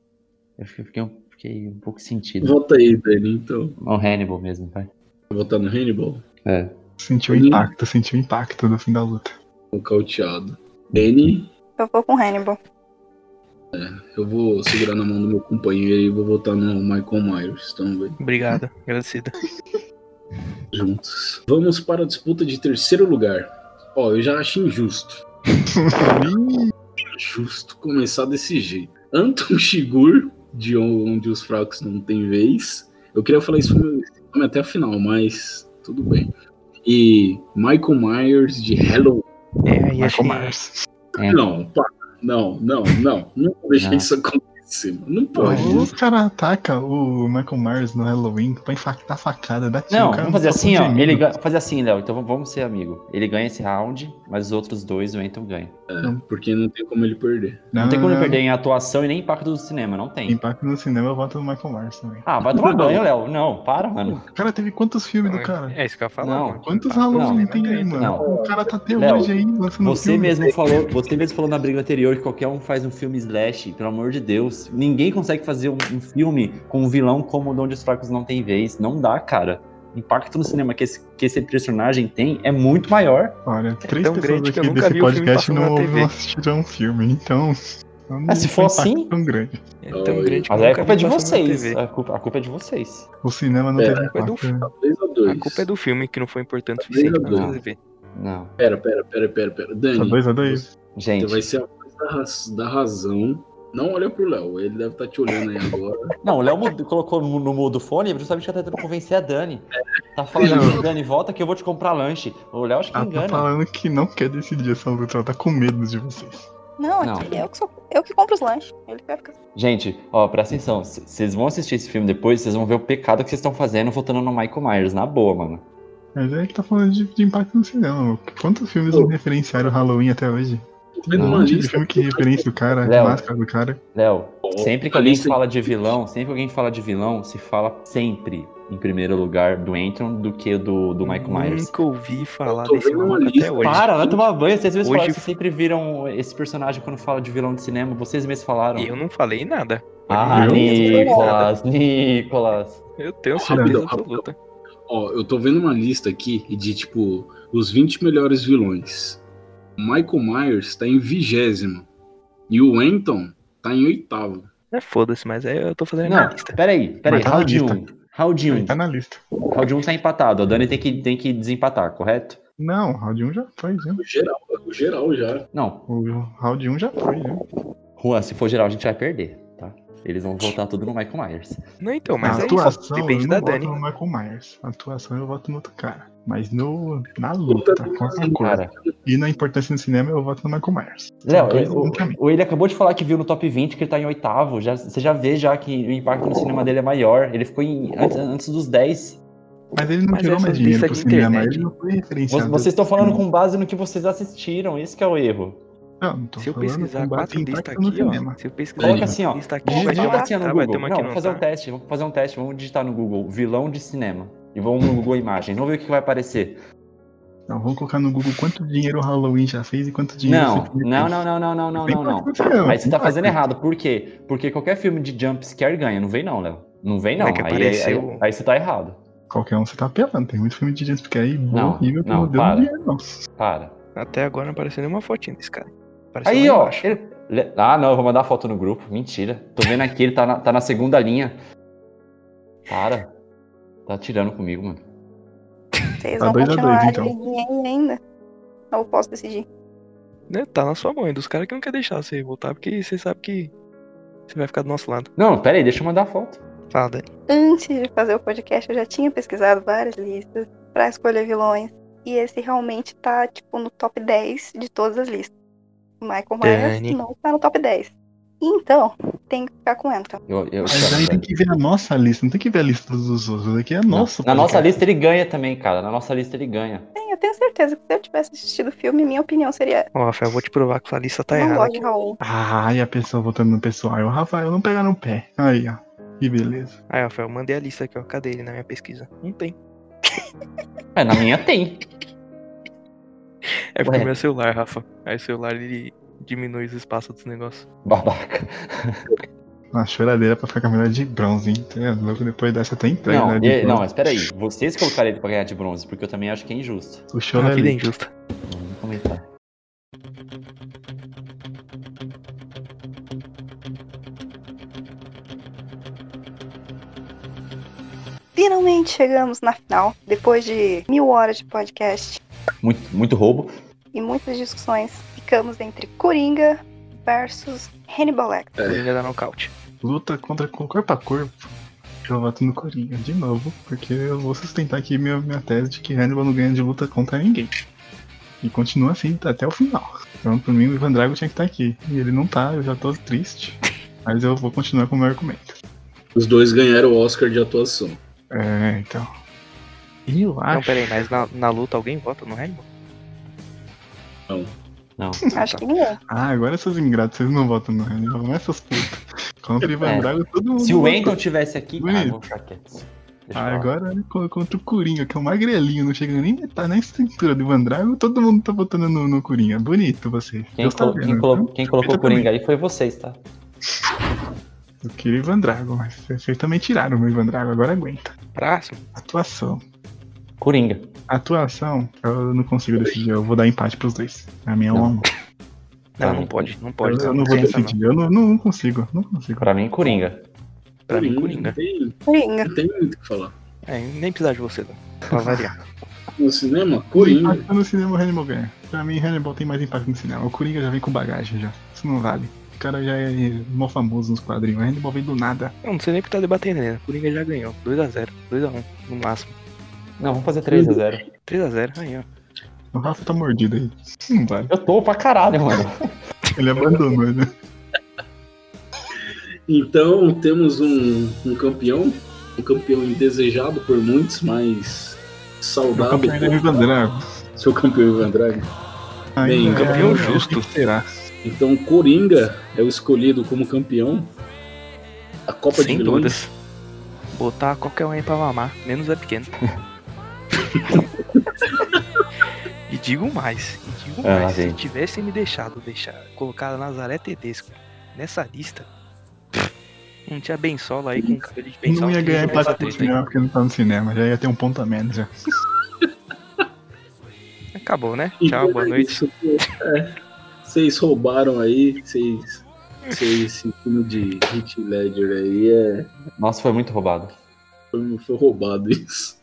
S3: eu fiquei, fiquei um, fiquei um pouco sentido. É
S1: Volta aí, Dani, então.
S3: O Hannibal mesmo, vai.
S1: Votar no Hannibal?
S3: É.
S4: Sentiu o
S1: Sim.
S4: impacto, sentiu o impacto do fim da luta.
S1: O cauteado. Dani,
S2: Eu vou com o Hannibal.
S1: eu vou segurar na mão do meu companheiro e vou votar no Michael Myers então, também.
S5: obrigado. Agradecida.
S1: Juntos. Vamos para a disputa de terceiro lugar. Ó, eu já acho injusto. Justo começar desse jeito. Anton Shigur, de onde os fracos não têm vez. Eu queria falar isso esse nome até a final, mas tudo bem. E Michael Myers de Hello.
S5: É, aí acho
S4: Michael
S5: que
S4: Myers.
S3: É.
S1: Não, pá, não, não, não. Não deixa
S3: Não.
S1: isso acontecer. mano. Não pode.
S4: Pô, os caras atacam o Michael Myers no Halloween pra enfacar facada, dá tiro.
S3: Não,
S4: o cara
S3: vamos fazer
S4: não tá
S3: assim, ó.
S4: gemido.
S3: Ele ganha, fazer assim, Léo. Então vamos- vamos ser amigo. Ele ganha esse round, mas os outros dois o Anton ganha.
S1: Porque não tem como ele perder.
S3: Não, tem como ele perder em atuação e nem impacto do cinema, não tem.
S4: Impacto no cinema, eu voto no Michael Myers também.
S3: Ah, vai tomar banho, Léo. Não, para, mano.
S4: O cara teve quantos filmes do cara?
S5: É isso que eu ia falar.
S3: Não,
S5: mano.
S4: Quantos
S5: Tá,
S4: Halloween
S5: não,
S4: tem aí,
S5: não.
S4: mano? O cara tá até
S3: Léo,
S4: hoje aí lançando
S3: Você
S4: filme.
S3: mesmo falou, você mesmo falou na briga anterior que qualquer um faz um filme slash, pelo amor de Deus. Ninguém consegue fazer um, um filme com um vilão como o Onde os Fracos Não Tem Vez. Não dá, cara. O impacto no cinema que esse, que esse personagem tem é muito maior.
S4: Olha, três
S5: É tão
S4: pessoas
S5: grande que eu
S4: aqui
S5: nunca
S4: desse
S5: vi o filme
S4: podcast
S5: passando
S4: não
S5: na
S4: ouviram
S5: TV.
S4: assistir um filme, então. não
S3: Ah, se
S4: foi
S3: for
S4: um
S3: assim-
S4: impacto Tão grande.
S5: É tão
S1: Oi.
S5: grande que
S3: Mas aí a
S5: nunca
S3: culpa é
S5: vi
S3: de
S5: passando na
S3: vocês.
S5: TV.
S3: A culpa, a culpa é de vocês.
S4: O cinema não
S1: É,
S4: teve
S5: culpa é do
S4: impacto. né?
S1: 3x2.
S5: A culpa é do filme que não foi importante o
S1: Dois a
S5: suficiente pra
S1: dois.
S5: vocês verem.
S3: Não.
S1: Pera, pera, pera, pera, pera.
S4: Tá
S1: Dani,
S4: 2x2?
S1: você
S3: Gente,
S1: vai ser a voz da, raz- da razão. Não olha pro Léo, ele deve estar te olhando aí agora.
S3: não, o Léo mud- colocou no no mudo o fone justamente que tá tentando convencer a Dani. Tá falando,
S4: Não.
S3: "Não, Dani, volta que eu vou te comprar lanche. O Léo acho que
S5: Ah,
S4: Ela tá
S3: engana.
S4: falando que não quer decidir essa luta, ela tá com medo de vocês.
S2: Não,
S3: Não.
S2: aqui eu que sou. Eu que compro os lanches. Ele que vai ficar.
S3: Gente, ó, presta atenção. C- Vocês vão assistir esse filme depois, vocês vão ver o pecado que vocês estão fazendo votando no Michael Myers. Na boa, mano.
S4: Mas é que tá falando de, de impacto no cinema. mano. Quantos filmes
S1: Pô.
S4: não referenciaram Halloween até hoje?
S1: Tô vendo
S3: Não,
S1: uma
S4: Um tipo de
S1: lista.
S4: filme que referencia o cara,
S3: Léo.
S4: a máscara do cara.
S3: Léo, sempre que
S5: tá
S1: a
S3: alguém
S1: lista-
S3: fala de vilão, sempre que alguém fala de vilão, se fala sempre em primeiro lugar do Anton do que do, do Michael Myers.
S5: Nunca ouvi falar
S1: Eu tô
S5: desse
S1: vendo uma
S5: maluco
S1: lista.
S5: até Uhum. hoje.
S3: Para, vai tomar banho. Vocês mesmos
S5: Hoje-
S3: falaram, vocês sempre viram esse personagem quando fala de vilão de cinema. Vocês mesmos falaram.
S5: E eu não falei nada.
S3: Ah,
S4: Eu?
S3: Nicolas, Nicolas.
S5: Eu tenho
S1: Rapidão,
S5: certeza
S1: rapidão.
S5: absoluta.
S1: Ó, eu tô vendo uma lista aqui de, tipo, os 20 melhores vilões. O Michael Myers tá em vigésimo. E o Anton tá em oitavo.
S5: É foda-se, mas aí eu tô fazendo a minha
S3: Não,
S5: lista.
S3: peraí, peraí.
S4: Mas tá na
S3: Round 1.
S4: lista.
S3: Round 1.
S4: Tá na lista.
S3: Round 1 tá empatado. A Dani tem que, tem que desempatar, correto?
S4: Não, o round 1 já foi, já.
S1: O geral, o geral já.
S3: Não.
S4: O round 1 já foi, né? já.
S3: Juan, se for geral, a gente vai perder, tá? Eles vão voltar tudo no Michael Myers.
S5: Não, então,
S4: Na
S5: mas é isso.
S4: atuação,
S5: Depende
S4: eu não
S5: da
S4: voto
S5: Dani.
S4: no Michael Myers. Na atuação, eu voto no outro cara. Mas no, na
S1: Puta
S4: luta, com essa
S1: do
S4: coisa.
S3: Cara,
S4: E na importância no cinema, eu voto no Michael Myers.
S3: Léo,
S4: Dois,
S3: o-
S4: um pra mim.
S3: o, ele acabou de falar que viu no top 20, que ele tá em oitavo. Já, você já vê já que o impacto no cinema dele é maior. Ele ficou em- antes, antes dos 10.
S4: Mas ele não
S5: Mas
S4: tirou
S5: essas
S4: mais dinheiro pro
S5: listas de
S4: cinema,
S5: internet-
S4: ele não foi
S3: Vo-
S4: referenciado.
S3: Vocês estão falando com base no que vocês assistiram, esse que é o erro.
S4: Não, não tô
S5: Se eu
S4: falando
S5: pesquisar
S4: com base
S5: quatro
S4: em
S5: listas
S4: impacto no
S5: aqui,
S4: cinema.
S5: ó. Se eu pesquisar
S3: Coloca
S5: quatro
S3: assim, ó.
S5: listas aqui, vai ter
S3: Digita
S5: uma
S3: assim ó,
S5: que
S3: no
S5: tá, vai ter
S3: Google.
S5: uma
S3: Não,
S5: que
S3: vamos
S5: não
S3: fazer um
S5: tá.
S3: teste. Vamos fazer um teste. Vamos digitar no Google vilão de cinema. E vamos no Google Imagens. Vamos ver o que vai aparecer.
S4: Não, vamos colocar no Google quanto dinheiro o Halloween já fez e quanto dinheiro
S3: Não,
S5: é
S4: esse filme fez.
S3: não, não, não, não, não, não,
S4: Tem
S3: não, não.
S4: impacto no cinema,
S3: Aí você tá
S4: tem
S3: fazendo
S4: impacto.
S3: errado. Por quê? Porque qualquer filme de jump scare ganha. Não vem não, Léo. Não vem não.
S5: É que
S3: Aí, aí, aí,
S5: apareceu-
S3: aí você tá errado.
S4: Qualquer um você tá apelando. Tem muito filme de gente que é aí
S3: Não,
S4: horrível que
S3: não,
S4: não deu
S3: para.
S4: dinheiro, não.
S3: Para.
S5: Até agora não apareceu nenhuma fotinha desse cara. Apareceu
S3: Aí,
S5: lá
S3: ó.
S5: embaixo.
S3: ele- Le- Ah, não, eu vou mandar a foto no grupo. Mentira. Tô vendo aqui, ele tá na, tá na segunda linha. Para. Tá tirando comigo, mano.
S2: Vocês
S4: Tá
S2: vão
S4: dois a dois,
S2: continuar
S4: então.
S2: adivinhando ainda. Não posso decidir.
S5: Né, Tá na sua mão, é dos caras que não quer deixar você voltar, porque você sabe que você vai ficar do nosso lado.
S3: Não, pera aí, deixa eu mandar a foto.
S5: Fala, Dani.
S2: Antes de fazer o podcast, eu já tinha pesquisado várias listas pra escolher vilões. E esse realmente tá, tipo, no top 10 de todas as listas. O Michael Myers
S5: Dani.
S2: não tá no top 10. Então, tem que ficar com o Anton.
S3: Eu, eu
S4: Mas aí tem que ver a nossa lista, não tem que ver a lista dos outros. Aqui é a
S3: Não.
S4: nossa.
S3: Na nossa
S4: podcast.
S3: lista ele ganha também, cara. Na nossa lista ele ganha.
S2: Bem, eu tenho certeza que se eu tivesse assistido o filme, minha opinião seria.
S5: Ó, Rafael, vou te provar que sua lista tá
S2: não
S5: errada.
S2: gosto de Raul.
S4: Ah, e a pessoa votando no pessoal. Aí o Rafael não pegar no pé. Aí, ó. Que beleza.
S5: Aí, Rafael, mandei a lista aqui, ó. Cadê ele na minha pesquisa? Não tem.
S3: É, na minha tem.
S5: É porque
S3: Ué.
S5: meu celular, Rafa. Aí o celular ele diminui os espaços dos negócios.
S3: Babaca.
S4: Uma choradeira pra ficar com a medalha de bronze, hein? Tá louco? Depois dessa até entrega,
S3: não,
S4: né? de
S3: e- não, é
S4: bronze.
S3: mas peraí. Vocês colocaram ele pra ganhar de bronze, porque eu também acho que é injusto.
S4: O choro
S5: A
S4: é
S5: vida é
S4: ali.
S5: injusta.
S3: Vamos comentar.
S2: Finalmente chegamos na final, depois de mil horas de podcast.
S3: Muito, muito roubo.
S2: e muitas discussões ficamos entre Coringa versus Hannibal Lecter.
S5: Coringa dá nocaute.
S4: Luta contra com corpo a corpo. Eu voto no Coringa, de novo, porque eu vou sustentar aqui minha, minha tese de que Hannibal não ganha de luta contra ninguém. E continua assim tá até o final. Então, pra mim, o Ivan Drago tinha que estar aqui. E ele não tá, eu já tô triste. Mas eu vou continuar com o meu argumento.
S1: Os dois ganharam o Oscar de atuação.
S4: É, então. E eu acho.
S5: Não, peraí, mas na, na luta alguém vota no Hannibal?
S3: Não.
S2: Acho que ninguém. é
S4: Ah, agora essas ingratas, vocês não votam no Hannibal, não é essas putas. Contra o Ivan
S3: É.
S4: Drago, todo mundo.
S3: Se o
S4: votou.
S3: Anton tivesse aqui. Ah,
S4: Bonito.
S3: vou ficar quieto. Deixa eu
S4: Ah,
S3: falar.
S4: agora né, co- contra o Coringa, que é um magrelinho, não chega nem metade, nem cintura do Ivan Drago, todo mundo tá votando no, no Coringa. Bonito você.
S3: Quem,
S4: Deus tá
S3: colo-
S4: vendo,
S3: quem,
S4: né?
S3: colo- quem colocou o
S4: também.
S3: Coringa aí foi vocês, tá?
S4: Eu queria o Ivan Drago, mas vocês também tiraram o meu Ivan Drago, agora aguenta.
S5: Próximo.
S4: Atuação.
S3: Coringa.
S4: Atuação, eu não consigo decidir, eu vou dar empate pros dois. A minha é
S3: Não,
S4: uma a uma.
S5: Não,
S3: Pra
S5: não
S3: mim-
S5: pode, não
S4: Eu,
S5: pode.
S4: eu não vou
S5: Licença,
S4: decidir, eu não, não consigo, não consigo.
S3: Pra mim, Coringa.
S5: não. Pra mim,
S1: Não
S5: Coringa.
S1: tem,
S2: Coringa.
S1: não tem muito o que falar.
S5: É, nem precisar de você, não. Pra variar.
S1: No cinema, Coringa.
S4: Impacto no cinema, o Hannibal ganha. Pra mim, Hannibal tem mais impacto no cinema. O Coringa já vem com bagagem já. Isso não vale. O cara já é mó famoso nos quadrinhos. O Hannibal vem do nada.
S5: Não, não sei nem o que tá debatendo, né? Coringa já ganhou. 2x0, 2x1, no máximo.
S3: Não, vamos fazer 3x0.
S5: 3x0, aí, ó.
S4: O Rafa tá mordido aí. Não vale.
S3: Eu tô pra caralho, mano.
S4: Ele abandonou, né?
S1: Então temos um, um campeão, um campeão indesejado por muitos, mas
S4: O
S1: saudável.
S4: campeão
S5: né?
S4: ainda é o Ivan Drago.
S1: Seu campeão Ivan Drago. Bem,
S4: Ainda
S5: campeão
S4: é-
S5: justo.
S4: Será?
S1: Então Coringa é o escolhido como campeão. A Copa
S5: Sem
S1: de
S5: dúvidas.
S1: Vilões.
S5: Botar qualquer um aí pra mamar, menos a pequena. e digo mais, e digo
S3: Ah,
S5: mais, se
S3: gente.
S5: tivessem me deixado deixar, colocar a Nazaré Tedesco nessa lista, não tinha Bensola aí com cabelo de Bensola.
S4: não ia
S5: que
S4: ganhar
S5: resolve
S4: empate
S5: essa
S4: no
S5: treta aí.
S4: cinema porque não tá no cinema. Já ia ter um ponto a menos já.
S5: Acabou, né?
S1: Então
S5: Tchau, boa
S1: é
S5: noite.
S1: isso. É. Vocês roubaram aí, vocês. vocês- Esse filme de Hit Ledger aí é,
S3: Nossa, foi muito roubado.
S1: foi, foi roubado isso.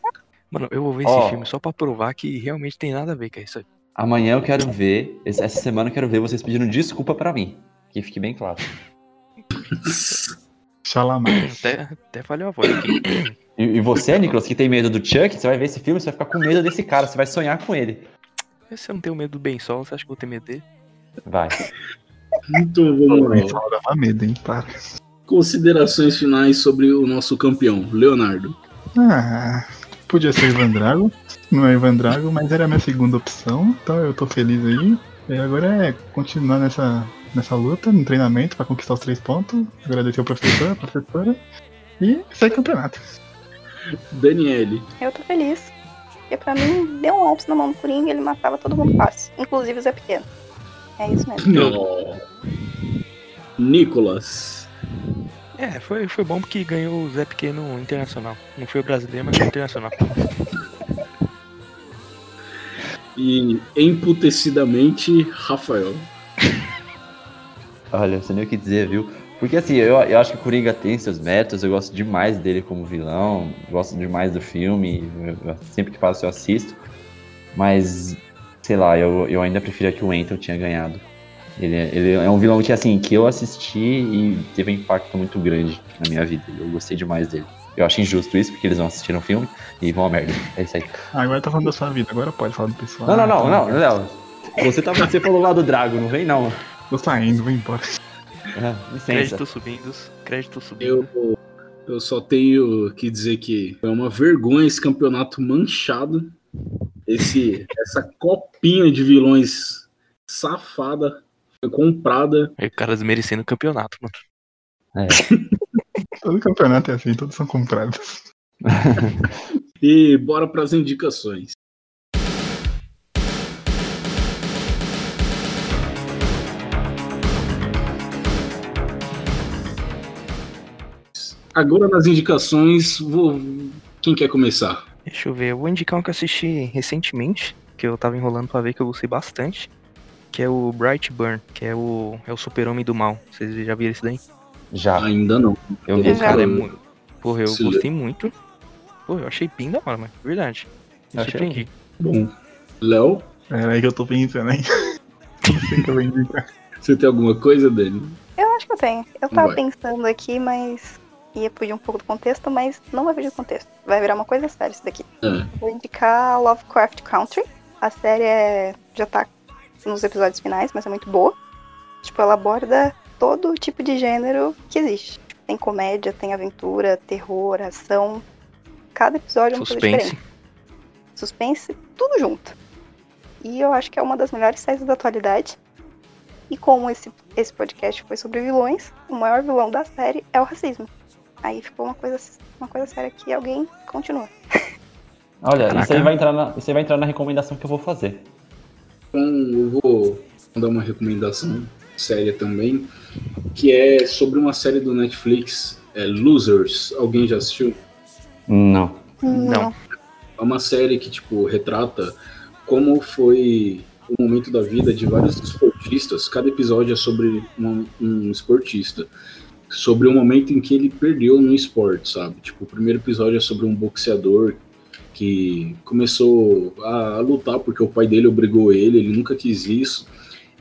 S5: Mano, eu vou ver
S3: Ó.
S5: esse filme só pra provar que realmente tem nada a ver com isso aí.
S3: Amanhã eu quero ver, esse- essa semana eu quero ver vocês pedindo desculpa pra mim. Que fique bem claro.
S4: Xalamar.
S5: Até, até falhou a voz aqui.
S3: E, e você, Nicolas, que tem medo do Chuck, você vai ver esse filme, você vai ficar com medo desse cara, você vai sonhar com ele.
S5: Se eu não tenho medo do Bensola, você acha que eu vou ter medo dele?
S3: Vai.
S1: Então vamos lá.
S4: Só dava medo, hein? Tá Para.
S1: Considerações finais sobre o nosso campeão, Leonardo.
S4: Ah, podia ser Ivan Drago. Não é Ivan Drago, mas era a minha segunda opção. Então eu tô feliz aí. E agora é continuar nessa, nessa luta, no treinamento, pra conquistar os três pontos. Agradecer ao professor, a professora. E sair campeonato.
S1: Daniele.
S2: Eu tô feliz. Porque pra mim, deu um ops na mão do Coringa ele matava todo mundo fácil. Inclusive o Zé Pequeno. É isso mesmo.
S1: Não. Nicolas.
S5: É, foi, foi bom porque ganhou o Zé Pequeno Internacional. Não foi o brasileiro, mas foi o internacional.
S1: E emputecidamente, Rafael.
S3: Olha, não sei nem o que dizer, viu? Porque assim, eu, eu acho que o Coringa tem seus métodos, eu gosto demais dele como vilão, gosto demais do filme, eu- eu- sempre que passo eu assisto. Mas, sei lá, eu, eu ainda preferia que o Anton tinha ganhado. Ele, é- ele é um vilão que, assim, que eu assisti e teve um impacto muito grande na minha vida. Eu gostei demais dele. Eu acho injusto isso, porque eles não assistiram o filme e vão a merda. É isso aí.
S4: Ah, agora tá falando da sua vida, agora pode falar do pessoal.
S3: Não, não,
S4: Ah,
S3: não,
S4: tá.
S3: não, Léo. Você, tá, você falou lá do Drago, não vem não.
S4: Tô saindo, vou embora.
S3: É, licença.
S5: Créditos subindo, créditos subindo.
S1: Eu, eu só tenho que dizer que é uma vergonha esse campeonato manchado. Esse, essa copinha de vilões safada foi comprada.
S5: Aí o cara desmerecendo o campeonato, mano.
S4: Todo campeonato é assim, todos são comprados.
S1: E bora para as indicações. Agora nas indicações, vou. Quem quer começar?
S5: Deixa eu ver, eu vou indicar um que eu assisti recentemente, que eu tava enrolando pra ver que eu gostei bastante, que é o Bright Burn, que é o, é o super-homem do mal. Vocês já viram isso daí?
S3: Já,
S1: Ainda não.
S3: eu vi.
S5: O cara é
S1: Caramba.
S5: muito. Porra, eu
S1: Esse
S5: gostei muito. Porra, eu achei bem da hora, mano. Verdade. Me
S3: Achei.
S5: surpreendi.
S1: Bom. Léo?
S4: É aí que eu tô pensando, hein? Não sei o que eu vou indicar.
S1: Você tem alguma coisa, Dani?
S2: Eu acho que eu tenho. Eu tava
S1: Vai.
S2: pensando aqui, mas ia fugir um pouco do contexto, mas não vai fugir do contexto. Vai virar uma coisa séria isso daqui.
S1: Ah.
S2: Vou indicar Lovecraft Country. A série é- já tá nos episódios finais, mas é muito boa. Tipo, ela aborda todo tipo de gênero que existe. Tem comédia, tem aventura, terror, ação. Cada episódio é uma coisa
S5: Suspense.
S2: diferente. Suspense, tudo junto. E eu acho que é uma das melhores séries da atualidade. E como esse, esse podcast foi sobre vilões, o maior vilão da série é o racismo. Aí ficou uma coisa, uma coisa séria que alguém continua.
S3: Olha, isso aí,
S5: Caraca.
S3: vai entrar na, isso aí vai entrar na recomendação que eu vou fazer.
S1: Então eu vou dar uma recomendação séria também, que é sobre uma série do Netflix, é Losers. Alguém já assistiu?
S3: Não.
S5: Não.
S1: É uma série que, tipo, retrata como foi o momento da vida de vários esportistas. Cada episódio é sobre um, um esportista. Sobre o momento em que ele perdeu no esporte, sabe? Tipo, o primeiro episódio é sobre um boxeador que começou a, a lutar porque o pai dele obrigou ele, ele nunca quis isso.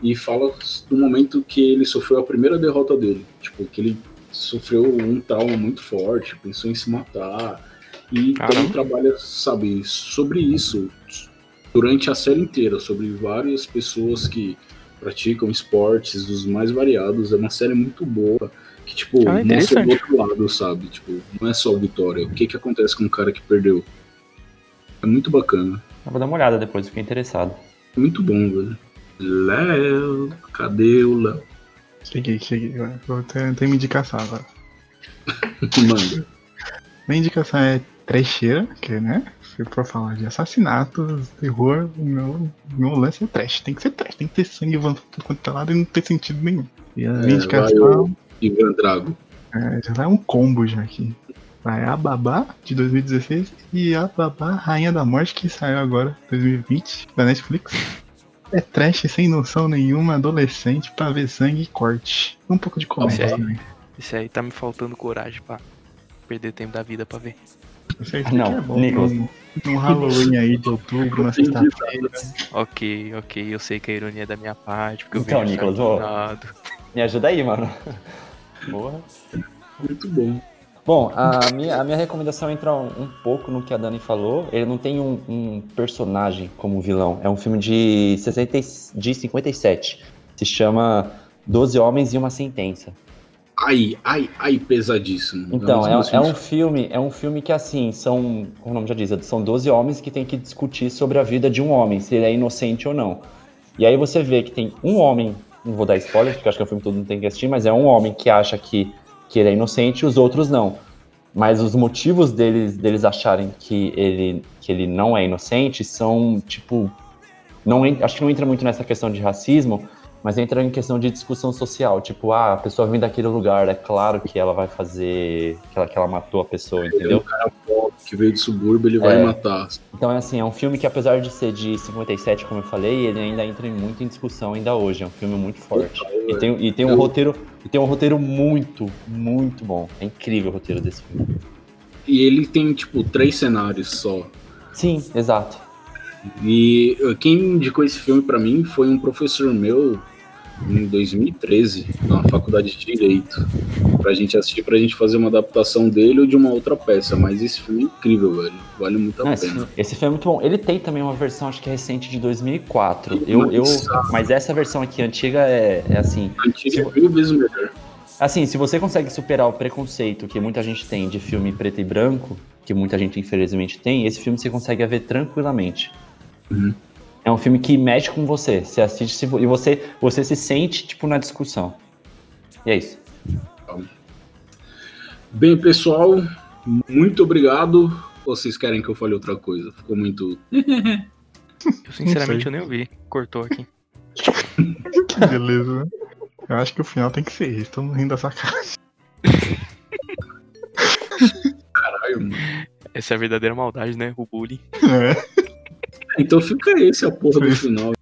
S1: E fala do momento que ele sofreu a primeira derrota dele. Tipo, que ele sofreu um trauma muito forte, pensou em se matar. E também
S5: Caramba.
S1: trabalha, sabe, sobre isso durante a série inteira, sobre várias pessoas que praticam esportes dos mais variados. É uma série muito boa. Que, tipo,
S5: Ah,
S1: mostra
S5: interessante.
S1: do outro lado, sabe? Tipo, não é só vitória. O que que acontece com um cara que perdeu? É muito bacana.
S3: Eu vou dar uma olhada depois, fiquei interessado.
S1: É Muito bom, velho. Léo, cadê o Léo?
S4: Cheguei, cheguei. Agora Vou até, até me indicar essa agora.
S1: Manda.
S4: Minha indicação é trecheira, que né? Se for falar de assassinatos, terror, o meu, meu lance é trash. Tem que ser trash, tem que ter sangue voando pra tudo quanto é lado e não ter sentido nenhum. E
S3: É,
S4: a minha indicação
S1: Ivan Drago.
S4: é, já vai um combo já aqui. Vai a Babá de 2016 e a Babá Rainha da Morte que saiu agora, 2020, da Netflix. É trash sem noção nenhuma, adolescente pra ver sangue e corte. Um pouco de comédia
S5: Nossa,
S4: também.
S5: Isso aí tá me faltando coragem pra perder tempo da vida pra ver.
S4: Com certeza
S3: Não,
S4: que é bom.
S3: Nicolas.
S4: Num- Num Halloween aí de outubro, na sexta-feira.
S5: Ok, ok, eu sei que a ironia é da minha parte, porque eu
S3: Então,
S5: vejo
S3: Nicolas, ó.
S5: Sharknado.
S3: Me ajuda aí, mano. Boa.
S1: Muito bom.
S3: Bom, a minha, a minha recomendação entra um, um pouco no que a Dani falou. Ele não tem um, um personagem como vilão. É um filme de, 60, e- de 57. Se chama Doze Homens e uma Sentença.
S1: Ai, ai, ai, pesadíssimo.
S3: Então,
S1: dos meus
S3: é, é um
S1: filmes-
S3: filme, é um filme que assim, são, como o nome já diz, são 12 homens que tem que discutir sobre a vida de um homem, se ele é inocente ou não. E aí você vê que tem um homem, não vou dar spoiler, porque eu acho que é um filme que todo mundo tem que assistir, mas é um homem que acha que, que ele é inocente e os outros não. Mas os motivos deles, deles acharem que ele, que ele não é inocente são, tipo, não, en- acho que não entra muito nessa questão de racismo, mas entra em questão de discussão social, tipo, ah, a pessoa vem daquele lugar, é claro que ela vai fazer. que ela, que ela matou a pessoa, entendeu?
S1: pobre que veio do subúrbio, ele vai
S3: um- É.
S1: matar.
S3: Então é assim, é um filme que apesar de ser de 57, como eu falei, ele ainda entra em- muito em discussão ainda hoje, é um filme muito forte. E tem, e tem um
S1: Eu-
S3: roteiro. E tem um roteiro muito, muito bom. É incrível o roteiro desse filme.
S1: E ele tem, tipo, três cenários só.
S3: Sim, exato.
S1: E uh, quem indicou esse filme pra mim foi um professor meu em 2013, na faculdade de Direito, pra gente assistir, pra gente fazer uma adaptação dele ou de uma outra peça. Mas esse filme é incrível, velho. Vale muito a
S3: Não, esse,
S1: pena.
S3: esse filme é muito bom. Ele tem também uma versão, acho que é recente, de 2004. Eu, eu, mas essa versão aqui, antiga, é- é assim.
S1: A antiga é mil vezes melhor.
S3: Assim, se você consegue superar o preconceito que muita gente tem de filme preto e branco, que muita gente infelizmente tem, esse filme você consegue ver tranquilamente.
S1: Uhum.
S3: É um filme que mexe com você. Você assiste se vo- e você, você se sente, tipo, na discussão. E é isso.
S1: Bem, pessoal, muito obrigado. Ou vocês querem que eu fale outra coisa? Ficou muito.
S5: Eu sinceramente eu nem ouvi. Cortou aqui.
S4: Que beleza. né? Eu acho que o final tem que ser isso. Todo mundo rindo dessa cara.
S1: Caralho, mano.
S5: Essa é a verdadeira maldade, né? O bullying.
S4: É.
S1: Então fica esse a porra do final.